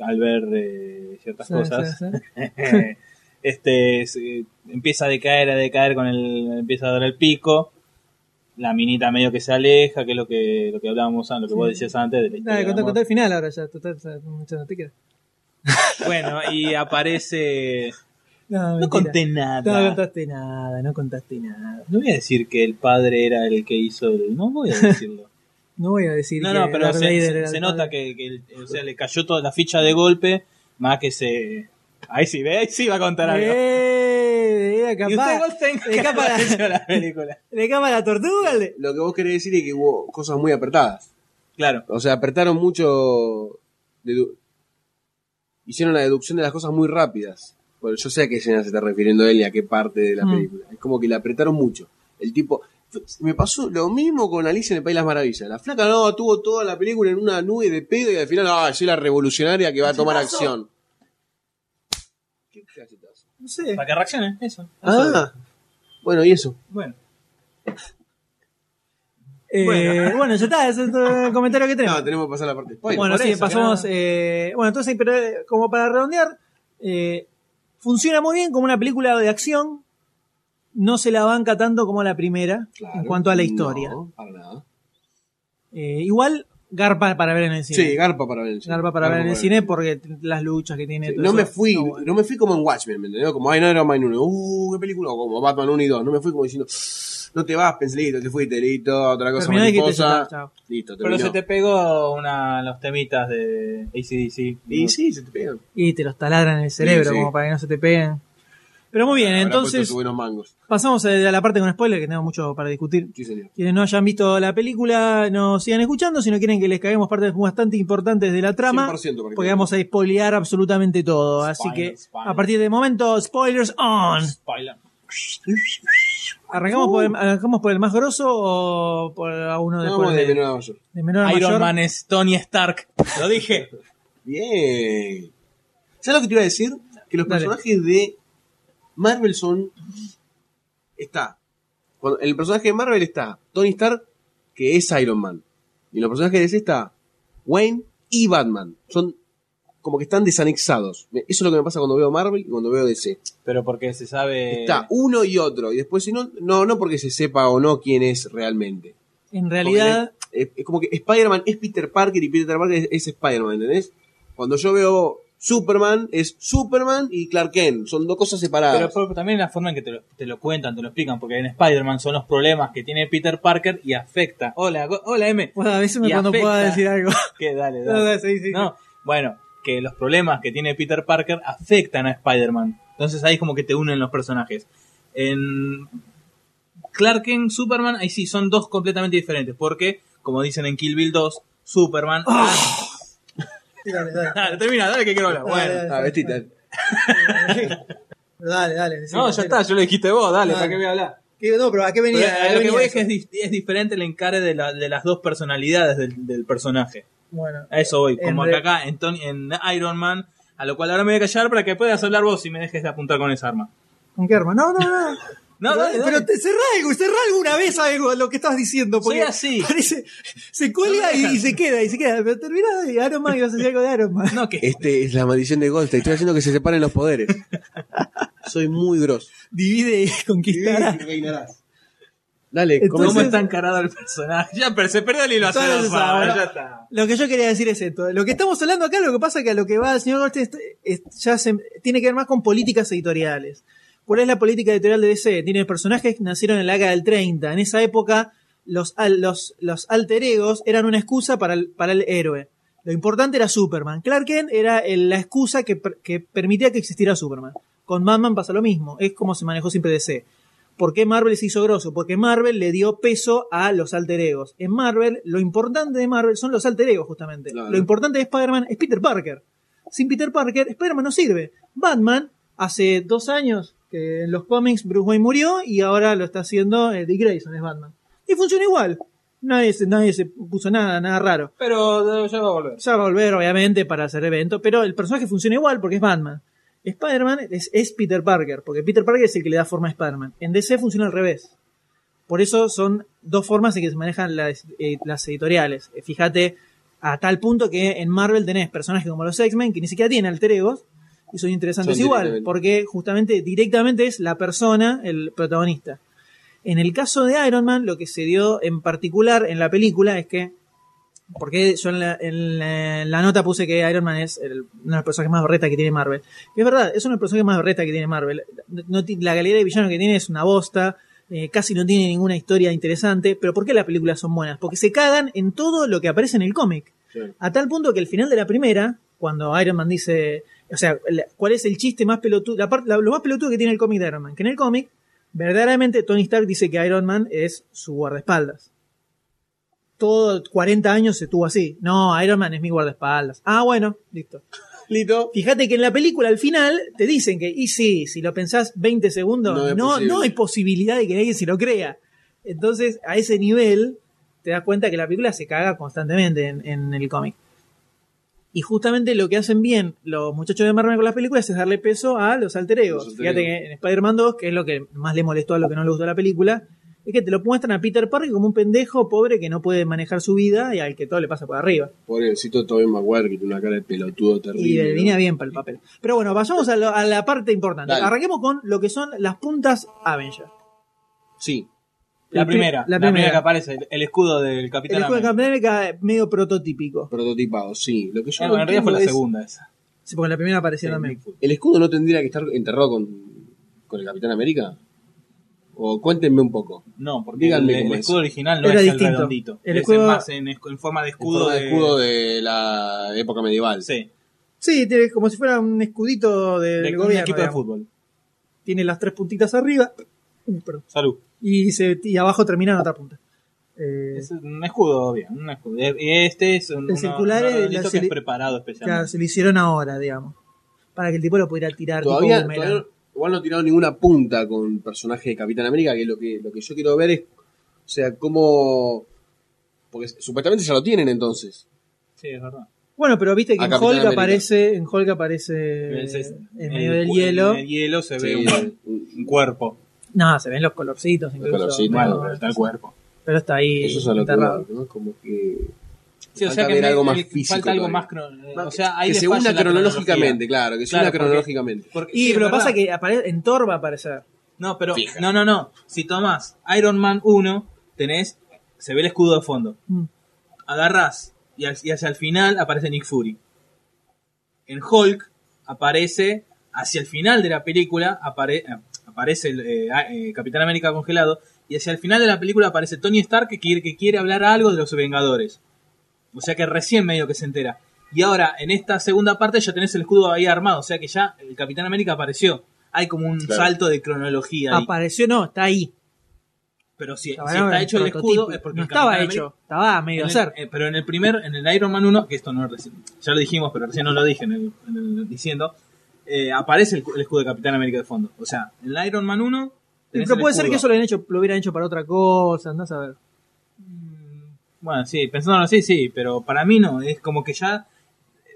S3: al ver eh, ciertas cosas.
S1: Sí, sí, sí.
S3: este se- empieza a decaer, a decaer con el empieza a dar el pico. La minita medio que se aleja, que es lo que lo que hablábamos, an- lo que vos
S1: Sí.
S3: decías antes de la historia
S1: Dale,
S3: de
S1: contá,
S3: amor.
S1: contá el final ahora ya. Total, ya, mucho no te queda.
S3: Bueno, y aparece
S1: No,
S3: No
S1: mentira.
S3: conté
S1: No
S3: nada.
S1: contaste nada, no contaste nada.
S3: No voy a decir que el padre era el que hizo el. No voy a decirlo.
S1: No voy a decir
S3: no,
S1: que
S3: no, pero
S1: Darth
S3: se,
S1: Vader
S3: se-
S1: era
S3: se
S1: el
S3: nota
S1: padre.
S3: que, que el- o sea, le cayó toda la ficha de golpe. Más que se. Ahí sí, ve, ahí sí va a contar algo.
S1: ¡Eh! Era
S3: y usted,
S1: capaz.
S3: Goldstein,
S1: de
S3: ¿qué
S1: capa-
S3: apareció en la película?
S1: Le cama la tortuga. le-
S2: Lo que vos querés decir es que hubo cosas muy apretadas.
S3: Claro.
S2: O sea, apretaron mucho. dedu- Hicieron la deducción de las cosas muy rápidas. Bueno, yo sé a qué escena se está refiriendo él y a qué parte de la
S1: Mm.
S2: película. Es como que la apretaron mucho. El tipo. Me pasó lo mismo con Alicia en el País de las Maravillas. La flaca no, tuvo toda la película en una nube de pedo y al final, ah, soy la revolucionaria que va a tomar acción. Qué cachetazo.
S1: No sé.
S3: Para que reaccione, eso.
S2: Ah, bueno, y eso.
S3: Bueno.
S1: Eh, bueno.
S3: Bueno.
S1: ya está, ese es todo el comentario que tenemos.
S2: No, tenemos que pasar a la parte.
S1: bueno,
S2: spoiler.
S3: por
S1: sí,
S3: eso,
S1: pasamos.
S3: claro.
S1: eh, bueno, entonces, pero eh, como para redondear, eh, funciona muy bien como una película de acción. No se la banca tanto como la primera en
S2: Claro.
S1: cuanto a la
S2: No,
S1: historia.
S2: para nada.
S1: Eh, igual, garpa para ver en el
S2: Sí,
S1: cine.
S2: garpa para ver el cine.
S1: Garpa para ver en el cine porque t- las luchas que tiene.
S2: Sí,
S1: todo
S2: No
S1: eso.
S2: me fui, no,
S1: bueno.
S2: me fui como en Watchmen, ¿me entendés? Como, ay, no era Man 1, uh, qué película, o como Batman 1 y 2. No me fui como diciendo, no te vas, penselito, te fuiste, listo, otra cosa
S1: Terminó y dijiste,
S2: mariposa.
S1: "Ya está, chao".
S2: Listo,
S3: Pero
S2: terminó.
S3: se te pegó una, los temitas de ACDC.
S2: Y sí, se te pegan.
S1: Y te los taladran en el cerebro
S2: sí. pues,
S1: como para que no se te peguen. Pero muy bien,
S2: Habrá puesto
S1: entonces
S2: sus buenos mangos.
S1: pasamos a la parte con spoiler que tenemos mucho para discutir.
S2: Sí, señor.
S1: Quienes no hayan visto la película, no sigan escuchando, si no quieren que les caguemos partes bastante importantes de la trama,
S2: 100% para que-
S1: porque vamos a spoilear absolutamente todo. Así
S3: Spoiler,
S1: que
S3: spoiler.
S1: a partir de momento, spoilers on.
S3: Spoiler.
S1: ¿Arrancamos, por, el, arrancamos por el más grosso o por a uno
S2: Uh. No,
S1: después
S2: vamos
S1: de,
S2: de menor a mayor.
S1: de menor a
S3: Iron
S1: mayor?
S3: Man es Tony Stark. Lo dije.
S2: Bien. ¿Sabes lo que te iba a decir? Que los
S1: Dale.
S2: personajes de Marvel son. Está. Cuando- en el personaje de Marvel está Tony Stark, que es Iron Man. Y en los personajes de DC está Wayne y Batman. Son como que están desanexados. Me- Eso es lo que me pasa cuando veo Marvel y cuando veo DC.
S3: Pero porque se sabe.
S2: Está uno y otro. Y después, si no, no, no porque se sepa o no quién es realmente.
S1: En realidad,
S2: Porque, eh, Es, como que Spider-Man es Peter Parker y Peter Parker es, es Spider-Man, ¿entendés? Cuando yo veo Superman es Superman y Clark Kent. Son dos cosas separadas.
S3: Pero, pero también la forma en que te lo, te lo cuentan, te lo explican, porque en Spider-Man son los problemas que tiene Peter Parker y afecta. Hola, go- hola M.
S1: Bueno, avísame
S3: Y
S1: cuando
S3: afecta-
S1: pueda decir algo.
S3: Que dale,
S1: No,
S3: dale.
S1: no, sí, sí, sí.
S3: No, bueno, que los problemas que tiene Peter Parker afectan a Spider-Man. Entonces ahí es como que te unen los personajes. En Clark Kent, Superman, ahí sí, son dos completamente diferentes. Porque, como dicen en Kill Bill 2, Superman.
S1: Dale, dale.
S3: Dale, termina, dale que quiero hablar.
S1: Ah. Dale,
S3: Bueno.
S1: dale,
S2: Ah, vestite.
S1: Dale, dale. decí,
S3: No, ya
S1: dale.
S3: está, yo lo dijiste vos, dale,
S1: Dale.
S3: ¿para qué voy a hablar?
S1: ¿Qué- No, pero ¿a qué venía?
S3: Pero,
S1: ¿A
S3: eh,
S1: qué
S3: lo que
S1: venía
S3: voy es
S1: eso?
S3: que es, dif- es diferente el encare de, la- de las dos personalidades del, del personaje.
S1: Bueno,
S3: A eso voy,
S1: En
S3: como
S1: re-
S3: acá, acá en, Tony- en Iron Man, a lo cual ahora me voy a callar para que puedas hablar vos y me dejes de apuntar con esa arma.
S1: ¿con qué arma? No, no, no.
S3: No,
S1: pero,
S3: dale, dale.
S1: pero te cerrá algo, cerrá alguna vez algo lo que estás diciendo.
S3: Soy
S1: Porque
S3: así.
S1: Parece, se cuelga
S3: No me
S1: y,
S3: dejan.
S1: y se queda, y se queda. Pero terminás de Iron Man y vas a decir algo de Iron Man.
S3: No, que
S2: Este es la maldición de Gold. Te estoy haciendo que se separen los poderes. Soy muy grosso.
S1: Divide y conquistará.
S2: Dale,
S1: Entonces-
S2: ¿cómo
S3: cómo
S2: es?
S3: está encarado el personaje. Ya, pero se perdió el hilo hace
S1: Todos
S3: dos
S1: lo saben,
S3: horas,
S1: ¿no?
S3: ya está.
S1: Lo que yo quería decir es esto. Lo que estamos hablando acá, lo que pasa es que a lo que va el señor Goldstein es- es- ya se- tiene que ver más con políticas editoriales. ¿Cuál es la política editorial de DC? Tiene personajes que nacieron en la década del 30. En esa época, los, al- los, los alter egos eran una excusa para el, para el héroe. Lo importante era Superman. Clark Kent era el- la excusa que, per- que permitía que existiera Superman. Con Batman pasa lo mismo. Es como se manejó siempre DC. ¿Por qué Marvel se hizo grosso? Porque Marvel le dio peso a los alter egos. En Marvel, lo importante de Marvel son los alter egos, justamente.
S2: Claro.
S1: Lo importante de Spider-Man es Peter Parker. Sin Peter Parker, Spider-Man no sirve. Batman, hace dos años que en los cómics Bruce Wayne murió y ahora lo está haciendo eh, Dick Grayson, es Batman. Y funciona igual. Nadie se, nadie se puso nada, nada raro.
S3: Pero eh, ya va a volver.
S1: Ya va a volver, obviamente, para hacer evento, pero el personaje funciona igual porque es Batman. Spider-Man es, es Peter Parker, porque Peter Parker es el que le da forma a Spider-Man. En DC funciona al revés. Por eso son dos formas en que se manejan las, eh, las editoriales. Eh, Fíjate, a tal punto que en Marvel tenés personajes como los X-Men que ni siquiera tienen alter egos y son interesantes
S2: Son
S1: igual,
S2: directamente.
S1: porque justamente directamente es la persona, el protagonista. En el caso de Iron Man, lo que se dio en particular en la película es que porque yo en la, en la- en la nota puse que Iron Man es el- uno de los personajes más berreta que tiene Marvel. Y es verdad, es uno de los personajes más berreta que tiene Marvel. No ti- la galería de villanos que tiene es una bosta, eh, casi no tiene ninguna historia interesante. Pero ¿por qué las películas son buenas? Porque se cagan en todo lo que aparece en el cómic.
S2: Sí.
S1: A tal punto que al final de la primera, cuando Iron Man dice. O sea, el- ¿cuál es el chiste más pelotudo? La parte- la- lo más pelotudo que tiene el cómic de Iron Man. Que en el cómic, verdaderamente Tony Stark dice que Iron Man es su guardaespaldas todo 40 años se tuvo así. No, Iron Man es mi guardaespaldas. Ah, bueno, listo.
S2: Lito.
S1: Fíjate que en la película al final te dicen que, y sí, si lo pensás 20 segundos, no,
S2: No es
S1: no,
S2: posible.
S1: hay posibilidad de que nadie se lo crea. Entonces, a ese nivel, te das cuenta que la película se caga constantemente en, en el cómic. Y justamente lo que hacen bien los muchachos de Marvel con las películas es darle peso a los alter egos.
S2: Los alter
S1: Fíjate
S2: egos.
S1: que en Spider-Man 2, que es lo que más le molestó a lo que no le gustó de la película, es que te lo muestran a Peter Parker como un pendejo pobre que no puede manejar su vida y al que todo le pasa por arriba.
S2: Pobrecito Tobey Maguire que tiene una cara de pelotudo
S1: Y
S2: terrible.
S1: le venía bien para el papel. Pero bueno, vayamos a, lo- a la parte importante.
S2: Dale.
S1: Arranquemos con lo que son las puntas Avenger.
S2: Sí.
S3: La
S1: El pri-
S3: primera,
S1: La
S3: la primera, que
S1: primera.
S3: aparece, el, el escudo del
S1: El
S3: Capitán
S1: escudo de
S3: América.
S1: Capitán América eh, medio prototípico.
S2: Prototipado, sí. Lo que yo
S3: Ah,
S2: no
S3: bueno, en realidad fue la
S2: entiendo es-
S3: segunda esa.
S1: Sí, porque la primera apareció también.
S2: ¿El escudo no tendría que estar enterrado con, con el Capitán América? O cuéntenme un poco.
S3: No, porque
S2: Díganme
S3: el, el
S2: cómo es.
S3: escudo original no
S1: Era
S3: es
S1: distinto.
S3: el redondito.
S1: El
S3: es
S1: escudo-
S3: más en, en forma de
S2: El escudo,
S3: escudo.
S2: de...
S3: de-
S2: la época medieval.
S3: Sí,
S1: Sí, tiene como si fuera un escudito del
S3: de un
S1: gobierno.
S3: equipo
S1: digamos.
S3: de fútbol.
S1: Tiene las tres puntitas arriba Uy, perdón.
S3: Salud.
S1: y, se, y abajo termina en otra punta. Eh,
S3: Es un escudo, bien, un escudo. Y Este es un,
S1: El circular es la
S3: redondito que
S1: celi-
S3: es preparado
S1: o sea,
S3: especialmente.
S1: se lo hicieron ahora, digamos. Para que el tipo lo pudiera tirar. tipo
S2: Todavía,
S1: boomerang.
S2: todavía igual no tiraron ninguna punta con personaje de Capitán América, que lo que, lo que yo quiero ver es, o sea, cómo... Porque supuestamente ya lo tienen entonces.
S3: Sí, es verdad.
S1: Bueno, pero viste que
S2: A
S1: en
S2: Ah, Capitán
S1: Hulk
S2: América.
S1: aparece, en Hulk aparece
S3: Es- es-
S1: eh, en medio
S3: el-
S1: del hielo.
S3: En el hielo se
S2: Sí,
S3: ve un, un cuerpo.
S1: No, se ven los colorcitos, incluso.
S2: colorcitos,
S1: Bueno,
S2: no,
S3: Bueno, está el cuerpo.
S1: pero está ahí.
S2: Eso es a lo que
S1: enterrado.
S2: va, ¿no? Como que...
S3: Sí, o
S2: Falta
S3: sea que
S2: ver
S3: me-
S2: algo más
S3: el-
S2: físico
S3: falta algo
S2: todavía.
S3: más. cron- O sea, ahí
S2: que
S3: le
S2: se
S3: falla
S2: una
S3: la
S2: cronológicamente,
S3: cronología.
S2: claro, que se
S3: Claro,
S2: una
S3: porque-
S2: cronológicamente.
S3: Porque-
S1: Y
S3: sí,
S1: pero
S3: es
S1: pasa
S3: verdad.
S1: que apare- en Thor va a aparecer.
S3: No, pero.
S2: Fija.
S3: No, no, no. Si tomás Iron Man 1, tenés. Se ve el escudo de fondo.
S1: Mm.
S3: Agarrás. Y, al- y hacia el final aparece Nick Fury. En Hulk aparece hacia el final de la película, apare- eh, aparece el, eh, a- eh, Capitán América congelado, y hacia el final de la película aparece Tony Stark que quiere, que quiere hablar algo de los Vengadores. O sea que recién medio que se entera. Y ahora, en esta segunda parte ya tenés el escudo ahí armado, o sea que ya el Capitán América apareció. Hay como un
S2: Claro.
S3: salto de cronología ahí.
S1: Apareció, no, está ahí.
S3: Pero si, si
S1: Cabrón,
S3: está hecho el
S1: prototipo.
S3: escudo es porque
S1: no
S3: el
S1: estaba
S3: Capitán
S1: hecho,
S3: América-
S1: estaba a medio
S3: en el-
S1: hacer.
S3: eh, pero en el primer, en el Iron Man 1, que esto no reci- ya lo dijimos, pero recién no lo dije en el, en el- diciendo, eh, aparece el, cu- el escudo de Capitán América de fondo. O sea, en el Iron Man 1. tenés
S1: Pero
S3: el
S1: puede ser
S3: escudo.
S1: que eso lo hubieran hecho, lo hubieran hecho para otra cosa, andás a ver.
S3: Bueno, sí, pensándolo así, sí, pero para mí no. Es como que ya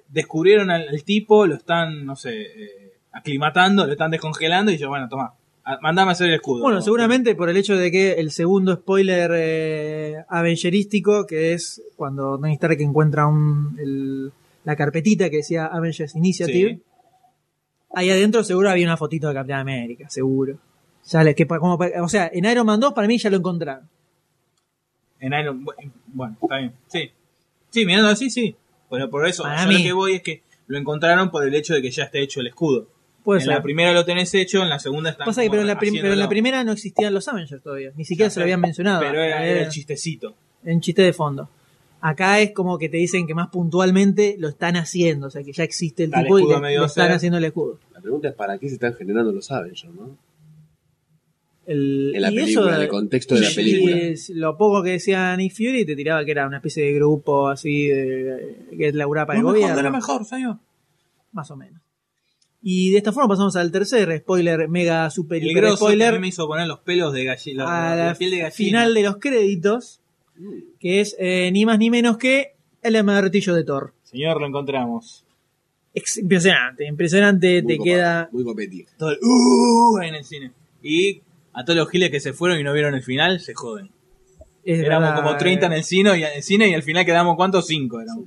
S3: descubrieron al, al tipo, lo están, no sé, eh, aclimatando, lo están descongelando y yo, bueno, toma, a- mandame a hacer el escudo.
S1: Bueno,
S3: ¿no?
S1: seguramente por el hecho de que el segundo spoiler eh, avengerístico, que es cuando Tony Stark encuentra un, el- la carpetita que decía Avengers Initiative,
S3: Sí.
S1: ahí adentro seguro había una fotito de Capitán América, seguro. Ya le- que pa- como pa- o sea, en Iron Man 2 para mí ya lo encontraron.
S3: En Iron Bueno, está bien. Sí. Sí, mirando así, sí. Pero por eso,
S1: Para
S3: yo
S1: mí.
S3: lo que voy es que lo encontraron por el hecho de que ya esté hecho el escudo.
S1: Puede
S3: en
S1: ser.
S3: la primera lo tenés hecho, en la segunda está.
S1: Pasa que pero en, la prim- pero en la primera no existían los Avengers todavía, ni siquiera se lo habían mencionado.
S3: Pero era, era el
S1: Era-
S3: chistecito.
S1: Es un chiste de fondo. Acá es como que te dicen que más puntualmente lo están haciendo, o sea que ya existe el
S3: Está el
S1: tipo y
S3: escudo
S1: le-
S3: medio
S1: lo están
S3: hacer.
S1: haciendo el escudo.
S2: La pregunta es para qué se están generando los Avengers, ¿no?
S1: El,
S2: En la
S1: y eso-
S2: película, en el contexto de la
S1: y-
S2: película.
S1: y es lo poco que decía Nick Fury te tiraba que era una especie de grupo así de, que laburaba para el gobierno.
S3: mejor, señor.
S1: Más o menos. Y de esta forma pasamos al tercer spoiler, mega super
S3: El
S1: hiper
S3: grosso
S1: spoiler.
S3: spoiler me hizo poner los pelos de gallina.
S1: a
S3: la,
S1: la,
S3: piel de gallina. Uh.
S1: final de los créditos, que es eh, ni más ni menos que el martillo de Thor.
S3: Señor, lo encontramos.
S1: Ex- impresionante, impresionante,
S2: Muy
S1: te
S2: copado,
S1: queda...
S2: Muy competitivo.
S3: Todo el, "Uh", en el cine. Y a todos los giles que se fueron y no vieron el final, se joden.
S1: es
S3: éramos
S1: verdad,
S3: como 30 en
S1: eh,
S3: el cine y, el cine y al final quedamos, ¿cuántos? 5 éramos.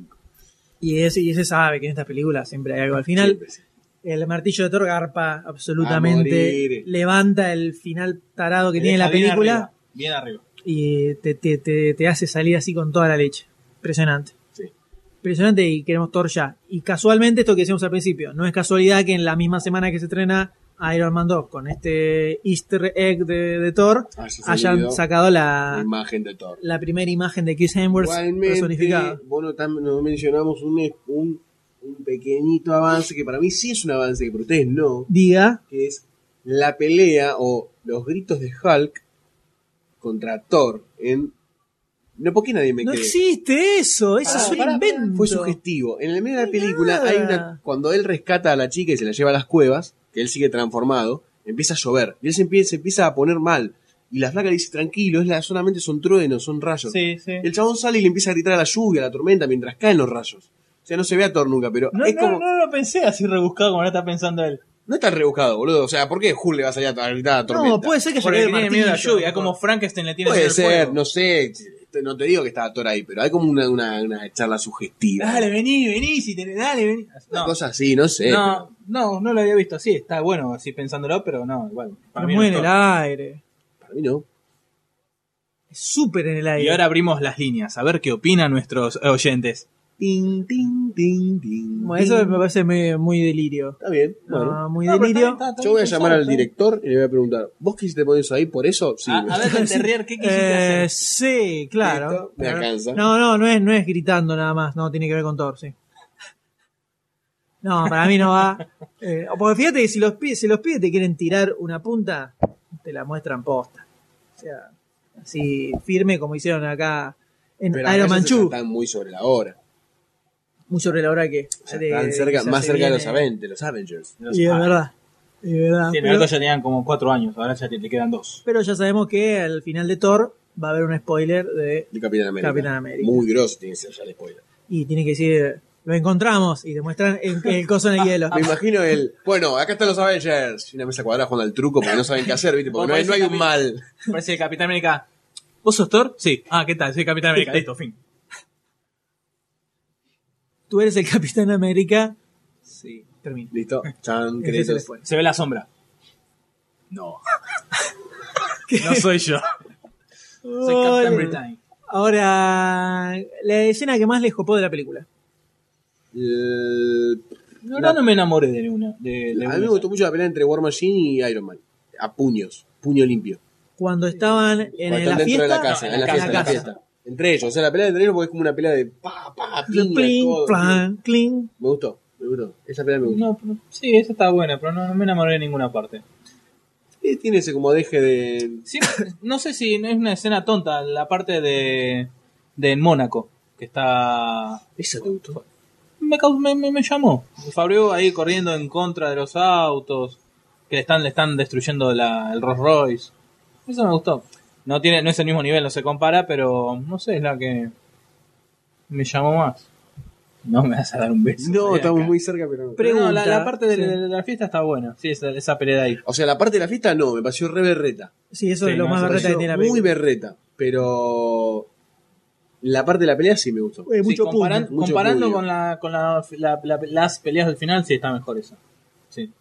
S1: Y, es- y se sabe que en estas películas siempre hay algo al final.
S2: Siempre, sí.
S1: El martillo de Thor garpa
S3: A
S1: absolutamente,
S3: morir.
S1: levanta el final tarado que
S3: Te
S1: tiene
S3: deja
S1: la
S3: bien
S1: película
S3: arriba, Bien arriba.
S1: y te, te- te- te hace salir así con toda la leche. Impresionante.
S2: Sí.
S1: Impresionante y queremos Thor ya. Y casualmente esto que decíamos al principio, no es casualidad que en la misma semana que se estrena Iron Man 2 con este easter egg de, de Thor
S2: Ah, ya se olvidó
S1: hayan sacado
S2: la
S1: la,
S2: imagen de Thor.
S1: la primera imagen de Chris Hemsworth
S2: Igualmente,
S1: personificado.
S2: bueno, nos mencionamos un, un, un pequeñito avance que para mí sí es un avance, que para ustedes no,
S1: Diga,
S2: que es la pelea o los gritos de Hulk contra Thor en... No, ¿por qué nadie me
S1: no
S2: cree?
S1: existe eso, eso
S2: Pará,
S1: es un
S2: Ah, pará,
S1: invento.
S2: Fue sugestivo. En el medio de la
S1: No hay
S2: película hay
S1: nada.
S2: una cuando él rescata a la chica y se la lleva a las cuevas, que él sigue transformado, empieza a llover y él se empieza, se empieza a poner mal y la flaca le dice tranquilo, es la, solamente son truenos, son rayos. El chabón sale y le empieza a gritar a la lluvia, a la tormenta mientras caen los rayos. O sea, no se ve a Thor nunca, pero
S3: No,
S2: es
S3: no,
S2: como no,
S3: no lo pensé así rebuscado como lo está pensando él.
S2: está rebuscado, boludo. O sea, ¿por qué Hulk le va a salir a a gritar a la tormenta?
S1: No, puede ser que haya
S3: Porque
S1: caído el
S3: tiene miedo a la
S1: martillo,
S3: lluvia, como Frankenstein le tiene
S2: Puede
S3: miedo al
S2: ser,
S3: fuego.
S2: no sé, te- no te digo que estaba Thor ahí, pero hay como una, una, una charla sugestiva.
S3: Dale, vení, vení, si tenés, dale, vení.
S2: Una
S3: No,
S2: cosa así, no sé.
S3: no, no, no lo había visto así, está bueno así pensándolo, pero no, igual. para
S1: Pero
S3: mí
S1: muy
S3: no
S1: en el
S3: está.
S1: aire.
S2: pero Para mí no.
S1: Es súper en el aire.
S3: Y ahora abrimos las líneas, a ver qué opinan nuestros oyentes.
S2: Tin, tin, tin, tin,
S1: Bueno,
S2: tin.
S1: eso me parece muy, muy delirio.
S2: Está bien. Bueno.
S1: Ah, muy
S3: No, pero está
S1: delirio.
S3: bien, está- está
S2: Yo voy a
S3: bien
S2: llamar
S3: pensado,
S2: al
S3: está bien.
S2: director y le voy a preguntar, ¿vos quisiste poner eso ahí por eso? Sí.
S3: Ah, A, a ver, Monterrier, ¿qué quisiste
S1: Eh,
S3: hacer?
S1: sí, claro.
S2: Listo, me
S1: Claro.
S2: alcanza.
S1: No, no, no es, no es gritando nada más. No, tiene que ver con Thor, sí. No, para mí no va. Eh, porque fíjate que si los, pibes, si los pibes te quieren tirar una punta, te la muestran posta. O sea, así firme como hicieron acá en
S2: Pero acá
S1: Iron
S2: ya
S1: Man
S2: se
S1: 2.
S2: Están muy sobre la hora.
S1: Muy sobre la hora que.
S2: O sea, están cerca, más cerca de los, Aven- de los Avengers.
S1: Y es verdad. y es verdad.
S3: Sí, en el
S1: Pero-
S3: otro ya tenían como cuatro años, ahora ya te, te quedan dos.
S1: Pero ya sabemos que al final de Thor va a haber un spoiler de.
S2: De Capitán América.
S1: Capitán América.
S2: Muy grosso tiene que ser ya el spoiler.
S1: Y tiene que decir, lo encontramos. Y te muestran el, el coso en el hielo.
S2: Me imagino el, bueno, acá están los Avengers. Y una mesa cuadrada jugando al truco porque no saben qué hacer, ¿viste? Porque no hay, no hay un mal.
S3: Parece el Capitán América. ¿Vos sos Thor? Sí. Ah, ¿qué tal? Soy Capitán América, listo, fin.
S1: Tú eres el Capitán América.
S3: Sí.
S1: Termina.
S2: Listo. Chan,
S1: Ese es el
S2: créditos.
S1: spoiler.
S3: Se ve la sombra. No. No soy yo. Soy Captain
S1: Ole.
S3: Britain.
S1: Ahora, la escena que más les copó de la película.
S2: El-
S3: La verdad no me enamoré de ninguna. De, de
S2: Eh, A mí me gustó mucho la pelea entre War Machine y Iron Man. A puños, puño limpio.
S1: Cuando estaban en la
S2: Cuando están
S1: fiesta.
S2: dentro de la casa, en la fiesta, en la fiesta. Entre ellos, o sea, la pelea entre ellos porque es como una pelea de pa, pa, piña,
S1: Plin,
S2: codo.
S1: plan, clink.
S2: Me gustó, me gustó. Esa pelea me gustó.
S3: No, pero- sí, esa está buena, pero no, no me enamoré de ninguna parte.
S2: Eh, Tiene ese como deje de.
S3: Sí, no sé si no es una escena tonta, la parte de, de en Mónaco, que está...
S2: Esa te gustó.
S3: Me, cau- me, me- me llamó. Fabreó ahí corriendo en contra de los autos, que le están, le están destruyendo la- el Rolls Royce. Eso me gustó. No, tiene, no es el mismo nivel, no se compara, pero no sé, es la que me llamó más. No me vas a dar un beso.
S2: No,
S3: Acá.
S2: estamos muy cerca, pero no.
S3: Pero no, la, la
S1: Pregunta,
S3: parte de,
S1: sí.
S3: de la fiesta está buena. Sí, esa, esa pelea de ahí.
S2: O sea, la parte de la fiesta no, me pareció re berreta.
S1: Sí, eso
S3: Sí,
S1: es lo
S3: no,
S1: más
S3: eso
S1: Ah, berreta que
S2: Pareció
S1: tiene la
S2: muy
S1: película.
S2: berreta, pero. La parte de la pelea sí me gustó.
S1: Eh, mucho
S3: Sí,
S1: puño.
S3: comparan-
S2: mucho
S3: comparando
S2: puño.
S3: con, la, con la- la- la- las peleas del final, sí está mejor esa. Sí.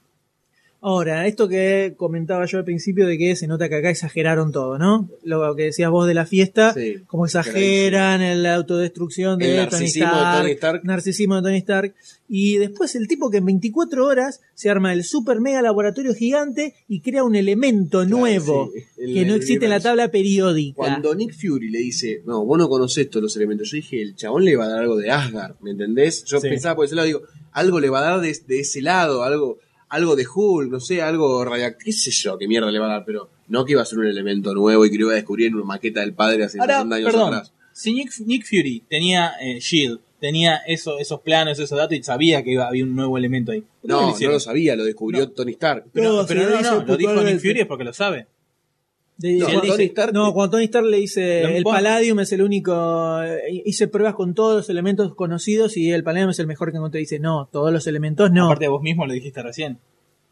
S1: Ahora, esto que comentaba yo al principio de que se nota que acá exageraron todo, ¿no? Lo que decías vos de la fiesta,
S2: Sí,
S1: como exageran en la autodestrucción de,
S2: El
S1: Tony,
S2: narcisismo de
S1: Stark,
S2: Tony Stark.
S1: narcisismo de Tony Stark. Y después el tipo que en 24 horas se arma el super mega laboratorio gigante y crea un elemento nuevo
S2: sí, el-
S1: que no
S2: el
S1: existe en la
S2: universo.
S1: tabla periódica.
S2: Cuando Nick Fury le dice, no, vos no conocés todos los elementos, yo dije, el chabón le va a dar algo de Asgard, ¿me entendés? Yo
S3: Sí.
S2: pensaba por ese lado, digo, algo le va a dar de, de ese lado, algo algo de Hulk, no sé, algo radioactivo, qué sé yo, qué mierda le va a dar, pero no que iba a ser un elemento nuevo y que lo iba a descubrir en una maqueta del padre hace
S3: Ahora,
S2: 60 años
S3: perdón,
S2: atrás.
S3: si Nick, Nick Fury tenía eh, Shield, tenía eso, esos planos, esos datos y sabía que iba- había un nuevo elemento ahí. ¿por qué
S2: No, no
S3: hicieron?
S2: lo sabía, lo descubrió
S3: No.
S2: Tony Stark.
S3: Pero,
S1: No,
S3: pero
S1: se lo
S3: no,
S1: dice
S3: no, lo dijo Nick
S1: puntualmente.
S3: Fury es porque lo sabe.
S1: De-
S2: No,
S1: cuando- no,
S2: Tony
S1: cuando Tony
S2: Stark-
S1: Stark, le dice
S3: Lo-
S1: el
S3: vos-
S1: Palladium es el único, eh, hice pruebas con todos los elementos conocidos y el Palladium es el mejor que encontré. Dice, no, todos los elementos no.
S3: Aparte vos mismo lo dijiste recién.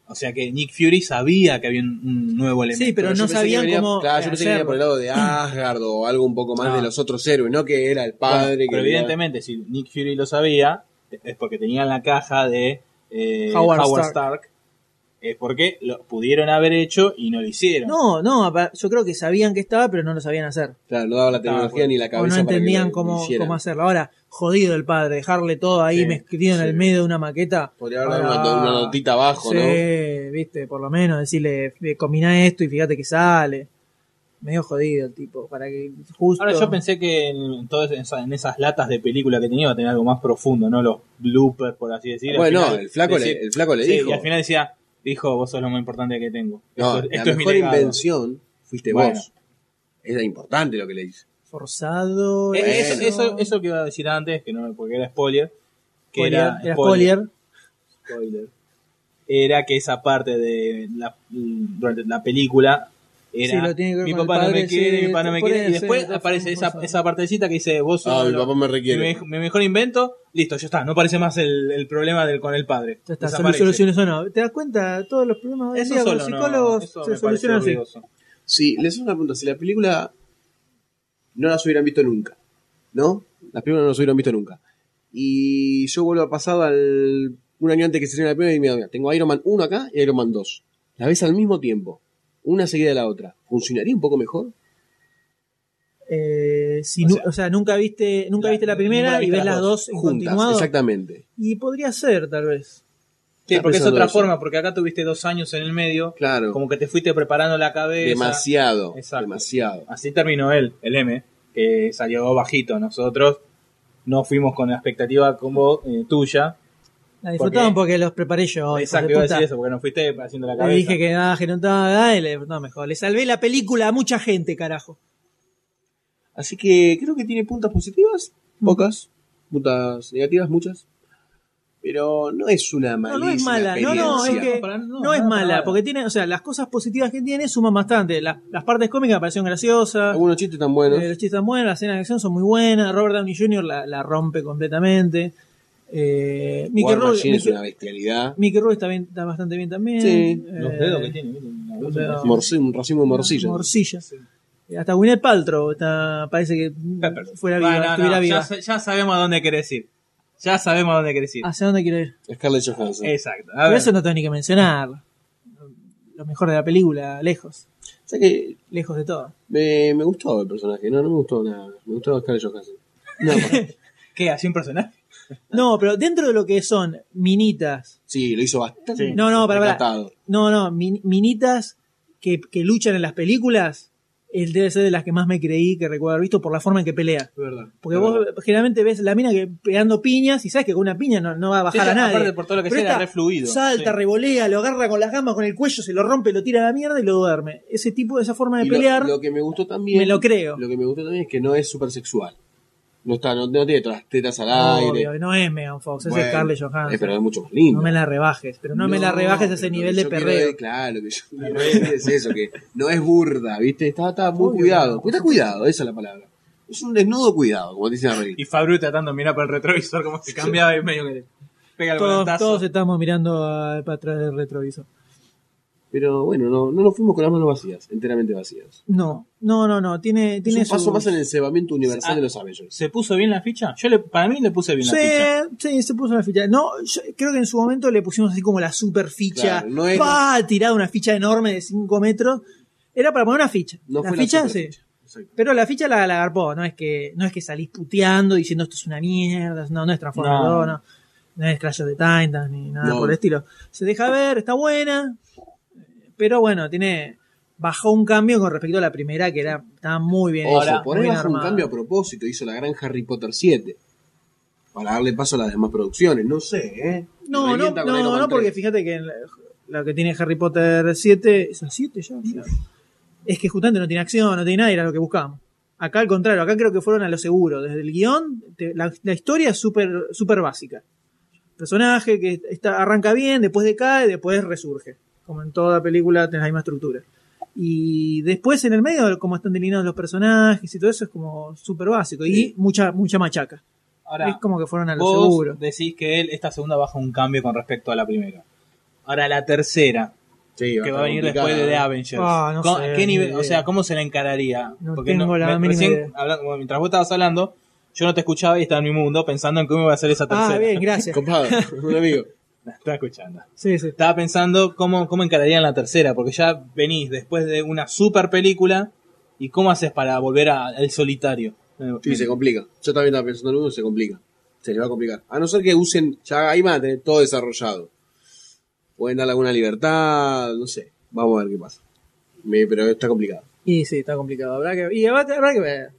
S3: O sea que Nick Fury sabía que había un, un nuevo elemento.
S1: sí, pero,
S2: yo
S1: no
S2: pensé que
S1: sabían
S2: venía-
S1: cómo.
S2: Claro, yo pensé que venía por el lado de Asgard o algo un poco más
S3: No.
S2: de los otros héroes, no que era el
S3: Bueno,
S2: padre que
S3: pero
S2: venía-
S3: evidentemente, si Nick Fury lo sabía, es porque tenían la caja de eh, Howard,
S1: Howard
S3: Stark. Es porque lo pudieron haber hecho y no lo hicieron.
S1: No, no, apa- yo creo que sabían que estaba, pero no lo sabían hacer.
S2: Claro, no daba la
S3: Estaba
S2: tecnología
S3: por-
S2: ni la cabeza.
S1: O no
S2: para que
S1: entendían
S2: lo
S1: cómo,
S2: hicieran.
S1: cómo hacerlo. Ahora, jodido el padre, dejarle todo ahí
S2: Sí,
S1: mezclado en
S2: sí.
S1: el medio de una maqueta.
S2: Podría haber
S1: para-
S2: dado una, una notita abajo,
S1: Sí,
S2: ¿no?
S1: viste, por lo menos decirle, eh, combina esto y fíjate que sale. Medio jodido el tipo, para que justo.
S3: Ahora yo pensé que en, todas esas- en esas latas de película que tenía iba a tener algo más profundo, ¿no? Los bloopers, por así decirlo. Al
S2: bueno,
S3: final,
S2: el flaco,
S3: decir-
S2: le, el flaco le
S3: sí,
S2: dijo.
S3: Y al final decía, dijo, vos sos lo más importante que tengo.
S2: no,
S3: esto,
S2: la
S3: esto es mi
S2: mejor
S3: legado".
S2: invención fuiste
S3: Bueno.
S2: vos. Era importante lo que le dice.
S1: Forzado.
S3: Eh,
S1: eh,
S3: Eso, eso, eso que iba a decir antes, que no, porque era spoiler. Que
S1: Collier,
S3: era,
S1: era Collier.
S3: spoiler, era que esa parte de la, durante la película
S1: Sí,
S3: era
S1: lo tiene que ver
S3: mi
S1: con el
S3: papá no
S1: padre,
S3: me quiere,
S1: sí,
S3: mi papá no me
S1: por
S3: quiere, y
S1: eso,
S3: después
S1: está
S3: aparece esa,
S1: forzado.
S3: esa partecita que dice, vos sos
S2: Ah, mi
S3: lo-
S2: papá me
S3: mi,
S2: requiere.
S3: me- mi mejor invento, listo, ya está, no aparece más el, el problema del, con el padre.
S1: Ya está,
S3: Desaparece.
S1: soluciones o no. ¿Te das cuenta? Todos los problemas hoy en
S3: Eso
S1: día con
S3: solo,
S1: los
S3: no,
S1: psicólogos
S3: eso me
S1: se
S3: parece
S1: solucionan así.
S3: ruidoso.
S2: Sí, les hago una pregunta. Si la película no las hubieran visto nunca, ¿no? Las películas no las hubieran visto nunca. Y yo vuelvo a pasado al, un año antes que se estrene la primera y me digo, mira, tengo Iron Man 1 acá y Iron Man 2. Las ves al mismo tiempo, una seguida de la otra. ¿Funcionaría un poco mejor?
S1: Eh, si
S3: O
S1: nu- o,
S3: sea,
S1: sea, nunca viste nunca
S3: la-
S1: viste la primera
S3: nunca
S1: y
S3: viste
S1: ves
S3: las
S1: las dos en
S2: Juntas,
S1: continuado.
S2: exactamente.
S1: Y podría ser, tal vez.
S3: Sí,
S2: Está
S3: porque es
S2: pensando
S3: otra
S2: eso.
S3: forma, porque acá tuviste dos años en el medio,
S2: Claro.
S3: como que te fuiste preparando la cabeza.
S2: Demasiado.
S3: Exacto.
S2: Demasiado.
S3: Así terminó él, el M, que salió bajito. Nosotros no fuimos con la expectativa como eh, tuya.
S1: La disfrutaban porque, los preparé yo. hijos
S3: Exacto,
S1: de
S3: iba a
S1: puta.
S3: decir eso, porque no fuiste haciendo la
S1: Le
S3: cabeza.
S1: dije que nada, que no estaba nada, y le no, mejor. Le salvé la película a mucha gente, carajo.
S2: Así que creo que tiene puntas positivas,
S1: Mm.
S2: pocas, puntas negativas, muchas. Pero no es una
S1: No,
S2: malísima
S1: no es mala. No, no, es
S2: experiencia.
S1: que
S3: para- no,
S1: no,
S3: nada
S1: es
S3: para
S1: mala.
S3: nada.
S1: Porque tiene, o sea, las cosas positivas que tiene suman bastante. Las, las partes cómicas me parecieron graciosas.
S2: Algunos chistes tan buenos.
S1: Eh, los chistes están buenos, las escenas de acción son muy buenas. Robert Downey Jr. la, la rompe completamente. Eh, Mickey
S2: War
S1: Rourke
S2: Machine es
S1: Mickey-
S2: una bestialidad.
S1: Mickey Rourke está, bien- está bastante bien también.
S2: Sí,
S3: Los
S1: Eh,
S3: dedos que tiene, miren, la
S1: los
S3: usa.
S1: dedos.
S2: Morci- un racimo de morcillas.
S1: Morcillas. Eh, Hasta Gwyneth Paltrow está, parece que
S3: Pepper.
S1: fuera
S3: Ah, Bueno,
S1: viva,
S3: no,
S1: estuviera
S3: ya
S1: viva.
S3: sa- Ya, sabemos a dónde querés ir. Ya sabemos a dónde querés ir.
S1: ¿Hacia dónde quiero ir?
S2: Scarlett Johansson.
S3: Exacto. A
S1: Ah, Pero
S3: ver,
S1: eso no tengo ni que mencionar. Lo mejor de la película, lejos.
S2: O sea que eh,
S1: Lejos de todo.
S2: me, me gustó el personaje. No, no me gustó nada. Me gustó Scarlett Johansson. No,
S3: ¿Qué? ¿Hacía un personaje?
S1: No, pero dentro de lo que son minitas.
S2: Sí, lo hizo bastante.
S1: No, no, para, para.
S2: recatado.
S1: No, no, min- minitas que, que luchan en las películas. Él debe ser de las que más me creí que recuerdo haber visto por la forma en que pelea.
S3: verdad.
S1: Porque vos generalmente ves la mina que pegando piñas y sabes que con una piña no, no va a bajar
S3: Sí,
S1: a nadie.
S3: aparte, por todo lo que
S1: Pero
S3: sea, era
S1: esta
S3: re fluido.
S1: Salta,
S3: Sí.
S1: revolea, lo agarra con las gamas, con el cuello, se lo rompe, lo tira a la mierda y lo duerme. Ese tipo, esa forma de
S2: Y lo-
S1: pelear,
S2: Lo, que me gustó también.
S1: me lo creo.
S2: Lo que me gustó también es que no es súper sexual. No, está, no, no tiene todas las tetas al aire.
S1: Obvio, no es Megan Fox, ese
S2: Bueno,
S1: es Carly
S2: eh, pero
S1: Johansson.
S2: es mucho más lindo.
S1: No me la rebajes, pero no, me la rebajes a ese
S2: pero lo
S1: nivel
S2: que
S1: de
S2: yo quiero
S1: perreo.
S2: es- claro, lo que yo quiero es- es eso, que no es burda, ¿viste? Está, está muy cuidado. Está cuidado, esa es la palabra. Es un desnudo cuidado, como dice América.
S3: Y Fabru tratando de mirar por el retrovisor como se cambiaba y medio que le pega el
S1: Todos,
S3: volantazo.
S1: todos estamos mirando a- para atrás del retrovisor.
S2: Pero bueno, no, no nos fuimos con las manos vacías, enteramente vacías.
S1: No, no, no, no, tiene, tiene
S2: es un paso
S1: sus-
S2: más en el cebamiento universal
S3: Ah.
S2: de los Avengers.
S3: ¿Se puso bien la ficha? Yo le, para mí le puse bien la ficha.
S1: Sí, sí, se puso una ficha. No, yo creo que en su momento le pusimos así como la super ficha.
S2: Claro, no era-
S1: ¡Pah! Tirada una ficha enorme de 5 metros. Era para poner una ficha.
S2: No
S1: la
S2: fue la
S1: ficha,
S2: super
S1: sí.
S2: ficha. Exacto.
S1: Pero la ficha la, la garpó. No es, que, no es que salís puteando diciendo esto es una mierda. No, no es Transformers
S3: No.
S1: 2, no. No es Clash of the Titans ni nada
S2: No.
S1: por el estilo. Se deja ver, está buena. Pero bueno, tiene. Bajó un cambio con respecto a la primera, que era, estaba muy bien.
S2: Ojo,
S1: hecha,
S2: por
S1: muy
S2: ahí
S1: bien
S2: bajo un
S1: armada.
S2: cambio a propósito, hizo la gran Harry Potter 7. Para darle paso a las demás producciones, no sé, ¿eh?
S1: No, no,
S2: Revienta con Iron
S1: no,
S2: Man
S1: no,
S2: 3.
S1: porque fíjate que en la, la que tiene Harry Potter 7, ¿es la 7 ya? Mira. Es que justamente no tiene acción, no tiene nada, era lo que buscábamos. Acá al contrario, acá creo que fueron a lo seguro. Desde el guión, te- la, la historia es súper súper básica. Personaje que está, arranca bien, después decae, después resurge. Como en toda película tenés la misma estructura. Y después en el medio, como están delineados los personajes y todo eso, es como súper básico. Y mucha mucha machaca.
S3: Ahora,
S1: es como que fueron a lo
S3: vos
S1: seguro.
S3: decís que él, esta segunda baja un cambio con respecto a la primera. Ahora la tercera,
S2: Sí,
S3: que
S2: estar
S3: va a venir
S2: complicada, ¿eh?
S3: después de The
S2: ¿no?
S3: Avengers.
S1: Ah, no
S3: ¿Con-
S1: sé,
S3: ¿Qué
S1: ni
S3: nivel?
S1: idea.
S3: O sea, ¿cómo se la encararía?
S1: No tengo la mínima idea.
S3: hablando- bueno, mientras vos estabas hablando, yo no te escuchaba y estaba en mi mundo pensando en cómo iba a ser esa tercera.
S1: Ah, bien, gracias.
S2: Compadre, un amigo.
S3: Estaba escuchando.
S1: Sí, sí.
S3: Estaba pensando cómo, cómo encararían la tercera, porque ya venís después de una super película y cómo haces para volver a- al solitario.
S2: Sí, se complica. Yo también estaba pensando en uno, se complica. Se le va a complicar. A no ser que usen, ya ahí van a tener todo desarrollado. Pueden darle alguna libertad, no sé. Vamos a ver qué pasa. Me- pero está complicado.
S1: Y sí, está complicado. Habrá que, y habrá, habrá que ver.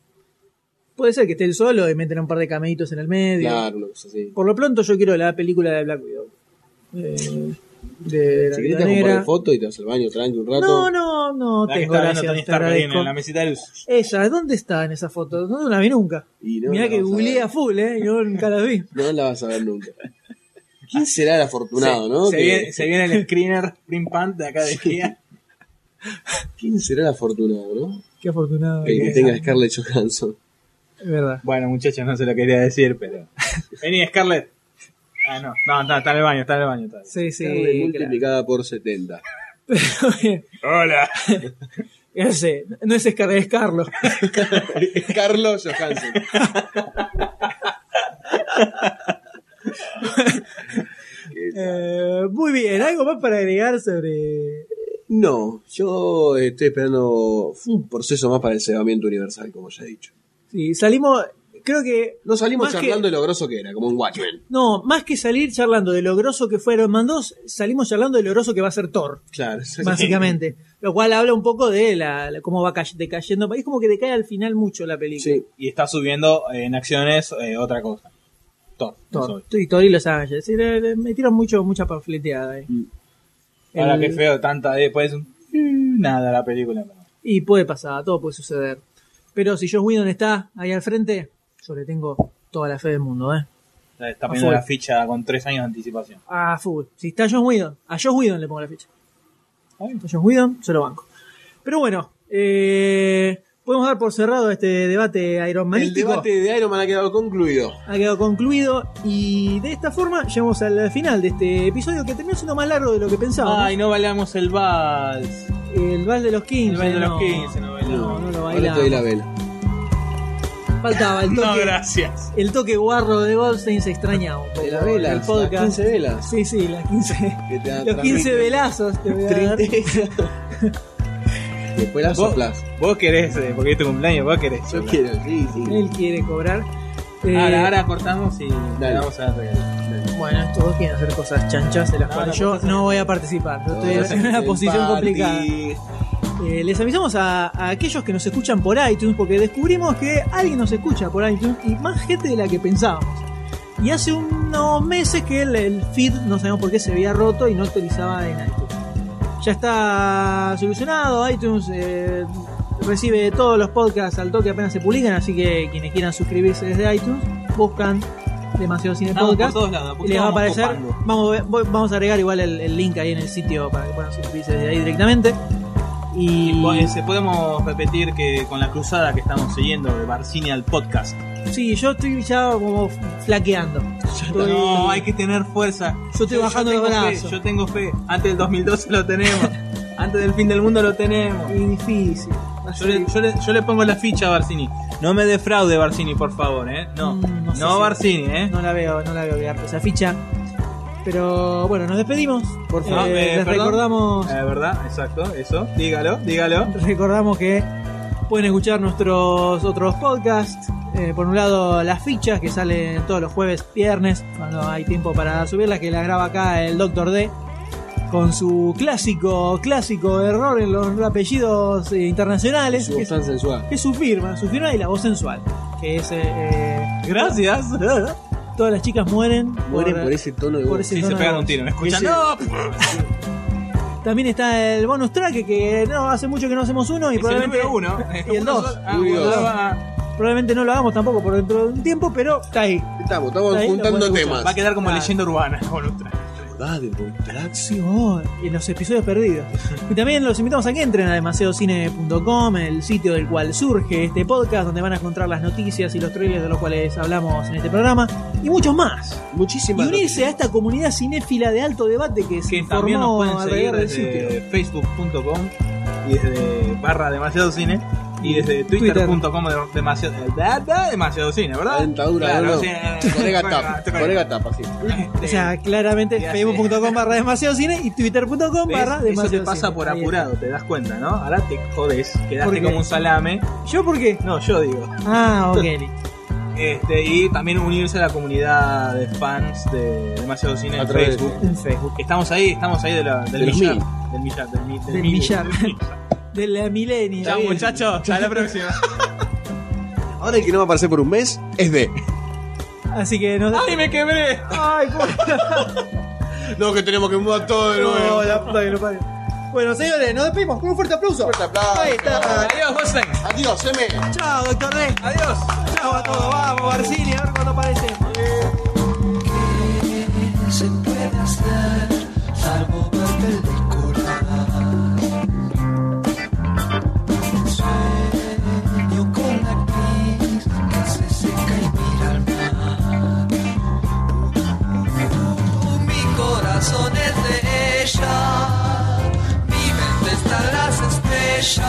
S1: Puede ser que estén solo y metan un par de cameitos en el medio.
S2: Claro, una cosa así.
S1: Por lo pronto, yo quiero la película de Black Widow. Eh, de la Viuda
S2: Si querés te vas a
S1: Negra.
S2: comprar foto y te vas al baño tranqui un rato.
S1: No, no, no
S3: La que
S1: tengo
S3: está hablando
S1: gracias,
S3: Tony
S1: te
S3: Stark ahí en
S1: agradezco.
S3: la mesita de luz.
S1: Ella, ¿dónde está en esa foto? No la vi nunca.
S2: Y no
S1: Mirá
S2: la
S1: que
S2: vas a
S1: googleé
S2: ver.
S1: a full, ¿eh? Yo nunca la vi.
S2: No la vas a ver nunca. ¿Quién será el afortunado,
S3: se,
S2: no?
S3: se
S2: Que-
S3: viene, se viene el screener print pan de acá de Kia.
S2: ¿Quién será el afortunado, no?
S1: Qué afortunado.
S2: El que
S1: Es
S2: tenga Scarlett Johansson.
S1: verdad.
S3: Bueno, muchachos, no se lo quería decir, pero. Vení, Scarlett. Ah, no, no, no, está en el baño, está en el baño. está bien.
S1: Sí, sí.
S2: Scarlett
S1: claro.
S2: multiplicada por 70.
S1: Pero bien,
S3: Hola.
S1: ya sé, no es Scar, es Carlos.
S2: Carlos Johansson.
S1: Eh, muy bien, ¿algo más para agregar sobre
S2: No, yo eh, estoy esperando fue un proceso más para el cebamiento universal, como ya he dicho.
S1: Sí, salimos, creo que,
S2: No salimos
S1: Más
S2: charlando
S1: que-
S2: de lo grosso que era, como un Watchmen.
S1: no, más que salir charlando de lo grosso que fue Iron Man 2, salimos charlando de lo grosso que va a ser Thor,
S2: Claro,
S1: básicamente. Lo cual habla un poco de la, la- cómo va cay- decayendo. Es como que decae al final mucho la película.
S2: Sí,
S3: Y está subiendo eh, en acciones eh, otra cosa. Thor.
S1: Thor,
S3: Thor.
S1: y Thor y Los Ángeles. Sí, le- le metieron mucho, mucha panfleteada ahí.
S3: Mm. Ahora
S1: El-
S3: que feo, tanta eh, después. Mm, Nada, la película. pero-
S1: Y puede pasar, todo puede suceder. Pero si Josh Whedon está ahí al frente, yo le tengo toda la fe del mundo, ¿eh?
S3: Ya Está
S1: A
S3: poniendo
S1: full.
S3: la ficha con tres años de anticipación.
S1: Ah, full. Si está John Whedon, a John Whedon le pongo la ficha. A John Whedon, se lo banco. Pero bueno, eh, podemos dar por cerrado este debate Iron
S2: el
S1: Manístico.
S2: debate de Iron Man ha quedado concluido.
S1: Ha quedado concluido y de esta forma llegamos al final de este episodio que terminó siendo más largo de lo que pensábamos.
S3: Ay, no bailamos el vals.
S1: El Val de los 15.
S3: El Vals de los
S1: no.
S3: 15, no bailamos.
S1: No, no lo
S2: Ahora te doy la
S1: bailamos.
S2: vela.
S1: Faltaba el
S3: No,
S1: toque,
S3: gracias.
S1: el toque guarro de Goldstein se extrañaba un poco.
S2: De la vela,
S1: El podcast.
S2: las 15 velas.
S1: Sí, sí, las 15.
S2: Que te
S1: Los 15 velazos te voy a dar.
S2: Después la
S3: Vos-
S2: soplas.
S3: Vos este querés, eh, porque es tu cumpleaños, vos querés.
S2: Yo quiero, sí, sí.
S1: Él quiere cobrar. Eh,
S3: Ahora, ahora cortamos y
S2: Dale.
S3: vamos a
S1: Bueno, estos dos quieren hacer cosas chanchas de las
S3: No,
S1: cuales
S3: no,
S1: yo no voy a participar. Yo estoy en una posición complicada. Eh, les avisamos a, a aquellos que nos escuchan por iTunes porque descubrimos que alguien nos escucha por iTunes y más gente de la que pensábamos. Y hace unos meses que el, el feed, no sabemos por qué, se había roto y no actualizaba en iTunes. Ya está solucionado, iTunes eh, recibe todos los podcasts al toque apenas se publican, así que quienes quieran suscribirse desde iTunes, buscan demasiado cine
S3: Estamos por
S1: Este podcast.
S3: todos lados,
S1: Y
S3: porque
S1: les va a
S3: estábamos
S1: aparecer.
S3: copando.
S1: Vamos, a ver- voy- vamos a agregar igual el, el link ahí en el sitio para que puedan suscribirse desde ahí directamente. Y,
S3: Y po- eh, se podemos repetir que con la cruzada que estamos siguiendo de Barcini al podcast.
S1: sí, yo estoy ya como flaqueando. Estoy-
S3: No, hay que tener fuerza.
S1: Yo estoy bajando los
S3: tengo fe,
S1: brazos.
S3: yo tengo fe. Antes del 2012 lo tenemos. Antes del fin del mundo lo tenemos.
S1: Y difícil.
S3: Yo le, yo le- yo le pongo la ficha a Barcini. No me defraude Barcini, por favor, ¿eh? No,
S1: Mm,
S3: no,
S1: no sé si-
S3: Barcini, ¿eh?
S1: No la veo, no la veo llegar esa ficha. Pero bueno, nos despedimos.
S3: Por
S1: Eh, les recordamos,
S3: Es Eh, verdad, exacto, eso. Dígalo, dígalo.
S1: recordamos que pueden escuchar nuestros otros podcasts. Eh, por un lado, las fichas que salen todos los jueves, viernes, cuando hay tiempo para subirlas, que las graba acá el Doctor D. Con su clásico, clásico error en los apellidos eh, internacionales.
S2: Su
S1: que
S2: voz
S1: es-
S2: tan sensual.
S1: que es su firma, su firma y la voz sensual. Que es. eh, eh,
S3: Gracias.
S1: Todas las chicas mueren.
S2: Mueren por ese tono de
S1: por eh,
S2: voz.
S1: ese
S3: Sí, se
S1: tono de
S3: pegan un
S1: voz.
S3: tiro, ¿me escuchan?
S2: Ese-
S3: No,
S1: También está el bonus track que no hace mucho que no hacemos uno y
S3: es el
S1: probablemente
S3: número uno.
S1: y el dos.
S3: Ah,
S2: Uy,
S3: bueno,
S2: dos.
S3: Va
S1: probablemente no lo hagamos tampoco por dentro de un tiempo, pero está ahí.
S2: Estamos, estamos
S1: Ahí lo
S2: juntando
S1: pueden
S2: temas.
S1: escuchar.
S3: va a quedar como
S1: Claro.
S3: leyenda urbana. bueno, otra.
S2: ¿Verdad? de Von Trax?
S1: Sí, vos, Oh, en los episodios perdidos. Y también los invitamos a que entren a demasiadocine.com, el sitio del cual surge este podcast, donde van a encontrar las noticias y los trailers de los cuales hablamos en este programa, y muchos más. Y
S2: Muchísimas
S1: unirse a esta comunidad cinéfila de alto debate que se
S3: que también nos
S1: formó
S3: pueden seguir
S1: alrededor del sitio.
S3: desde facebook.com y desde barra demasiado cine y desde twitter.com de- demasiado, da- da- demasiado cine, ¿verdad?
S2: La dentadura,
S3: Claro,
S2: no.
S3: sí, eh,
S2: Corega
S3: bueno,
S2: tapa,
S3: te-
S2: corega tapa, sí.
S3: Este,
S1: O sea, claramente
S3: Y así-
S1: facebook.com barra demasiado cine y twitter.com
S3: ¿ves?
S1: barra
S3: eso
S1: demasiado
S3: te pasa
S1: cine.
S3: por
S1: Ahí está.
S3: apurado, te das cuenta, ¿no? Ahora te jodés,
S1: ¿Por
S3: quedaste
S1: qué?
S3: como un salame.
S1: ¿Yo por qué?
S3: No, yo digo.
S1: Ah, ok. listo.
S3: Este, y también unirse a la comunidad de fans de demasiado cine
S2: A
S3: en
S2: través de-
S3: Facebook.
S1: en Facebook.
S3: Estamos ahí, estamos ahí de la- del
S2: De los
S3: millar.
S2: mil.
S3: Del millar, del, mi- del
S1: Del
S3: mil-
S1: millar.
S3: del millar.
S1: De la milenia.
S3: Chao muchachos, hasta la próxima.
S2: Ahora el que no va a aparecer por un mes es de.
S1: Así que nos
S3: ¡Ay, me quebré!
S1: Ay, por
S2: No, que tenemos que mudar todo de nuevo.
S1: No, la puta que lo parió. Bueno, señores, nos despedimos con un fuerte aplauso.
S2: Fuerte aplauso.
S1: Ahí está.
S3: Adiós, Wolfgang.
S2: Adiós, M.
S1: Chao, doctor D.
S3: Adiós.
S1: Chao a todos. Vamos, Barcini, a ver cuándo aparece.
S4: se puede hacer salvo ver películas. Sueño con la actriz que se seca y mira al mar. Oh, mi corazón es de ella, mi mente está en las estrellas.